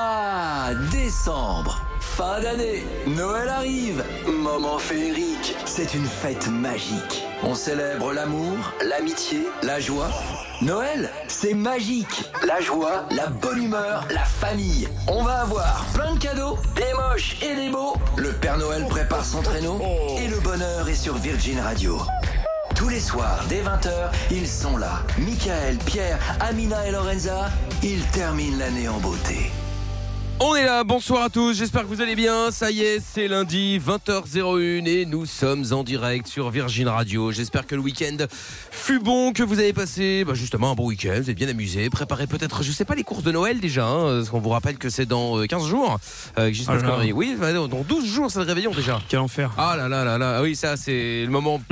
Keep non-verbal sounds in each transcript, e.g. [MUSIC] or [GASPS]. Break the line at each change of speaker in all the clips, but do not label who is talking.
à décembre. Fin d'année, Noël arrive. Moment féerique. C'est une fête magique. On célèbre l'amour, l'amitié, la joie. Noël, c'est magique. La joie, la bonne humeur, la famille. On va avoir plein de cadeaux, des moches et des beaux. Oh. Le Père Noël prépare son traîneau et le bonheur est sur Virgin Radio. Tous les soirs, dès 20h, ils sont là. Michael, Pierre, Amina et Lorenza, ils terminent l'année en beauté.
On est là, bonsoir à tous, j'espère que vous allez bien. Ça y est, c'est lundi 20h01 et nous sommes en direct sur Virgin Radio. J'espère que le week-end fut bon, que vous avez passé bah, justement un bon week-end, vous êtes bien amusés, préparez peut-être, je sais pas, les courses de Noël déjà, hein, parce qu'on vous rappelle que c'est dans euh, 15 jours euh, que j'y suis
Oh là là.
connerie. Oui, bah, dans 12 jours, c'est le réveillon déjà.
Quel enfer.
Ah là là là là, ah oui, ça c'est le
[LAUGHS]
moment,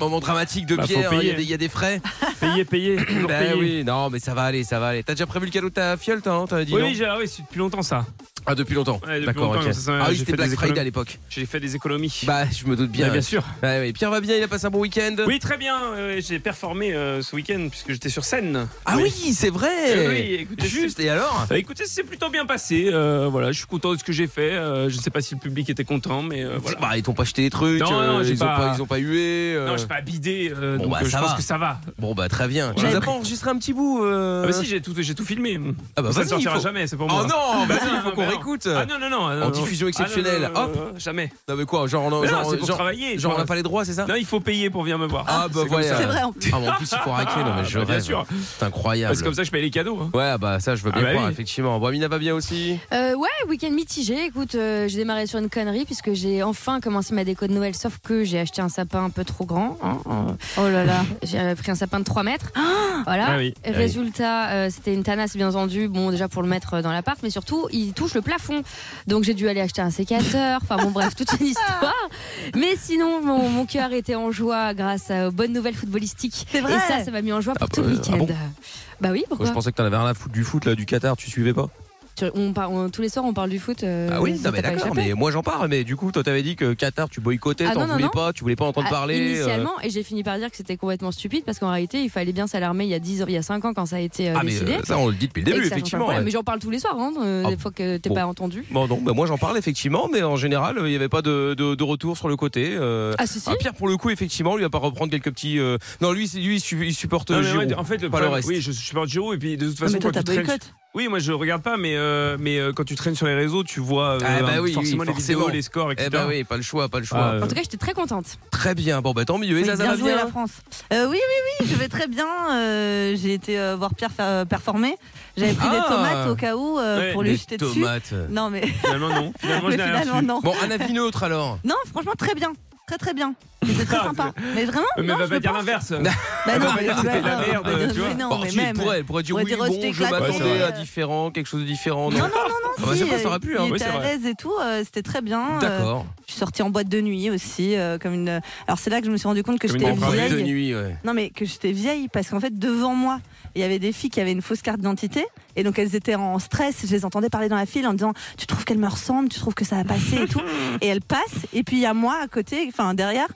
moment dramatique de
Bah, faut
Pierre, hein, il y a
payer.
des- il y, a des frais.
[LAUGHS]
[COUGHS]
Payer, payer, toujours
Bah
payer.
oui, non, mais ça va aller, ça va aller. T'as déjà prévu le cadeau de ta fiole, toi, hein, t'as dit
Oui,
non
oui, j'ai- ah oui, c'est depuis longtemps ça.
Ah, depuis longtemps.
Ouais, depuis
D'accord,
longtemps,
ok.
ça, ça,
Ah oui,
j'ai
c'était
fait des
Black Friday
économies.
à l'époque.
J'ai fait des économies.
Bah, je me doute bien.
Bah, bien sûr.
Ouais, ouais. Pierre va bien, il a passé un bon week-end.
Oui, très bien. euh, j'ai performé euh, ce week-end puisque j'étais sur scène.
Ah oui, c'est vrai.
Euh, oui, écoutez,
Juste. Et alors
Euh, écoutez, c'est plutôt bien passé. euh, voilà, je suis content de ce que j'ai fait. euh, je ne sais pas si le public était content, mais euh, voilà.
Bah, ils t'ont pas acheté les trucs.
Non, non,
euh,
j'ai
ils, Ont
pas-
pas, ils ont pas hué. euh.
Non, je suis pas bidé, euh,
Bon,
donc
bah,
euh, je
ça
pense
va.
que ça va.
Bon bah très bien. Tu
J'avais
nous as
pris-
pas enregistré un petit bout euh...
Ah bah si, j'ai tout, j'ai tout filmé.
Ah bah
ça ne
vas-y,
sortira
faut-
jamais, c'est pour
Oh
moi.
non, bah
Bah
il
non,
faut
bah
qu'on
non.
réécoute.
Ah non, non, non.
En diffusion exceptionnelle.
Hop. Jamais.
Non mais quoi, genre on
Mais
a-
non,
genre,
c'est pour
genre,
travailler.
genre, on
quoi.
n'a pas les droits, c'est ça
Non, il faut payer pour venir me voir.
Ah bah
C'est comme
voilà.
ça.
C'est vrai en plus.
Ah bon, en plus il faut raquer, non mais
Ah,
je
bah, bien
rêve.
sûr.
C'est
Ah, C'est
incroyable.
comme ça que je paye les cadeaux. hein.
Ouais bah ça je veux bien
Ah bah
croire
oui.
effectivement. Bon Amina va bien aussi.
Euh, ouais, week-end mitigé. Écoute, euh, j'ai démarré sur une connerie puisque j'ai enfin commencé ma déco de Noël, sauf que j'ai acheté un sapin un peu trop grand. hein, euh, oh là là, j'ai euh, pris un sapin de 3 mètres. voilà.
Ah oui.
Et Résultat, euh, c'était une tanasse bien entendu. Bon, déjà pour le mettre euh, dans l'appart, mais surtout, il touche le plafond. Donc j'ai dû aller acheter un sécateur. Enfin bon, bref, toute une histoire. Mais sinon, mon, mon cœur était en joie grâce à- aux bonnes nouvelles footballistiques.
C'est vrai.
Et ça, ça m'a mis en joie pour
Ah
tout le
bah, ah
week-end.
bon
bah oui,
Moi,
pourquoi
je pensais que t'en avais rien à foutre du foot là, du Qatar, tu suivais pas
Tu- on par- on- Tous les soirs, on parle du foot. euh,
Ah oui,
ça
non, mais
t'a pas
d'accord,
échappé.
mais moi j'en parle, mais du coup, toi t'avais dit que Qatar, tu boycottais,
Ah
t'en
non, non,
voulais
non.
pas, tu voulais pas entendre
Ah,
parler. euh.
Initialement, et j'ai fini par dire que c'était complètement stupide parce qu'en réalité, il fallait bien s'alarmer il y a 10 ans, il y a 5 ans quand ça a été euh,
Ah, mais
décidé.
euh, ça, on le dit depuis le
Et que
début,
ça change pas le
effectivement.
problème.
ouais.
Mais j'en parle tous les soirs, hein, euh,
Ah,
des fois que t'es
bon.
pas entendu.
Bon, non, bah, moi j'en parle effectivement, mais en général, euh, il n'y avait pas de, de- de retour sur le côté. euh.
Ah si si.
Ah, Pierre, pour le coup, effectivement, lui va pas reprendre quelques petits. euh, Non, lui, c'est- lui il su- il supporte
Non,
euh,
mais
Giroud.
ouais, en fait, le
pas le
problème-
reste.
Oui, je, je supporte Giroud et puis de toute façon,
mais toi,
quand
t'as
tu traînes-
boycott.
Oui, moi je regarde pas, mais euh, mais euh, quand tu traînes sur les réseaux, tu vois euh,
Ah, bah oui, oui,
forcément les
forcément.
vidéos, les scores, etc.
Eh ben oui, pas le choix, pas le choix.
Ah, euh,
En tout cas, j'étais très contente.
Très bien, bon, bah tant mieux. Et
Oui,
ça, ça
bien
va
joué
bien
hein.
la France. Euh, oui, oui, oui, je vais très bien. euh, j'ai été euh, voir Pierre fa- performer. J'avais pris
Ah.
des tomates au cas où euh,
Ouais,
pour
Les
lui jeter dessus.
tomates.
Non, mais, [LAUGHS]
Finalement non. Finalement,
mais
je n'ai rien
finalement,
reçu.
non.
Bon, un avis neutre alors.
Non, franchement, très bien. Très, très bien. C'était très
[LAUGHS]
Ah,
sympa. Mais vraiment
Mais
non,
va
je
pas
le
dire
pense.
l'inverse.
Bah
va
non,
pas
mais
dire que
bah
c'était de la
non,
merde,
bah non,
tu vois.
mais non,
Bon,
mais
si, elle
même.
pourrait, elle pourrait dire
Aurait
oui,
été
bon,
rejeté
je
éclaté,
m'attendais
ouais.
à différent, quelque chose de différent.
Non, non, non,
Ah,
non.
bah,
si,
c'est pas, ça aurait
euh,
pu, hein.
Il
Oui,
était
c'est
à
vrai.
l'aise et tout. euh, C'était très bien. Euh,
D'accord.
je suis sortie en boîte de nuit aussi. euh, comme une. Alors, c'est là que je me suis rendu compte que
Comme
j'étais
une boîte
de
vieille.
nuit, ouais.
Non mais que j'étais vieille parce qu'en fait devant moi il y avait des filles qui avaient une fausse carte d'identité et donc elles étaient en stress. Je les entendais parler dans la file en disant tu trouves qu'elle me ressemble, tu trouves que ça va passer et tout. Et elles passent et puis il y a moi à côté, enfin derrière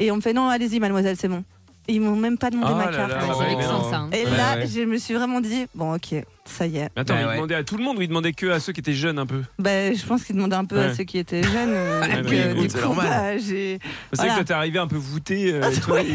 et on me fait non allez-y mademoiselle c'est bon. Et ils m'ont même pas demandé
Ah
ma
là
carte.
là,
Ah,
ouais,
c'est vexant
non.
ça. hein.
Et
Ouais,
là
ouais.
je me suis vraiment dit bon ok ça y est.
Mais
Bah
Attends, mais
ouais.
il demandait à tout le monde ou il demandait que à ceux qui étaient jeunes un peu
Ben je pense qu'ils demandaient un peu
Ouais.
à ceux qui étaient jeunes.
[LAUGHS]
euh,
Ouais,
donc,
bah,
euh,
écoute,
du
Ah, c'est
coup,
normal.
bah, j'ai-
C'est vrai que
Voilà.
toi t'es arrivé un peu voûté.
[LAUGHS]
euh, et toi, et-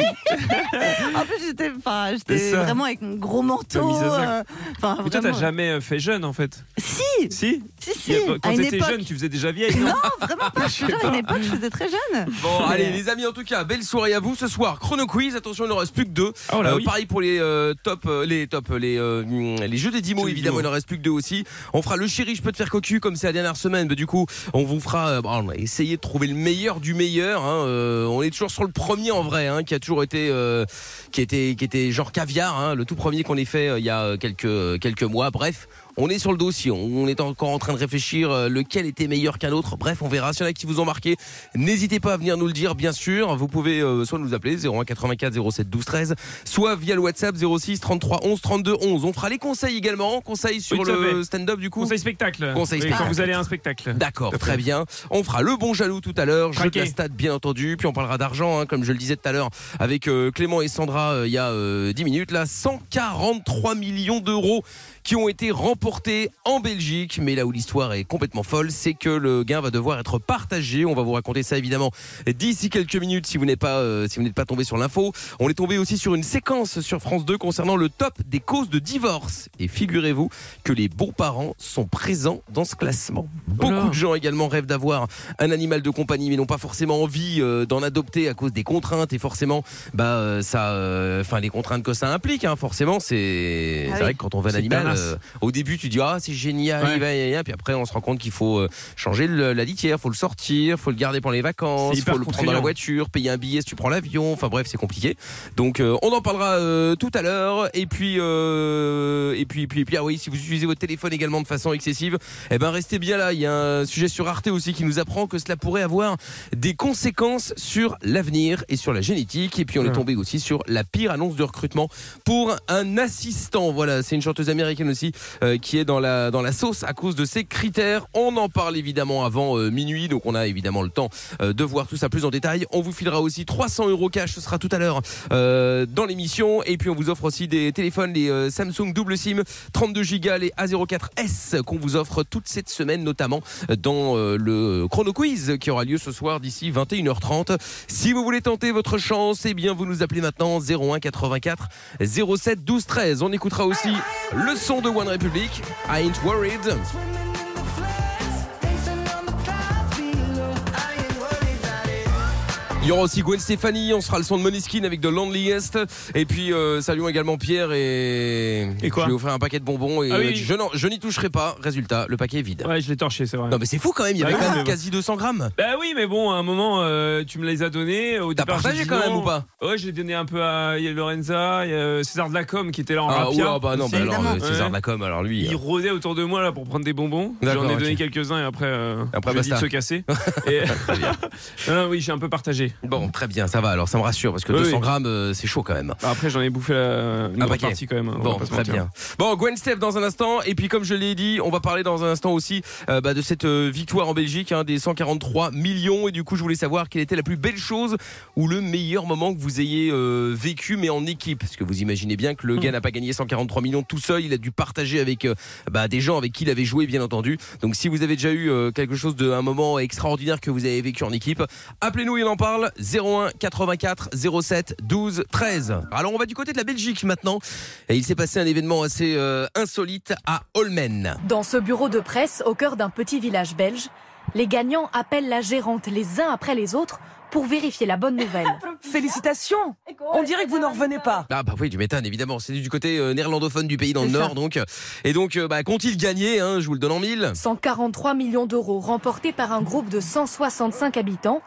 En plus j'étais, enfin,
C'est
j'étais
ça.
vraiment avec mon gros
T'as
manteau.
mis ça, ça.
euh, Enfin
Mais toi t'as
vraiment.
jamais euh, fait jeune en fait.
Si
Si
si si.
Quand
à une
t'étais
époque.
jeune, tu faisais déjà vieille. non
Non, vraiment
[LAUGHS]
pas. Je te jure, à une époque, je faisais très jeune.
Bon,
Mais-
allez, les amis, en tout cas, belle soirée à vous ce soir. Chrono quiz, attention, il n'en reste plus que deux.
Oh là
Euh,
oui.
Pareil pour les euh, top, euh, les top, les, euh, mm, les jeux des 10 mots,
Jeux
évidemment,
des dix mots.
il n'en reste plus que deux aussi. On fera le chéri, je peux te faire cocu, comme c'est la dernière semaine. Mais du coup, on vous fera euh, bon, on va essayer de trouver le meilleur du meilleur. hein. Euh, on est toujours sur le premier en vrai, hein, qui a toujours été, euh, qui était, qui était genre caviar, hein, le tout premier qu'on ait fait euh, il y a euh, quelques, quelques mois. Bref. On est sur le dossier, on est encore en train de réfléchir euh, lequel était meilleur qu'un autre. Bref, on verra s'il y en a qui vous ont marqué. N'hésitez pas à venir nous le dire, bien sûr. Vous pouvez euh, soit nous appeler 01 84 07 12 13, soit via le WhatsApp 06 33 11 32 11. On fera les conseils également Laurent, conseil [LAUGHS] sur
Oui, tout à
le
fait.
stand-up du coup
Conseil spectacle.
Conseil
Oui,
spectacle.
Quand vous allez à un spectacle.
D'accord,
Tout à
très
fait.
bien. On fera le bon jaloux tout à l'heure, jeu de
Craqué.
la stade bien entendu, puis on parlera d'argent, hein, comme je le disais tout à l'heure, avec euh, Clément et Sandra euh, il y a euh, 10 minutes, là, 143 millions d'euros qui ont été remportés en Belgique, mais là où l'histoire est complètement folle, c'est que le gain va devoir être partagé. On va vous raconter ça évidemment d'ici quelques minutes si vous n'êtes pas, euh, si vous n'êtes pas tombé sur l'info. On est tombé aussi sur une séquence sur France 2 concernant le top des causes de divorce. Et figurez-vous que les bons parents sont présents dans ce classement. Beaucoup
Oula.
de gens également rêvent d'avoir un animal de compagnie, mais n'ont pas forcément envie euh, d'en adopter à cause des contraintes et forcément, bah, euh, ça, euh, enfin, les contraintes que ça implique. hein, forcément, c'est
Ah
c'est
oui.
vrai que quand on veut un
C'est
animal,
tenace.
euh, au début, tu dis ah c'est génial,
Ouais.
il va, il va, puis après on se rend compte qu'il faut euh, changer le- la litière, faut le sortir, faut le garder pendant les vacances,
C'est hyper
faut le prendre dans la
contraignant.
voiture, payer un billet si tu prends l'avion. Enfin bref, c'est compliqué. Donc euh, on en parlera euh, tout à l'heure. Et puis euh, et puis et puis et puis ah oui, si vous utilisez votre téléphone également de façon excessive, eh ben restez bien là. Il y a un sujet sur Arte aussi qui nous apprend que cela pourrait avoir des conséquences sur l'avenir et sur la génétique. Et puis on est
Ouais.
tombé aussi sur la pire annonce de recrutement pour un assistant. Voilà, c'est une chanteuse américaine aussi euh, qui est dans la dans la sauce à cause de ces critères. On en parle évidemment avant euh, minuit, donc on a évidemment le temps euh, de voir tout ça plus en détail. On vous filera aussi 300 euros cash, ce sera tout à l'heure euh, dans l'émission. Et puis on vous offre aussi des téléphones, les euh, Samsung double SIM, 32 Go, les A04S qu'on vous offre toute cette semaine, notamment dans euh, le chrono quiz qui aura lieu ce soir d'ici 21h30. Si vous voulez tenter votre chance, eh bien vous nous appelez maintenant 01 84 07 12 13. On écoutera aussi le son de One Republic, I Ain't Worried. Il y aura aussi Gwen Stefani, on sera le son de Moniskin avec de Loneliest. Et puis euh, saluons également Pierre et,
Et quoi
je vais offrir un paquet de bonbons et
Ah oui.
euh, je, n'en- je n'y toucherai pas. Résultat, le paquet est vide.
Ouais, je l'ai torché, c'est vrai.
Non mais c'est fou quand même, il y avait
Bah oui,
quand même
mais bon.
quasi 200 grammes.
Bah oui, mais bon, à un moment, euh, tu me les as donnés. Au
T'as
départ, j'ai
partagé
dit
quand même
non.
ou pas
Ouais, j'ai donné un peu à il y a Lorenza, il y a euh, César de la Com qui était là en
Ah
rapia.
oula, bah non,
aussi.
bah alors euh,
Ouais.
César Lacombe, alors lui.
Il
euh,
rôdait autour de moi là pour prendre des bonbons.
D'accord,
J'en ai
ok.
donné quelques-uns et après, euh,
Après,
je lui ai dit de
basta.
se
[LAUGHS]
casser. et... [LAUGHS] non, non, oui, j'ai un peu partagé.
euh, Bon, très bien, ça va alors, ça me rassure parce que
Oui, Ah,
200
oui.
grammes, euh, c'est chaud quand même.
Bah, Après, j'en ai bouffé la... une
Un
grande
paquet.
partie quand même. hein, on
Ah, Bon,
va pas se
très
mentir.
bien. Bon, Gwen Steph dans un instant. Et puis, comme je l'ai dit, on va parler dans un instant aussi euh, bah, de cette euh, victoire en Belgique, hein, des 143 millions. Et du coup, je voulais savoir quelle était la plus belle chose ou le meilleur moment que vous ayez euh, vécu, mais en équipe. Parce que vous imaginez bien que le
Mmh.
gars n'a pas gagné 143 millions tout seul. Il a dû partager avec euh, bah, des gens avec qui il avait joué, bien entendu. Donc, si vous avez déjà eu euh, quelque chose de un moment extraordinaire que vous avez vécu en équipe, appelez-nous et on en parle. 01 84 07 12 13. Alors, on va du côté de la Belgique maintenant. Et il s'est passé un événement assez euh, insolite à Holmen.
Dans ce bureau de presse au cœur d'un petit village belge, les gagnants appellent la gérante les uns après les autres pour vérifier la bonne nouvelle.
[LAUGHS] Félicitations On dirait que vous n'en revenez pas.
Ah bah oui, du méthane évidemment, c'est du côté euh, néerlandophone du pays dans le
C'est ça.
nord donc. Et donc, euh, bah, qu'ont-ils gagné hein, Je vous le donne en mille.
143 millions d'euros remportés par un groupe de 165 habitants,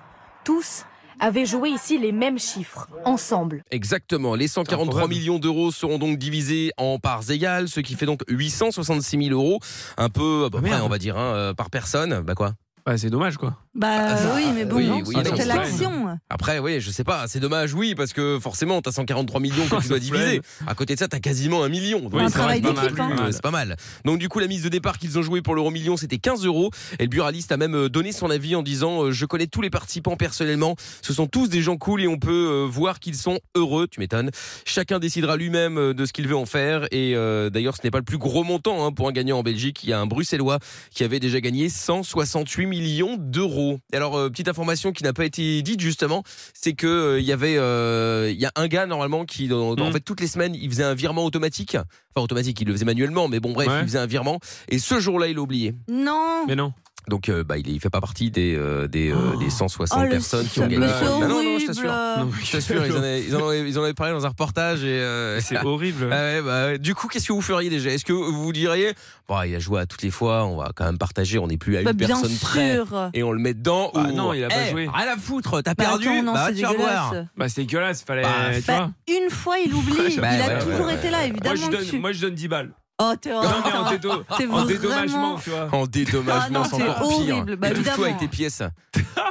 tous avaient joué ici les mêmes chiffres, ensemble.
Exactement, les 143
Incroyable.
millions d'euros seront donc divisés en parts égales, ce qui fait donc 866 000 euros, un peu, à peu
Ah,
près,
merde.
on va dire, hein, euh, par personne. Bah quoi
Ouais, c'est dommage quoi.
Bah
Ah,
oui, mais bon,
oui,
non,
oui,
c'est
non,
peut-être
c'est
l'action.
Après, oui, je sais pas, c'est dommage, oui, parce que forcément, t'as 143 millions
[LAUGHS]
que tu dois diviser. À côté de ça, t'as quasiment un million. Donc,
Oui,
Un
c'est
travail
pas mal.
d'équipe, hein.
Euh, C'est pas mal. Donc, du coup, la mise de départ qu'ils ont joué pour l'euro million, c'était 15 euros. Et le buraliste a même euh, donné son avis en disant euh, Je connais tous les participants personnellement. Ce sont tous des gens cool et on peut euh, voir qu'ils sont heureux. Tu m'étonnes. Chacun décidera lui-même euh, de ce qu'il veut en faire. Et euh, d'ailleurs, ce n'est pas le plus gros montant hein, pour un gagnant en Belgique. Il y a un Bruxellois qui avait déjà gagné 168 millions d'euros. Et Alors, euh, petite information qui n'a pas été dite justement, c'est que euh, il y avait, euh, il y a un gars normalement qui, dans- dans- en
Mm.
fait, toutes les semaines, il faisait un virement automatique. Enfin, automatique, il le faisait manuellement, mais bon, bref,
Ouais.
il faisait un virement. Et ce jour-là, il l'a oublié.
Non
Mais non.
Donc, euh, bah, il, est- il fait pas partie des euh, des, euh,
Oh.
des 160
Oh, le
personnes qui ont
seul-
gagné. Ah,
mais c'est
Non, non, non, je
horrible.
t'assure.
Non,
Je t'assure, ils, en avaient- ils en avaient- ils en avaient parlé dans un reportage et. euh,
C'est horrible.
[LAUGHS] ah ouais, bah ouais. du coup, qu'est-ce que vous feriez déjà Est-ce que vous diriez, bah, il a joué à toutes les fois, on va quand même partager, on n'est plus à une
Bah, bien
personne près
sûr.
et on le met dedans
Ah
ou
non, il a pas
Eh,
joué.
rien à foutre, t'as
Bah,
perdu,
attends, non,
bah,
c'est
tu vas
dégueulasse.
voir.
Bah c'est dégueulasse, fallait.
Bah,
tu
Bah,
vois
une fois, il oublie.
Bah,
il a
ouais,
toujours
ouais,
été là,
moi je,
évidemment. que
donne,
tu-
moi je donne 10 balles.
Oh, t'es [LAUGHS]
Non, mais en,
horrible.
dédo-
T'es
en dédommagement,
vraiment.
tu vois.
En dédommagement,
Ah non,
c'est
c'est
encore
horrible,
pire. Étouffe-toi
bah, [LAUGHS] évidemment.
avec tes pièces.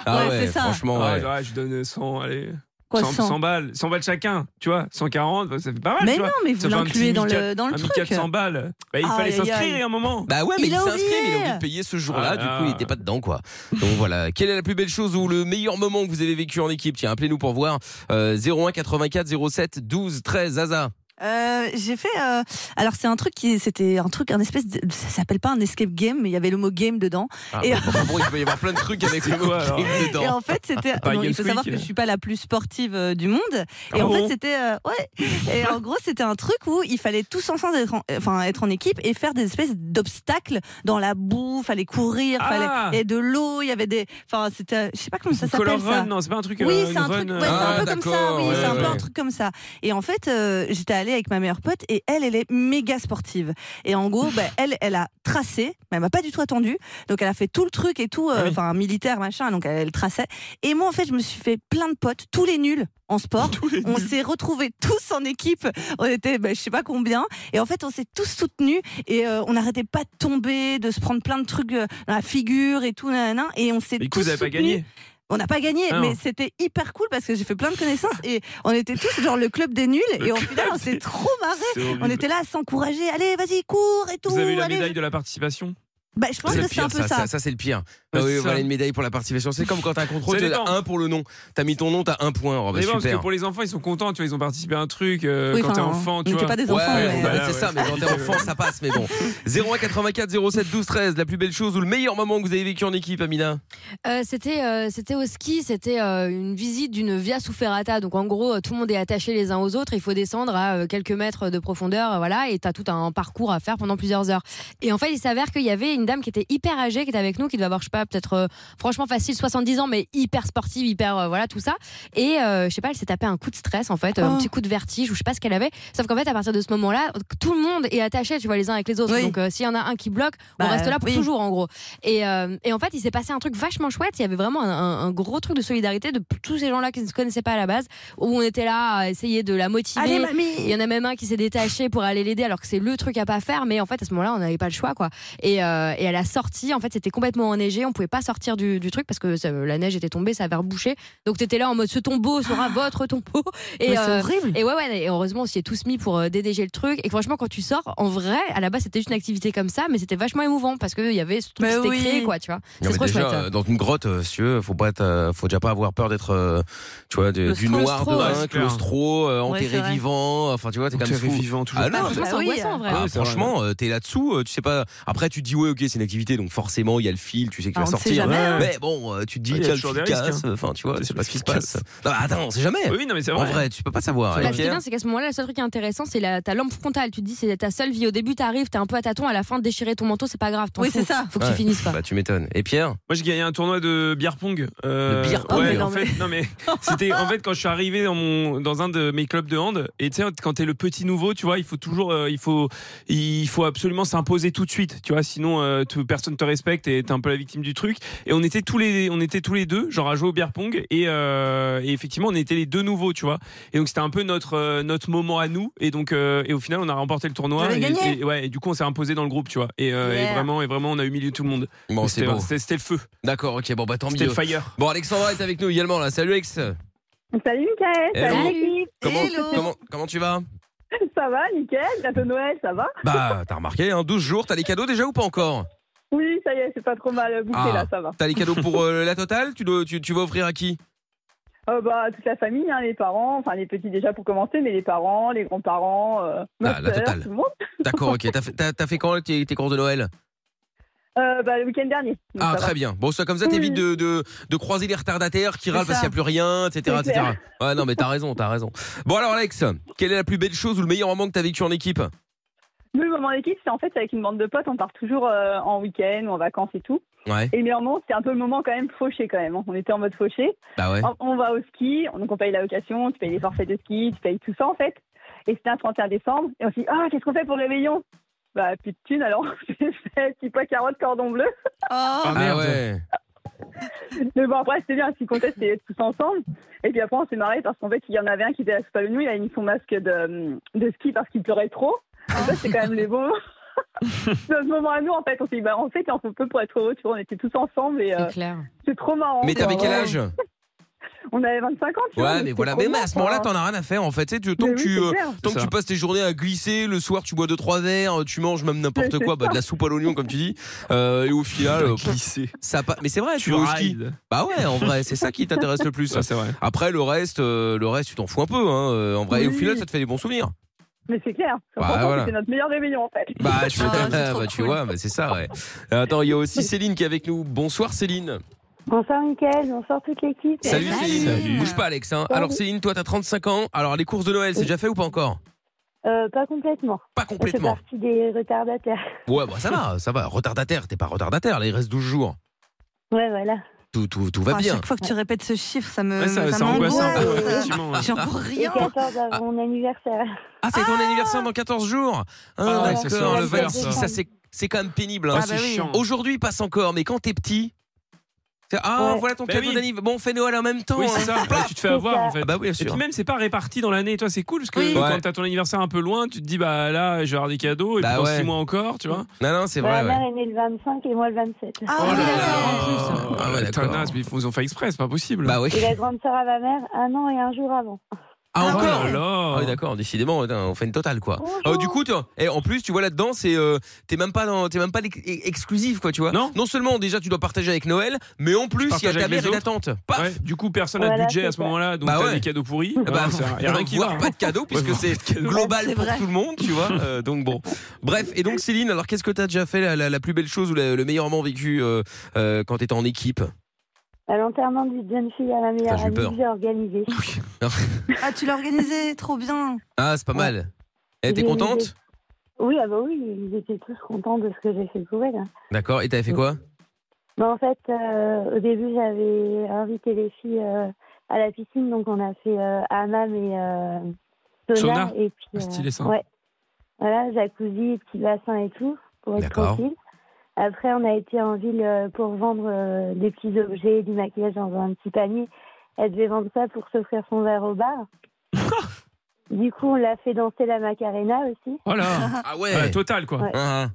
Ah
Ouais, c'est ça.
franchement,
Ah,
ouais.
ouais, je donne 100, allez.
Quoi,
100,
100?
100 balles, 100 balles chacun, tu vois, 140, ça fait pas mal.
Mais
tu
non,
vois.
mais vous
Ça fait un
l'incluez
petit
dans le,
1400
dans le truc.
1400 balles. Bah, il
Aïe,
fallait
aïe,
s'inscrire
aïe.
il y a un moment.
Bah ouais, mais il,
Il a
s'inscrit,
oublié.
mais il a oublié de payer ce jour-là,
Voilà.
du coup, il n'était pas dedans, quoi. Donc voilà. Quelle est la plus belle chose ou le meilleur moment que vous avez vécu en équipe Tiens, appelez-nous pour voir. Euh, 01 84 07 12 13 Zaza.
Euh, j'ai fait. euh, alors c'est un truc qui, c'était un truc, un espèce. de- ça s'appelle pas un escape game, mais il y avait le mot game dedans.
Ah,
Et-
bah, bon, bon, il peut y avoir plein de trucs avec le
C'est
mot
quoi, alors
game dedans.
Et en fait, c'était.
Pas
bon, il
Games
faut savoir
Week,
que je
là.
suis pas la plus sportive euh, du monde. Et
Ah
en fait,
bon
c'était. euh, ouais. Et en gros, c'était un truc où il fallait tous ensemble être en, enfin, être en équipe et faire des espèces d'obstacles dans la boue. Fallait courir.
Ah
fallait. Il y avait de l'eau. Il y avait des. Enfin, c'était. Je sais pas comment ça
Color
s'appelle ça.
Run, non, c'est pas un truc.
Oui,
euh,
c'est
une
un
run,
truc, ouais,
euh,
c'est
Ah,
un peu comme ça,
d'accord,
oui,
ouais,
c'est un peu
ouais.
un truc comme ça. Et en fait, euh, j'étais allée avec ma meilleure pote et elle, elle est méga sportive. Et en gros, bah, elle, elle a tracé, mais elle m'a pas du tout attendu. Donc elle a fait tout le truc et tout, euh,
Ah oui.
enfin militaire machin. Donc elle, elle traçait. Et moi, en fait, je me suis fait plein de potes, tous les nuls
[LAUGHS]
en sport. On s'est retrouvés tous en équipe. On était, bah, je sais pas combien. Et en fait, on s'est tous soutenus et euh, on n'arrêtait pas de tomber, de se prendre plein de trucs euh, dans la figure et tout, nanana. Et on s'est
Mais du
tous
coup, vous avez pas
soutenus.
gagné.
On n'a pas gagné,
Ah non.
mais c'était hyper cool parce que j'ai fait plein de connaissances et on était tous genre le club des nuls et au final on s'est trop marré.
C'est horrible.
On était là à s'encourager, allez vas-y cours et tout.
Vous avez eu la
allez.
médaille de la participation.
Bah, je pense
C'est
que
le
c'est un
pire,
peu ça.
ça, ça, ça, c'est le pire.
Ouais,
Ah oui,
c'est ça.
voilà une médaille pour la participation. C'est comme quand t'as un contrôle,
Ça
t'as
dépend.
un pour le nom. T'as mis ton nom, t'as un point. Oh, bah,
Mais bon, parce que
super.
pour les enfants, ils sont contents, tu vois, ils ont participé à un truc euh,
Oui,
quand t'es
enfin,
enfant,
on
tu
n'était
vois.
pas des
Ouais,
enfants.
ouais,
mais-
bah,
Voilà,
c'est
ouais.
ça, mais quand t'es enfant, ça passe, mais
[LAUGHS]
bon. 01 84 07 12 13, la plus belle chose ou le meilleur moment que vous avez vécu en équipe, Amina
Euh, c'était euh, c'était au ski, c'était euh, une visite d'une via sous ferrata. Donc en gros, euh, tout le monde est attaché les uns aux autres. Il faut descendre à euh, quelques mètres de profondeur, euh, voilà, et t'as tout un parcours à faire pendant plusieurs heures. Et en fait, il s'avère qu'il y avait une dame qui était hyper âgée, qui était avec nous, qui devait avoir je sais pas, peut-être euh, franchement facile 70 ans, mais hyper sportive, hyper euh, voilà tout ça. Et euh, je sais pas, elle s'est tapé un coup de stress en fait, euh, un
Oh.
petit coup de vertige ou je sais pas ce qu'elle avait. Sauf qu'en fait, à partir de ce moment-là, tout le monde est attaché, tu vois, les uns avec les autres.
Oui.
Donc euh, s'il y en a un qui bloque, on
Bah,
reste là pour
oui.
toujours en gros. Et, euh, et en fait, il s'est passé un truc vachement chouette. Il y avait vraiment un, un- un gros truc de solidarité de p- tous ces gens-là qui ne se connaissaient pas à la base, où on était là à essayer de la motiver.
Allez
il y
mamie.
en a même un qui s'est détaché pour aller l'aider alors que c'est le truc à pas faire mais en fait à ce moment-là on n'avait pas le choix quoi et, euh, et à la sortie en fait c'était complètement enneigé on pouvait pas sortir du, du truc parce que ça- la neige était tombée ça avait rebouché donc t'étais là en mode ce tombeau
[GASPS]
sera votre tombeau
Mais
et
c'est
euh,
horrible.
et ouais, ouais, et heureusement, on s'y est tous mis pour euh, dédéger le truc. Et franchement, quand tu sors, en vrai, à la base, c'était juste une activité comme ça, mais c'était vachement émouvant parce qu'il y avait ce truc
Mais
qui s'était
Bah oui.
créé, quoi, tu vois.
Non,
C'est
mais
trop
déjà,
chouette. hein.
euh, dans une grotte, euh, si tu veux, faut pas être, euh, faut déjà pas avoir peur d'être, euh, tu vois, de-
Le
du
claustro,
noir de
ouais,
un,
c'est clair.
claustro, euh,
Ouais,
enterré
c'est vrai.
vivant. Enfin, tu vois, t'es quand même
Enterré
fou.
vivant, toujours.
Ah non,
Ah, franchement, c'est
bah oui,
angoissant, en vrai.
Ah,
Ouais, c'est vrai.
franchement, euh, t'es là-dessous, euh, tu sais pas. Après, tu te dis ouais, ok, c'est une activité, donc forcément, il y a le fil, tu sais que tu
Ah,
vas
on ne sait
sortir.
jamais,
hein.
Mais bon, euh, tu te dis
Il y a
tiens, le
toujours
fil
des risques, hein.
casse. Enfin, tu vois,
C'est
tu sais
le
pas ce qui
fil
se passe.
casse.
Non, mais attends, on sait jamais.
Oui, non, mais c'est
En
vrai.
vrai, tu peux pas savoir.
C'est
Bah,
Et
ce qui est
Pierre
bien, c'est qu'à ce moment-là, le seul truc qui est intéressant, c'est la- ta lampe frontale. Tu te dis, c'est ta seule vie. Au début, t'arrives, t'es un peu à tâtons, à la fin, déchirer ton manteau, c'est pas grave. t'en
Oui,
fous.
c'est ça.
Faut que
Ouais.
tu finisses, quoi.
Bah, tu m'étonnes. Et Pierre
Moi, j'ai gagné un tournoi de beer pong. Euh,
De beer pong
ouais,
Oh, mais
en
non, mais-
fait, non mais [LAUGHS] c'était en fait quand je suis arrivé dans mon dans un de mes clubs de hand et tu sais quand t'es le petit nouveau, tu vois, il faut toujours euh, il faut il faut absolument s'imposer tout de suite, tu vois, sinon euh, tu- personne te respecte et t'es un peu la victime du truc. Et on était tous les on était tous les deux genre à jouer au beer pong et, euh, et effectivement on était les deux nouveaux, tu vois. Et donc c'était un peu notre euh, notre moment à nous et donc euh, et au final on a remporté le
Vous
tournoi
avez
et,
gagné
et- ouais, et du coup on s'est imposé dans le groupe, tu vois. Et, euh, et
Yeah.
vraiment et vraiment on a humilié tout le monde. [LAUGHS]
Bon, c'est
C'était
bon.
c'était- c'était le feu.
D'accord, ok, bon, bah tant
C'était
mieux.
le fire.
Bon, Alexandra est avec nous également là. Salut Alex.
Salut Mickaël,
Hello.
salut l'équipe,
Comment,
Hello.
comment, comment tu vas
[LAUGHS] ça va nickel, bientôt Noël, ça va
Bah, t'as remarqué, hein, 12 jours, t'as les cadeaux déjà ou pas encore
Oui, ça y est, c'est pas trop mal bouclé
Ah.
là, ça va.
T'as les cadeaux pour euh, la totale tu, dois- tu, tu vas offrir à qui
Euh, bah, toute la famille, hein, les parents, enfin les petits déjà pour commencer, mais les parents, les grands-parents, euh, ma
Ah, la
sœur,
totale.
tout le monde.
D'accord, ok. T'as fait, t'as- t'as fait quand tes, tes courses de Noël
Euh, bah, le week-end dernier. donc
Ah,
ça va.
très bien. Bon, ça, comme ça, t'évites de, de, de croiser les retardataires qui
C'est
râlent parce
ça.
qu'il n'y a plus rien, etc.
C'est
etc. Ouais, non, mais t'as raison, t'as raison. Bon, alors, Alex, quelle est la plus belle chose ou le meilleur moment que t'as vécu en équipe
Nous, le moment d'équipe, c'est en fait avec une bande de potes, on part toujours euh, en week-end ou en vacances et tout.
Ouais,
Et le meilleur moment, c'était un peu le moment quand même fauché quand même. hein. On était en mode fauché.
bah ouais.
On, on va au ski, donc on paye la location, tu payes les forfaits de ski, tu payes tout ça en fait. Et c'était un 31 décembre, et on se dit Ah, qu'est-ce qu'on fait pour le réveillon Bah, plus de thunes alors, [LAUGHS] j'ai fait petit pois carotte cordon bleu.
Oh.
Ah,
Ah
merde.
ouais.
[LAUGHS] Mais bon, après, c'était bien, ce qui comptait, c'était d'être tous ensemble. Et puis après, on s'est marré parce qu'en fait, il y en avait un qui était à pas il a mis son masque de, euh, de ski parce qu'il pleurait trop. Et ça, c'est quand même les
[LAUGHS]
bons moments. Notre moment à nous, en fait, on s'est dit Bah, en fait, on peut pour être heureux, tu vois, on était tous ensemble et euh,
C'est clair.
c'est trop marrant.
Mais t'avais quel âge
on avait 25 ans. tu vois,
Ouais, mais
c'est
voilà.
trop
Mais, mais à
bien,
ce moment-là,
enfin.
t'en as rien à faire en fait. Tu sais, tu- tant
Mais
que
oui,
tu,
c'est
euh,
clair.
tant que
ça.
tu passes tes journées à glisser, le soir tu bois deux trois verres, tu manges même n'importe
Mais
quoi,
c'est
bah, de la soupe à l'oignon comme tu dis. Euh, et au final, euh, pff,
Glisser.
ça a pas. Mais c'est vrai, tu
Bah, Tu
vas au ski.
rides.
Bah ouais, en vrai, c'est ça qui t'intéresse le plus.
Ça, c'est vrai.
Après le reste, euh, le reste, tu t'en fous un peu, hein, euh, en vrai. Et au
Oui.
final, ça te fait des bons souvenirs.
Mais c'est clair.
Bah,
Franchement,
voilà.
C'était notre meilleur réveillon en fait.
Bah, tu,
Ah,
m'étonnes.
c'est
Ah,
trop
bah, tu
cool.
vois, bah, c'est ça, ouais. Euh, Attends, il y a aussi Céline qui est avec nous. Bonsoir Céline.
Bonsoir Mickaël, bonsoir toute
Eh,
l'équipe.
Salut,
Salut.
Céline.
Salut.
Bouge pas Alex. hein. Alors Céline, toi t'as 35 ans. Alors les courses de Noël, c'est déjà fait ou pas encore
Euh, pas complètement.
Pas
Je fais
complètement.
partie des retardataires. [LAUGHS]
Ouais, bah, ça va, ça va. Retardataire, t'es pas retardataire. Là, il reste 12 jours.
Ouais, voilà.
Tout, tout, tout va
Enfin, À
bien.
Ah, chaque fois que tu répètes ce chiffre, ça me.
Ouais, ça,
ça
ça angoisse un peu,
m'angoisse.
m'angoisse.
effectivement.
J'ai
Oh,
encore rien.
Et 14 à mon anniversaire.
Ah, c'est ton anniversaire dans 14 jours. Ah,
Ah ouais,
d'accord,
ça, c'est
le
l'enfer,
26,
ça.
ça c'est, c'est quand même pénible. hein.
Ah,
Ah,
c'est
bah oui.
chiant.
Aujourd'hui, il passe encore, mais quand t'es petit. c'est- Ah,
Ouais.
voilà ton
Bah
cadeau
oui.
d'anniversaire. Bon, on fait Noël en même temps.
Oui,
hein.
c'est ça.
Plaf.
Tu te fais avoir en fait.
Ah, bah oui, bien
Et
sûr.
puis même, c'est pas réparti dans l'année. Toi, c'est cool parce que
Oui.
Ouais.
quand t'as ton anniversaire un peu loin, tu te dis bah là, je vais avoir des cadeaux et
Bah
puis dans
ouais.
6 mois encore, tu vois.
Non, non, c'est
Ma
vrai. ouais.
mère est née le 25 et moi le 27.
Ah,
Oh là
oui,
là.
d'accord, en plus.
Ah ouais, d'accord.
Tanasse, Oh, mais ils font- ils ont fait exprès, c'est pas possible.
Bah oui.
Et la grande sœur à ma mère, un an et un jour avant.
Ah,
Oh
encore
là là.
Ah oui, d'accord, décidément, putain, on fait une totale quoi.
Bonjour.
Euh, du coup, tu- eh, en plus, tu vois là-dedans, c'est euh, t'es même pas dans, t'es même pas l'ex- exclusif quoi, tu vois.
Non.
seulement déjà tu dois partager avec Noël, mais en plus il y a
partages
ta
avec
mère
les
et ta tante. Paf.
Ouais, du coup, personne n'a
Voilà,
de budget à
c'est
ce
ça.
moment-là, donc
Bah
t'as
ouais.
des cadeaux pourris.
Ah bah,
Non, ça- y a rien qui
voire
va.
pas de cadeau puisque
Ouais, [LAUGHS]
c'est global
C'est
pour
vrai.
tout le monde, tu vois. euh, donc bon. Bref. Et donc Céline, alors qu'est-ce que t'as déjà fait la, la- la plus belle chose ou la- le meilleur moment vécu euh, euh, quand t'étais en équipe
À l'enterrement d'une jeune fille à
Putain,
ma meilleure
j'ai eu
amie
peur.
que j'ai organisé.
[LAUGHS] Ah, tu l'as organisé, trop bien.
Ah, c'est pas mal. Eh, t'es
J'ai-
contente
Oui, ah bah oui, ils étaient tous contents de ce que j'ai fait pour elle. hein.
D'accord. Et t'avais fait quoi
Mais Bah, en fait, euh, au début, j'avais invité les filles euh, à la piscine, donc on a fait euh, hammam et euh, sauna.
Sauna.
Et puis, euh,
Stylé, ça.
Ouais. Voilà, jacuzzi, petit bassin et tout, pour être
D'accord.
tranquille. Après, on a été en ville euh, pour vendre euh, des petits objets, du maquillage dans un petit panier. Elle devait vendre ça pour s'offrir son verre
[LAUGHS]
au bar. du coup, on l'a fait danser la Macarena aussi.
Oh là.
[LAUGHS] Ah ouais.
Ouais, Total, quoi.
Ouais.
Ah, ah.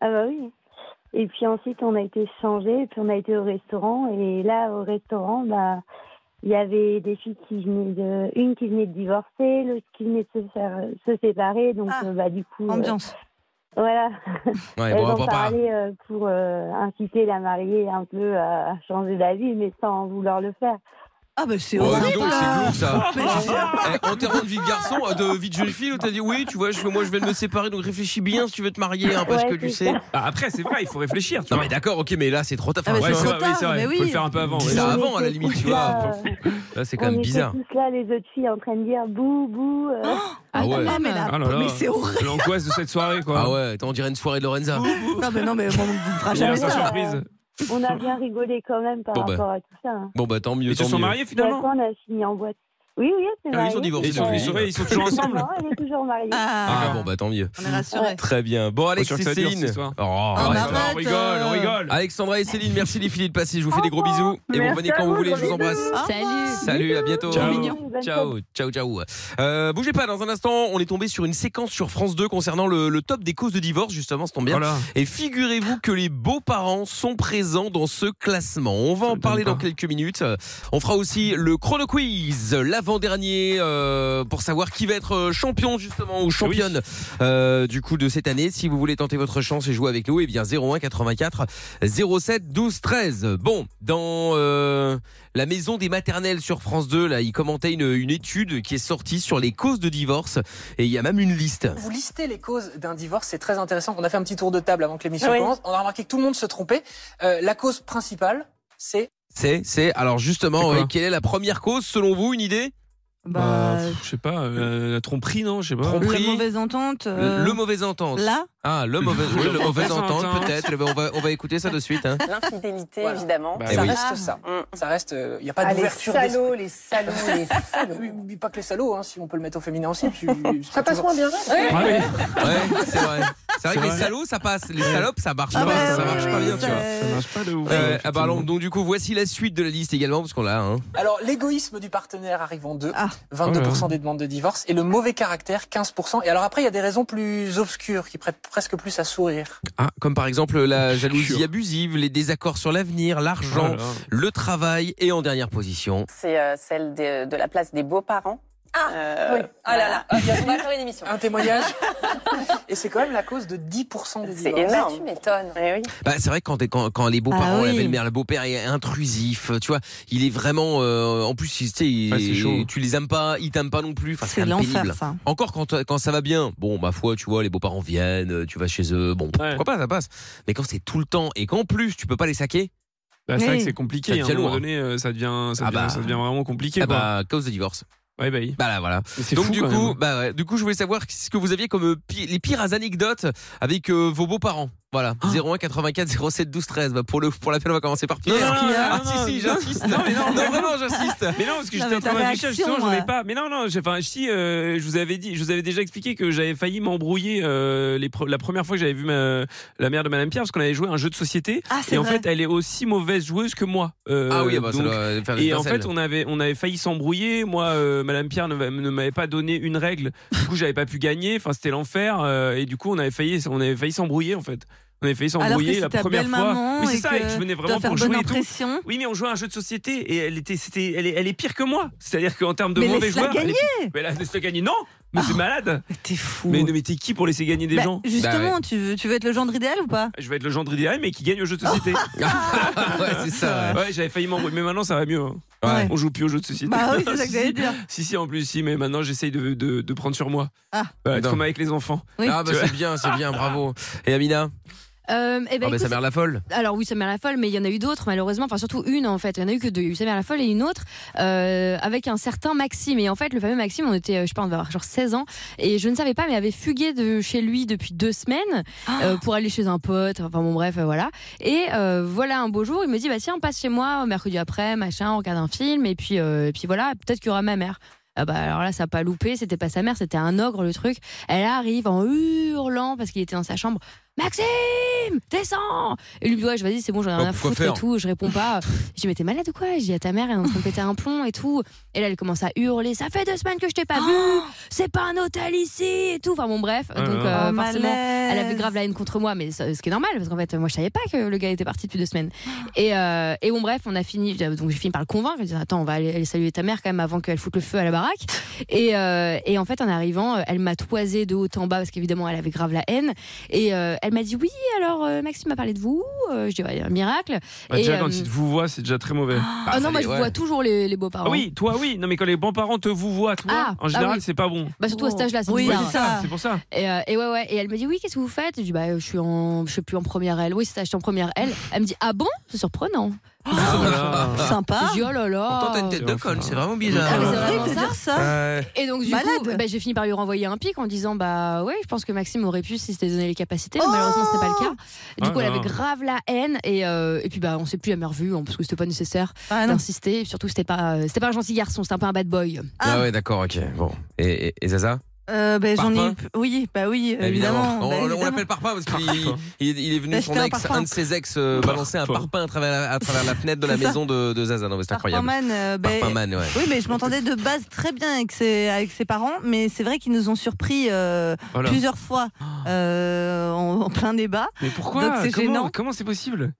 Ah bah oui. Et puis ensuite, on a été changé, puis on a été au restaurant. Et là, au restaurant, bah, il y avait des filles qui venaient de, une qui venait de divorcer, l'autre qui venait de se faire, se séparer. Donc,
Ah,
euh, bah, du coup, euh,
Ambiance.
voilà.
[LAUGHS] Ouais,
Elles
bon,
ont
papa.
parlé euh, pour euh, inciter la mariée un peu à changer d'avis, mais sans vouloir le faire.
Ah, bah, c'est
Ouais, Oh, dis
horrible.
donc, c'est lourd ça.
Mais c'est-
Eh, enterrement de vie de garçon, euh, de vie de jeune fille, où t'as dit oui, tu vois, je, moi je viens de me séparer, donc réfléchis bien si tu veux te marier, hein, parce
Ouais,
que tu
c'est
sais.
ça.
Bah, après, c'est vrai, il faut réfléchir, tu
Non
vois.
mais d'accord, ok, mais là c'est trop tard.
Ah, mais
Enfin,
Ouais,
c'est
ouais,
trop
vrai,
tard,
c'est
mais
vrai.
oui.
Faut le faire un peu avant.
Dis
ouais.
ça
On
avant, à la
était
limite,
tous
tu vois.
là, euh,
là c'est quand
on
même
était
bizarre.
tous là, les autres filles, en train de dire bouh, bouh. euh,
Ah ouais.
non, mais, là,
Ah là là.
mais c'est horrible.
L'angoisse de cette soirée, quoi.
Ah ouais, attends, on dirait une soirée de Lorenza.
Non, mais non, mais on ne vous fera
Hier,
jamais
sans
Ah, ça.
surprise.
on a bien rigolé quand même par
Bon, bah.
rapport à tout ça. hein.
Bon bah tant mieux,
Ils se
tant
sont
mieux.
mariés
Puis
finalement.
après, on a fini en boîte. Oui, oui, c'est
Ah, ils
marié.
sont divorcés,
Et Ils sont,
Ouais.
ils sont- ils sont toujours ensemble.
Non, elle est toujours mariée.
Ah,
Ah bon bah tant mieux.
on est rassurés.
Très bien. Bon Alex
sûr que
et
ça dure,
Céline.
cette histoire.
Oh,
Ah,
ouais.
bah,
Ça va, on rigole, on rigole.
Alexandra et Céline, merci les filles de passer. Je vous fais des gros bisous et vous
Merci
revenez
à
quand vous
vous,
voulez.
gros
Je vous embrasse.
Ah.
Salut.
Salut, à bientôt.
Ciao.
Bonne
Ciao, ciao, ciao. Euh, bougez pas, dans un instant, on est tombé sur une séquence sur France 2 concernant le, le top des causes de divorce, justement, c'est tombe bien.
Voilà.
Et figurez-vous que les beaux-parents sont présents dans ce classement. On va en
m'étonne
parler dans
pas.
quelques minutes. Euh, On fera aussi le chrono quiz, l'avant-dernier, euh, pour savoir qui va être euh, champion, justement, ou championne euh, du coup de cette année. Si vous voulez tenter votre chance et jouer avec nous, eh bien 01 84 07 12 13. Bon, dans euh, la maison des maternelles sur France 2, là, ils commentaient une, une étude qui est sortie sur les causes de divorce et il y a même une liste.
Vous listez les causes d'un divorce, c'est très intéressant. On a fait un petit tour de table avant que l'émission
Oui.
commence. On a remarqué que tout le monde se trompait. Euh, la cause principale, c'est
C'est, c'est, alors
C'est
justement,
quoi
euh, quelle est la première cause selon vous, une idée
Bah,
Bah, pff, je sais pas, euh, la tromperie, non Je sais pas.
Trompe-
la
compris.
mauvaise entente. euh,
Le mauvais entente.
Là,
Ah, le mauvais, oui, le
Le
mauvais
mauvais
entente
entente.
peut-être. On va, on va écouter ça de suite.
[LAUGHS]
hein.
[LAUGHS] L'infidélité,
Voilà.
évidemment.
Bah,
Eh
ça
oui.
reste ça. Ça reste, euh, il n'y a pas
Ah, les
d'ouverture
salauds, les salauds,
[LAUGHS]
les
Ah,
salauds.
mais oui, mais
[LAUGHS]
pas que les salauds, hein, si on peut le mettre au féminin aussi. puis-
Ça passe moins bien.
Ouais, c'est vrai. C'est vrai que les salauds, ça passe. Les salopes, ça marche
Ah bah
pas. Ça marche pas bien, tu vois.
Ça marche pas de ouf.
Euh, ah bah alors, donc du coup, voici la suite de la liste également, parce qu'on l'a. Hein.
Ah.
Alors, l'égoïsme du partenaire arrive en
Ah.
deux, 22% des demandes de divorce, et le mauvais caractère, 15%. Et alors après, il y a des raisons plus obscures qui prêtent presque plus à sourire.
Ah, comme par exemple la jalousie abusive, les désaccords sur l'avenir,
Oh
l'argent,
Voilà.
le travail, et en dernière position.
C'est euh, celle des- de la place des beaux-parents. Ah
oui.
Ah là là, on va faire une émission.
Un témoignage. [LAUGHS] et c'est quand même la cause de 10% des divorces.
C'est énorme. Ah, Eh tu m'étonnes.
Bah, c'est vrai que quand, t'es- quand, quand les beaux-parents,
Ah oui.
la belle-mère, le beau-père est intrusif, tu vois, il est vraiment. euh, en plus, il- tu sais, il-
Ouais, c'est chaud.
tu les aimes pas, ils t'aiment pas non plus. Enfin,
C'est
quand même
l'enfer,
pénible.
ça.
Encore quand, quand ça va bien, bon, ma foi, tu vois, les beaux-parents viennent, euh, tu vas chez eux, bon, pourquoi pas, ça passe. Mais quand c'est tout le temps et qu'en plus, tu peux pas les saquer.
Bah, c'est vrai que c'est compliqué.
Ça
À un
devient
moment
lourd.
donné, euh, ça devient, ça
Ah
devient,
bah.
ça devient vraiment compliqué.
Ah
quoi.
bah, cause de divorce.
Ouais, bah, oui.
Bah là, voilà.
c'est
Donc
fou,
du
quand
coup,
même.
bah ouais. du coup, je voulais savoir ce que vous aviez comme euh, pi- les pires anecdotes avec euh, vos beaux-parents. Voilà,
Ah.
01 84 07 12 13. Bah, pour le pour l'appel, on va commencer par Pierre. ah si si, j'insiste.
Non, mais non, [LAUGHS]
vraiment, j'insiste.
Mais non, parce que
Non,
j'étais
mais
en train
ta
de réfléchir,
réaction,
justement, j'en ai
euh.
pas. Mais non, non, j'ai- enfin, si, euh, je vous avais dit, je vous avais déjà expliqué que j'avais failli m'embrouiller euh, les pre- la première fois que j'avais vu ma- la mère de Madame Pierre, parce qu'on avait joué à un jeu de société.
Ah,
et
c'est
en
vrai.
fait, elle est aussi mauvaise joueuse que moi. Euh,
Ah oui, ah bah, ça doit faire des
Et en
étincelles.
fait, on avait, on avait failli s'embrouiller. Moi, euh, Madame Pierre ne, m'a- ne m'avait pas donné une règle. Du coup, j'avais pas pu gagner. Enfin, c'était l'enfer. euh, et du coup, on avait failli, on avait failli s'embrouiller, en fait. On avait failli
Alors que
s'embrouiller
c'est
la
ta
première fois.
belle-maman
Oui, c'est
et
ça. Et
que
que je venais
doit
vraiment
faire
pour jouer
bonne
et tout.
impression.
Oui, mais on jouait à un jeu de société et elle était, c'était, elle est, elle est pire que moi. C'est-à-dire qu'en termes de
Mais
mauvais
laisse-la
joueur, elle est
gagner. Oh,
pire. mais la laisse-la gagner. Non, mais c'est malade.
T'es fou.
Mais, mais t'es qui pour laisser gagner des
Bah,
gens Bah,
Justement, tu, veux, tu veux être le gendre idéal ou pas
Je vais être le gendre idéal, mais qui gagne au
Oh.
jeu de
[LAUGHS]
société.
Ah,
ouais, c'est ça.
Ouais, j'avais failli m'embrouiller, mais maintenant ça va mieux. hein. On joue plus au jeu de société.
Bah oui, c'est ça
[LAUGHS]
que
Si,
j'allais
si.
dire.
Si, si, en plus, si, mais maintenant j'essaye de, de, de prendre sur moi.
Ah.
Voilà,
Non.
comme avec les enfants.
Oui.
Ah bah
Tu vois
c'est bien, c'est bien, bravo. Et Amina
Euh, eh ben,
Ah bah
écoute,
sa mère la folle.
Alors oui, sa mère la folle, mais il y en a eu d'autres malheureusement. Enfin surtout une en fait. Il y en a eu que deux. Il y a eu sa mère la folle et une autre euh, avec un certain Maxime. Et en fait, le fameux Maxime, on était, euh, je sais pas, on devait avoir genre 16 ans et je ne savais pas, mais avait fugué de chez lui depuis deux semaines euh, pour aller chez un pote. Enfin bon bref, euh, voilà. Et euh, voilà un beau jour, il me dit bah tiens, passe chez moi mercredi après, machin, on regarde un film et puis euh, et puis voilà, peut-être qu'il y aura ma mère. Ah bah alors là ça a pas loupé, c'était pas sa mère, c'était un ogre le truc. Elle arrive en hurlant parce qu'il était dans sa chambre. Maxime, descends Et lui dit ouais, je- vas-y, c'est bon, j'en ai rien
Bah,
à
pourquoi
foutre
faire
et tout, je réponds pas. je dis mais t'es malade ou quoi Je dis à ta mère, elle est en train de péter un plomb et tout. Et là elle commence à hurler, ça fait deux semaines que je t'ai pas vu. C'est pas un hôtel ici et tout. Enfin bon bref,
Ah là
donc
là.
euh,
Oh,
forcément, elle avait
malaise.
grave la haine contre moi, mais ça- ce qui est normal parce qu'en fait moi je savais pas que le gars était parti depuis deux semaines. Et, euh, et bon bref, on a fini, donc j'ai fini par le convaincre. Je lui ai dit, attends, on va aller, aller saluer ta mère quand même avant qu'elle foute le feu à la baraque. Et, euh, et en fait en arrivant, euh, elle m'a toisé de haut en bas parce qu'évidemment elle avait grave la haine. Et euh, elle m'a dit oui, alors euh, Maxime a parlé de vous. Euh, je dis ouais, un miracle.
Bah,
et,
déjà,
euh,
quand ils te vous voient, c'est déjà très mauvais.
Oh,
ah non, moi je vois toujours les, les beaux-parents.
Ah
hein.
oui, toi oui. Non, mais quand les beaux-parents te vous voient, toi,
Ah,
en
bah
général,
oui.
c'est pas bon.
Bah surtout à cet âge-là, c'est
Oh. Oui,
bizarre.
c'est ça, c'est pour ça.
Et, euh, et ouais, ouais. Et elle me dit oui, qu'est-ce que vous faites Je dis bah je suis en, je suis plus en première L. Oui, c'est ça, je suis en première L. Elle me dit ah bon, c'est surprenant.
Oh.
Sympa.
Je dis oh là là.
Pourtant, t'as une tête de conne, c'est vraiment bizarre.
Ah, mais c'est vraiment
de
ça.
dire ça.
Ouais.
Et donc du coup, bah, j'ai fini par lui renvoyer un pic en disant bah ouais, je pense que Maxime aurait pu si c'était donné les capacités, mais malheureusement c'était pas le cas. Du
Ah
coup, elle
là.
avait grave la haine et, euh, et puis bah on s'est plus jamais revu parce que c'était pas nécessaire d'insister. Et Surtout c'était pas euh, c'était pas un gentil garçon, c'était un peu un bad boy.
Ah, ouais, d'accord, ok. Bon. Et, et- et Zaza
Euh, ben, j'en ai
Parfum
eu. Oui, bah oui, euh, évidemment.
On-
bah,
on- on
évidemment.
l'appelle Parpin parce qu'il il, il est venu
Bah,
son
j'étais un
ex,
parpaing.
un de ses ex euh, balancer un parpaing à travers la, à travers la fenêtre de la
C'est ça.
maison de, de Zaza. Non, mais c'est incroyable.
Parpaman, euh, ben,
Parpaman, ouais.
Oui, mais je m'entendais de base très bien avec ses, avec ses parents, mais c'est vrai qu'ils nous ont surpris euh,
Oh
Voilà.
[GASPS]
plusieurs fois euh, en, en plein débat.
Mais pourquoi
Donc c'est
Comment-
gênant.
Comment c'est possible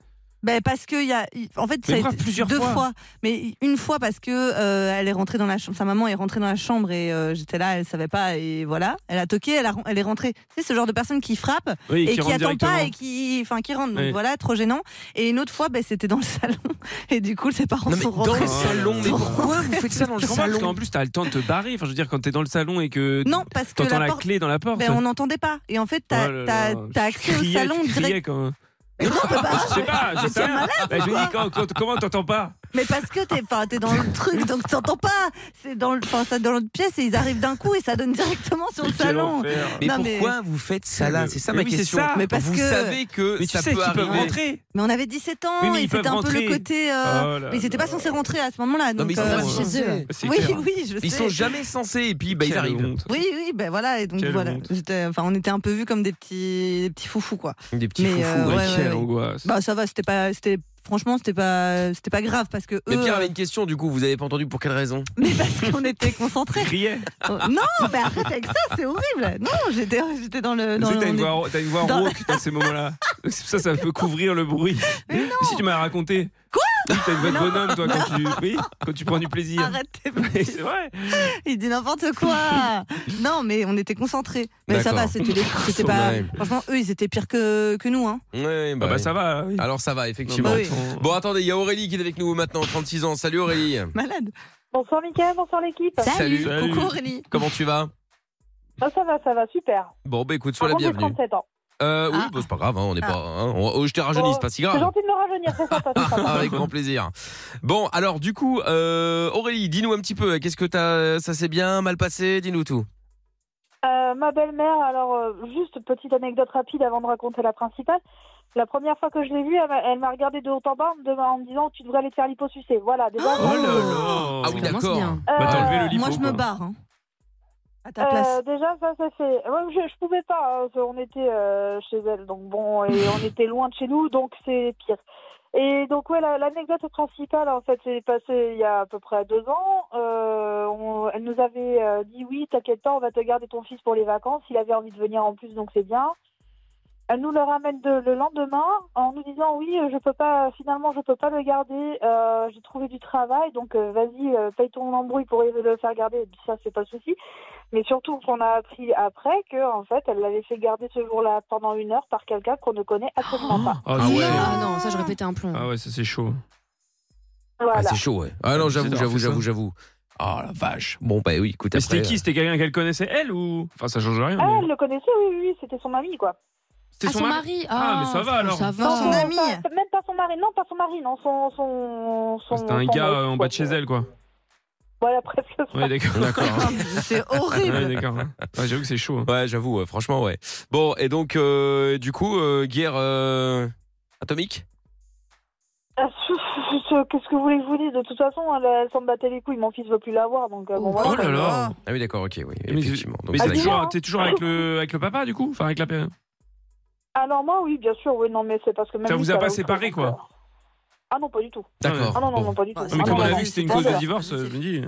Ben parce que y a, en fait,
Mais
ça a
pourquoi
été
plusieurs
deux
fois
fois. Mais une fois parce que euh, elle est rentrée dans la chambre, sa maman est rentrée dans la chambre et euh, j'étais là, elle savait pas et voilà, elle a toqué, elle, a- elle est rentrée. C'est ce genre de personne qui frappe
Oui,
et
qui
qui,
rentre
attend
directement.
pas et qui, enfin, qui rentre. Donc
Oui.
voilà, trop gênant. Et une autre fois, ben, c'était dans le [LAUGHS] salon et du coup, ses parents
Non, mais
sont
dans
rentrés.
le salon, mais
Sont
pourquoi vous
rentrés.
faites ça dans le
Je comprends, parce qu'en
salon
plus, t'as le temps de te barrer. Enfin, je veux dire, quand t'es dans le salon et que
Non, parce que
t'entends la,
la porte-
clé dans la porte.
Ben, on n'entendait pas. Et en fait, t'as
Oh là
t'as-
là.
t'as accès
Criais,
au salon
tu criais
direct. Bah,
quand même. je sais pas, je sais
t'es
rien.
[LAUGHS] malade
Bah, je
ou
dis,
quoi
quand- quand- comment t'entends pas
Mais parce que t'es enfin, t'es dans le truc, donc t'entends pas. C'est dans, le- enfin, ça dans l'autre pièce et ils arrivent d'un coup et ça donne directement sur le
quel
salon.
enfer. Mais pourquoi vous faites ça là C'est ça
Mais
ma
oui, c'est
question.
ça.
Mais parce
vous
que-
savez que
Mais tu
ça
sais
peut
qu'ils peuvent
arriver.
rentrer.
Mais on avait 17 ans
Oui, mais
et
ils peuvent
c'était un peu
rentrer.
le côté. euh,
Oh là
mais ils n'étaient pas censés rentrer à ce moment-là.
Non,
Donc,
mais ils sont
euh,
jamais censés. C'est
Oui,
clair.
oui, je sais.
Ils sont jamais censés et puis bah, ils
Quelle
arrivent.
Oui, oui, ben voilà. Et donc
Quelle
voilà,
honte.
J'étais- enfin, on était un peu vus comme des petits, des petits foufous quoi.
Des petits
Mais,
foufous,
euh,
ouais,
ouais,
quelle
ouais, ouais.
angoisse.
Bah ça va, c'était pas, c'était franchement, c'était pas, c'était pas grave parce que eux,
Mais Pierre avait une question du coup, vous avez pas entendu pour quelle raison
Euh. parce qu'on était concentrés.
Riait.
Oh, non, mais arrête avec ça, c'est horrible. Non, j'étais, j'étais dans le.
Tu
Dans
sais,
le-
T'as une
on est-
voix t'as une voix
dans-
rauque dans ces
[LAUGHS]
moments-là. [LAUGHS] Ça, ça peut couvrir le bruit. Si tu m'as raconté.
Quoi
Oui, T'as une voix de bonhomme, toi, quand
[LAUGHS]
tu, oui, quand tu prends du plaisir.
Arrête tes
Mais C'est vrai.
Il dit n'importe quoi. non, mais on était concentrés. Mais ça
D'accord.
va, c'était, les- c'était pas.
Ouais.
Franchement, eux, ils étaient pires que, que nous. Hein.
Ouais,
Ah bah, ça va. oui.
Alors ça va, effectivement.
Non, bah
Bon, attendez, il y a Aurélie qui est avec nous maintenant, 36 ans. Salut Aurélie.
Malade.
Bonsoir Mickaël, bonsoir l'équipe.
Salut. Salut.
Coucou Aurélie.
Comment tu vas
Ah, ça va, ça va, super.
Bon, bah écoute, sois
Par contre,
la
j'ai
bienvenue.
37 ans.
Euh, oui, bah, c'est pas grave, hein, on n'est pas. hein, on- oh, je t'ai rajeuni,
Ah. Bon,
c'est pas si grave.
C'est gentil de me rajeunir, c'est
[LAUGHS]
sympa, c'est sympa.
Ah, Avec grand plaisir. Bon, alors du coup, euh, Aurélie, dis-nous un petit peu, qu'est-ce que t'as, euh, ça s'est bien, mal passé, dis-nous tout.
Euh, ma belle-mère, alors euh, juste petite anecdote rapide avant de raconter la principale. La première fois que je l'ai vue, elle m'a- elle m'a regardé de haut en bas en me, demandant- en me disant tu devrais aller te faire l'hyposucée. Voilà, déjà.
Oh Ah oui, d'accord.
Bah, t'as
enlevé le lipo,
Moi, je me
quoi.
barre. hein. À ta
Euh,
place.
déjà, ça, ça fait. ouais, je, je pouvais pas. hein, on était euh, chez elle, donc bon,
[LAUGHS]
et on était loin de chez nous, donc c'est pire. Et donc ouais, la- l'anecdote principale, en fait, c'est passé il y a à peu près deux ans. Euh, on- elle nous avait euh, dit oui, t'inquiète pas, on va te garder ton fils pour les vacances. Il avait envie de venir en plus, donc c'est bien. Elle nous le ramène de- le lendemain en nous disant oui, euh, je peux pas, finalement, je peux pas le garder. euh, J'ai trouvé du travail, donc euh, vas-y, euh, paye ton embrouille pour le faire garder. Ça, c'est pas le souci. Mais surtout qu'on a appris après que, en fait, elle l'avait fait garder ce jour-là pendant une heure par quelqu'un qu'on ne connaît absolument pas.
Ah ouais.
Ah non, ça, j'aurais pété un plomb.
Ah ouais, ça c'est chaud.
Voilà.
Ah, c'est
hein,
chaud, ouais. Ah non, j'avoue,
d'avoir
j'avoue,
fait ça.
j'avoue, j'avoue. Ah la vache. Bon, bah oui, écoute,
Mais
après,
c'était qui
euh,
C'était quelqu'un qu'elle connaissait, elle ou Enfin, ça change rien.
Ah,
mais-
elle le connaissait, oui, oui, oui, c'était son ami, quoi.
C'était
Ah, son mari,
Ah,
ah,
mais ça va alors.
ça
va. Son ami.
Pas- même pas son mari, non, pas son mari, non, son. son, son
C'était un
son
gars
mec,
euh, en
quoi.
bas de chez elle, quoi.
Voilà, presque ça.
Ouais, d'accord.
[LAUGHS]
C'est
Ouais, d'accord. hein. Ouais, j'avoue que c'est chaud.
hein. Ouais, j'avoue, ouais, franchement, ouais. Bon, et donc, euh, du coup, euh, guerre euh, atomique
Ah, [LAUGHS] pff, pff, pff, Qu'est-ce que vous voulez que je vous dise De toute façon, elle, elle s'en battait les couilles, mon fils veut plus l'avoir, donc euh, bon,
Oh,
voilà.
Ah oui, d'accord, ok, oui,
Mais-
effectivement. Donc,
Mais
ça
t'es
va
toujours,
être-
t'es toujours avec le, avec le papa, du coup Enfin, avec la père.
Alors, moi, oui, bien sûr, oui, non, mais c'est parce que même.
Ça
lui,
vous a pas
l'a outré,
séparé,
donc, euh,
quoi.
Ah non, pas du tout.
D'accord,
Ah non, non,
bon.
non, pas du tout.
Non, mais
Ah
quand
non,
on a
non,
vu que c'était une
pas
cause de
ça.
divorce, je me dis.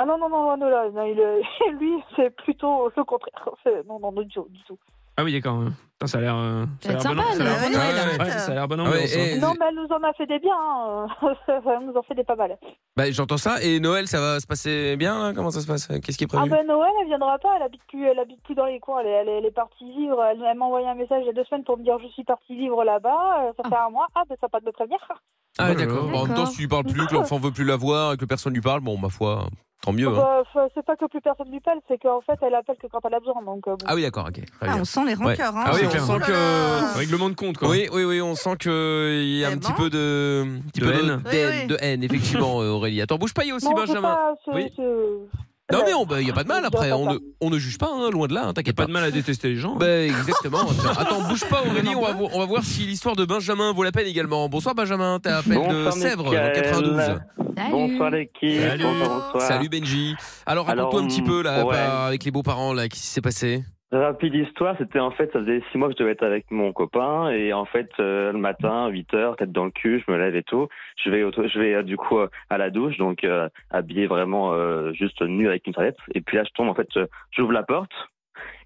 Ah non, non, non, non, non, non, il, euh, [LAUGHS] lui, c'est plutôt le contraire. [LAUGHS] C'est- Non, non, non, du tout. du tout.
Ah oui, d'accord. ouais. Putain, Ça a l'air. euh,
Ça va être
Ça a l'air
sympa,
bonne ça a l'air
le
bonne-
Noël,
ouais,
en
ouais,
fait.
ça a l'air bonne
Ah
ambiance.
ouais,
hein.
et-
Non, mais elle nous en a fait des biens. hein. [LAUGHS] elle nous en fait des pas mal.
Bah, j'entends ça. Et Noël, ça va se passer bien là Comment ça se passe Qu'est-ce qui est
Ah
prévu
ben Noël, elle viendra pas. Elle habite plus, elle habite plus dans les coins. Elle, est- elle est- elle est partie vivre. Elle, elle m'a envoyé un message il y a deux semaines pour me dire je suis partie vivre là-bas. Euh, Ça fait un mois. Ah ben ça pas de me prévenir.
Oh
Ah, d'accord. Bon, en même temps, si tu lui parles plus, que l'enfant veut plus la voir et que personne lui parle, bon, ma foi, tant mieux. hein.
Bah, f- c'est pas que plus personne lui parle, c'est qu'en fait elle appelle que quand elle a besoin. Donc euh, bon.
Ah oui, d'accord, ok.
Ah, on sent les rancœurs, hein.
Ah oui,
C'est
on
clair.
sent
Oh là
que.
là.
Règlement de compte, quoi.
Oui, oui, oui, on sent qu'il y a un petit peu de. un petit
De
peu
haine.
De,
Oui,
haine, de haine, effectivement, euh, Aurélie. Attends, bouge pas, il y a aussi
Non, c'est
Benjamin.
pas- c'est- euh,
Oui.
c'est-
Non, mais il n'y a pas de mal après.
J'entends
Ben, On ne, on ne juge pas, hein, loin de là, hein, t'inquiète pas.
Pas de mal à détester les gens. hein.
Bah,
[LAUGHS]
exactement. Attends, attends, bouge pas, Aurélie. On va, vo- on va voir si l'histoire de Benjamin vaut la peine également. Bonsoir, Benjamin. T'appelles de
Bonsoir,
Sèvres, dans
Mickaël.
92.
Bonsoir l'équipe. Bonsoir, bonsoir.
Salut, Benji. Alors, raconte-toi
Alors, hmm,
un petit peu, là,
ouais.
bah, avec les beaux-parents, là, qu'est-ce qui s'est passé
Rapide histoire, c'était en fait, ça faisait six mois que je devais être avec mon copain et en fait, euh, le matin, 8 heures, tête dans le cul, je me lève et tout. Je vais, au- je vais euh, du coup euh, à la douche, donc euh, habillé vraiment euh, juste nu avec une serviette. Et puis là, je tombe en fait, euh, j'ouvre la porte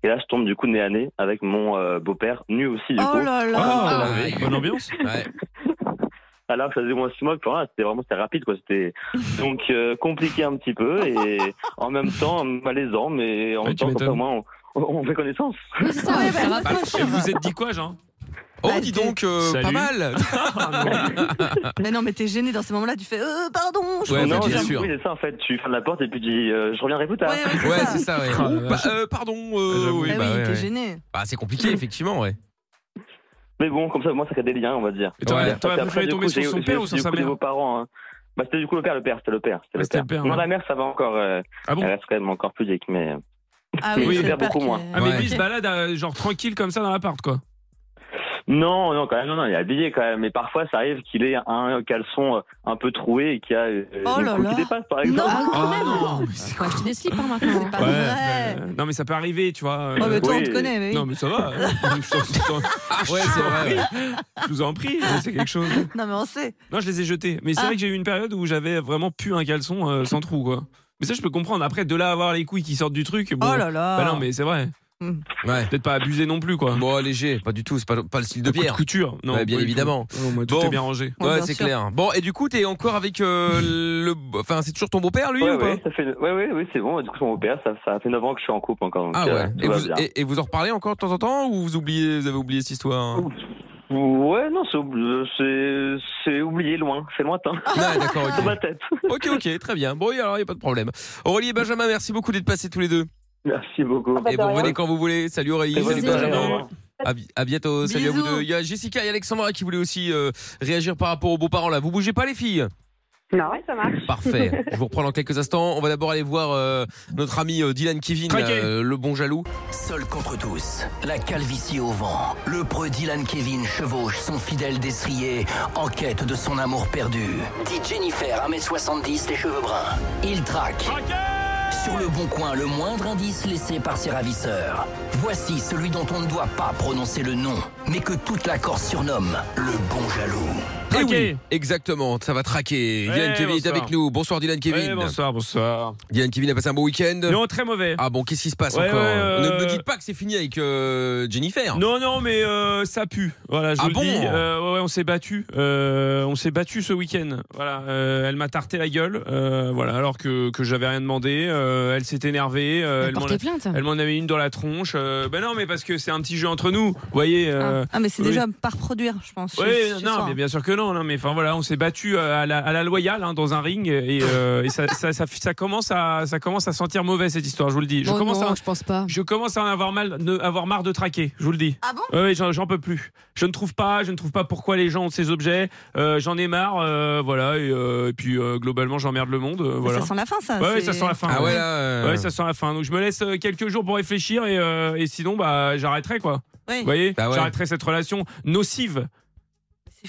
et là, je tombe du coup nez à nez avec mon euh, beau-père nu aussi du
Oh
coup.
là là.
Ah,
Ah,
lavé.
Bonne ambiance.
Alors que ça faisait moins six mois que pour moi, c'était vraiment c'était rapide quoi. C'était donc euh, compliqué un petit peu et en même temps malaisant, mais en même temps comme ça, au moins on, on fait connaissance.
Et vous vous êtes dit quoi, Jean
Oh, dis donc, euh, pas mal.
mais non, mais t'es gêné dans ces moments-là. Tu fais euh, pardon. je
Non,
bah,
comprends
non,
pas.
c'est- Oui, c'est ça en fait. Tu fermes la porte et puis tu dis euh, je reviendrai plus tard.
Ouais, c'est ça, ouais.
Ah,
Ou
la
pa-
vache.
euh, pardon, euh,
Ah, j'avoue.
oui,
Ah
bah,
oui,
ouais,
t'es
ouais. [LAUGHS]
gêné.
Bah, c'est compliqué, effectivement, ouais.
Mais bon, comme ça, moi, ça crée des liens, on va dire.
Et t'aurais-
Voilà.
t'aurais
Parce qu'après,
préféré
du
tomber
coup,
sur
j'ai-
son
j'ai
père ou
aussi
sur
du
sa
coup des
mère
beaux-parents, hein. Bah, c'était du coup le père, le père, c'était le père. C'était
le père. Ah
Non, la mère, ça va encore. euh, Elle reste quand même encore plus avec mais. euh,
Ah
mais le père, beaucoup moins.
Ah, mais lui, il se balade euh, genre tranquille comme ça dans l'appart, quoi.
Non, non, quand même, non, non, il est habillé quand même. Mais parfois, ça arrive qu'il ait un caleçon euh, un peu troué et qu'il y a euh,
Oh
une
là
couille
là.
qui dépasse, par exemple.
Non,
quand même.
Faut acheter des slips hein, maintenant. C'est pas
Ouais, mais- non, mais ça peut arriver, tu vois.
Oh, mais toi, on
oui.
te connaît, mais oui. Ah,
Non, mais ça
[LAUGHS]
va. Je t'en- je t'en- ouais, c'est vrai. Je vous en prie, c'est quelque chose.
Non, mais on sait.
Non, je les ai jetés. Mais c'est
Ah.
vrai que j'ai eu une période où j'avais vraiment pu un caleçon euh, sans trou, quoi. Mais ça, je peux comprendre. Après, de là à avoir les couilles qui sortent du truc. Bon,
Oh là là.
Bah non, mais c'est vrai.
Hmm.
Mm.
Peut-être pas abusé non plus, quoi.
Bon, léger, pas du tout. C'est pas, pas le style de
Un coup de
Pierre.
couture, non,
Ouais, bien
pas du
évidemment.
tout. Non, moi, tout est bien rangé.
Ouais,
Ouais, bien
c'est
sûr.
clair. Bon, et du coup, t'es encore avec euh, le. Enfin, c'est toujours ton beau-père, lui,
Ouais,
ou pas
ouais, ça fait... ouais, ouais, ouais, c'est bon. Du coup, son beau-père, ça, ça fait 9 ans que je suis en couple encore. donc,
Ah
euh,
ouais.
tout
Et
va
vous,
bien.
et- et vous en reparlez encore de temps en temps ou vous oubliez, vous avez oublié cette histoire hein
Ouais, non, c'est oubli- euh, c'est c'est oublié loin, c'est lointain.
Ah, d'accord,
[LAUGHS]
ok.
tête.
ok, ok, très bien. Bon, et alors, il n'y a pas de problème. Aurélie et Benjamin, merci beaucoup d'être passés tous les deux.
Merci beaucoup.
Et bon, venez quand vous voulez. Salut Aurélie,
Très bonne
salut
soirée, au
Benjamin.
revoir.
À, bi- à bientôt, salut à vous
Bisous.
deux. Il y a Jessica et Alexandra qui voulaient aussi euh, réagir par rapport aux beaux-parents là. Vous bougez pas les filles
Non, ouais, ça marche.
Parfait. Je vous reprends dans quelques instants. On va d'abord aller voir euh, notre ami euh, Dylan Kevin,
Traqué.
euh, le bon jaloux.
Seul contre tous, la calvitie au vent, le preux Dylan Kevin chevauche son fidèle destrier en quête de son amour perdu. Dit Jennifer, 1m70, les cheveux bruns. Il traque. Sur le bon coin, le moindre indice laissé par ses ravisseurs. Voici celui dont on ne doit pas prononcer le nom, mais que toute la Corse surnomme le bon jaloux.
Eh oui, exactement, ça va traquer.
Ouais,
Dylan Kevin est
bonsoir.
avec nous. Bonsoir Dylan Kevin.
Ouais,
Eh, bonsoir, bonsoir.
Dylan Kevin a passé un bon week-end.
Non, très mauvais.
Ah bon, qu'est-ce qui se passe
Ouais,
encore
ouais, euh,
Ne me dites pas que c'est fini avec euh, Jennifer.
Non, non, mais euh, ça pue. Voilà, je
Ah
vous le
bon
dis. Euh, ouais, ouais, on s'est battu. Euh, on s'est battu ce week-end. Voilà, euh, elle m'a tarté la gueule. euh, voilà, alors que, que j'avais rien demandé. Euh, elle s'est énervée. euh, elle m'en
porté
a-
plainte.
Elle m'en avait une dans la tronche. Euh, ben non, mais parce que c'est un petit jeu entre nous. Vous voyez. euh,
Ah, mais c'est
oui.
déjà par produire, je pense.
Oui,
ce- ce
non,
soir.
mais bien sûr que non. non, mais enfin voilà, on s'est battu euh, à la, à la loyale hein, dans un ring et, euh, et ça, ça- ça- ça commence à ça commence à sentir mauvais cette histoire. Je vous le dis. Je
Oh
commence
non,
à
je pense pas.
Je commence à en avoir mal, ne- avoir marre de traquer. Je vous le dis.
Ah bon
Oui, j'en j'en peux plus. Je ne trouve pas, je ne trouve pas pourquoi les gens ont ces objets. Euh, j'en ai marre, euh, voilà. Et, euh, et puis euh, globalement, j'emmerde le monde. euh, voilà.
Ça sent la fin, ça.
Ouais,
c'est-
ça sent la fin.
Ah ouais,
ouais.
là, euh.
Ouais, ça sent la fin. Donc je me laisse euh, quelques jours pour réfléchir et, euh, et sinon bah j'arrêterai quoi.
Oui.
Vous voyez,
Bah ouais.
j'arrêterai cette relation nocive.
C'est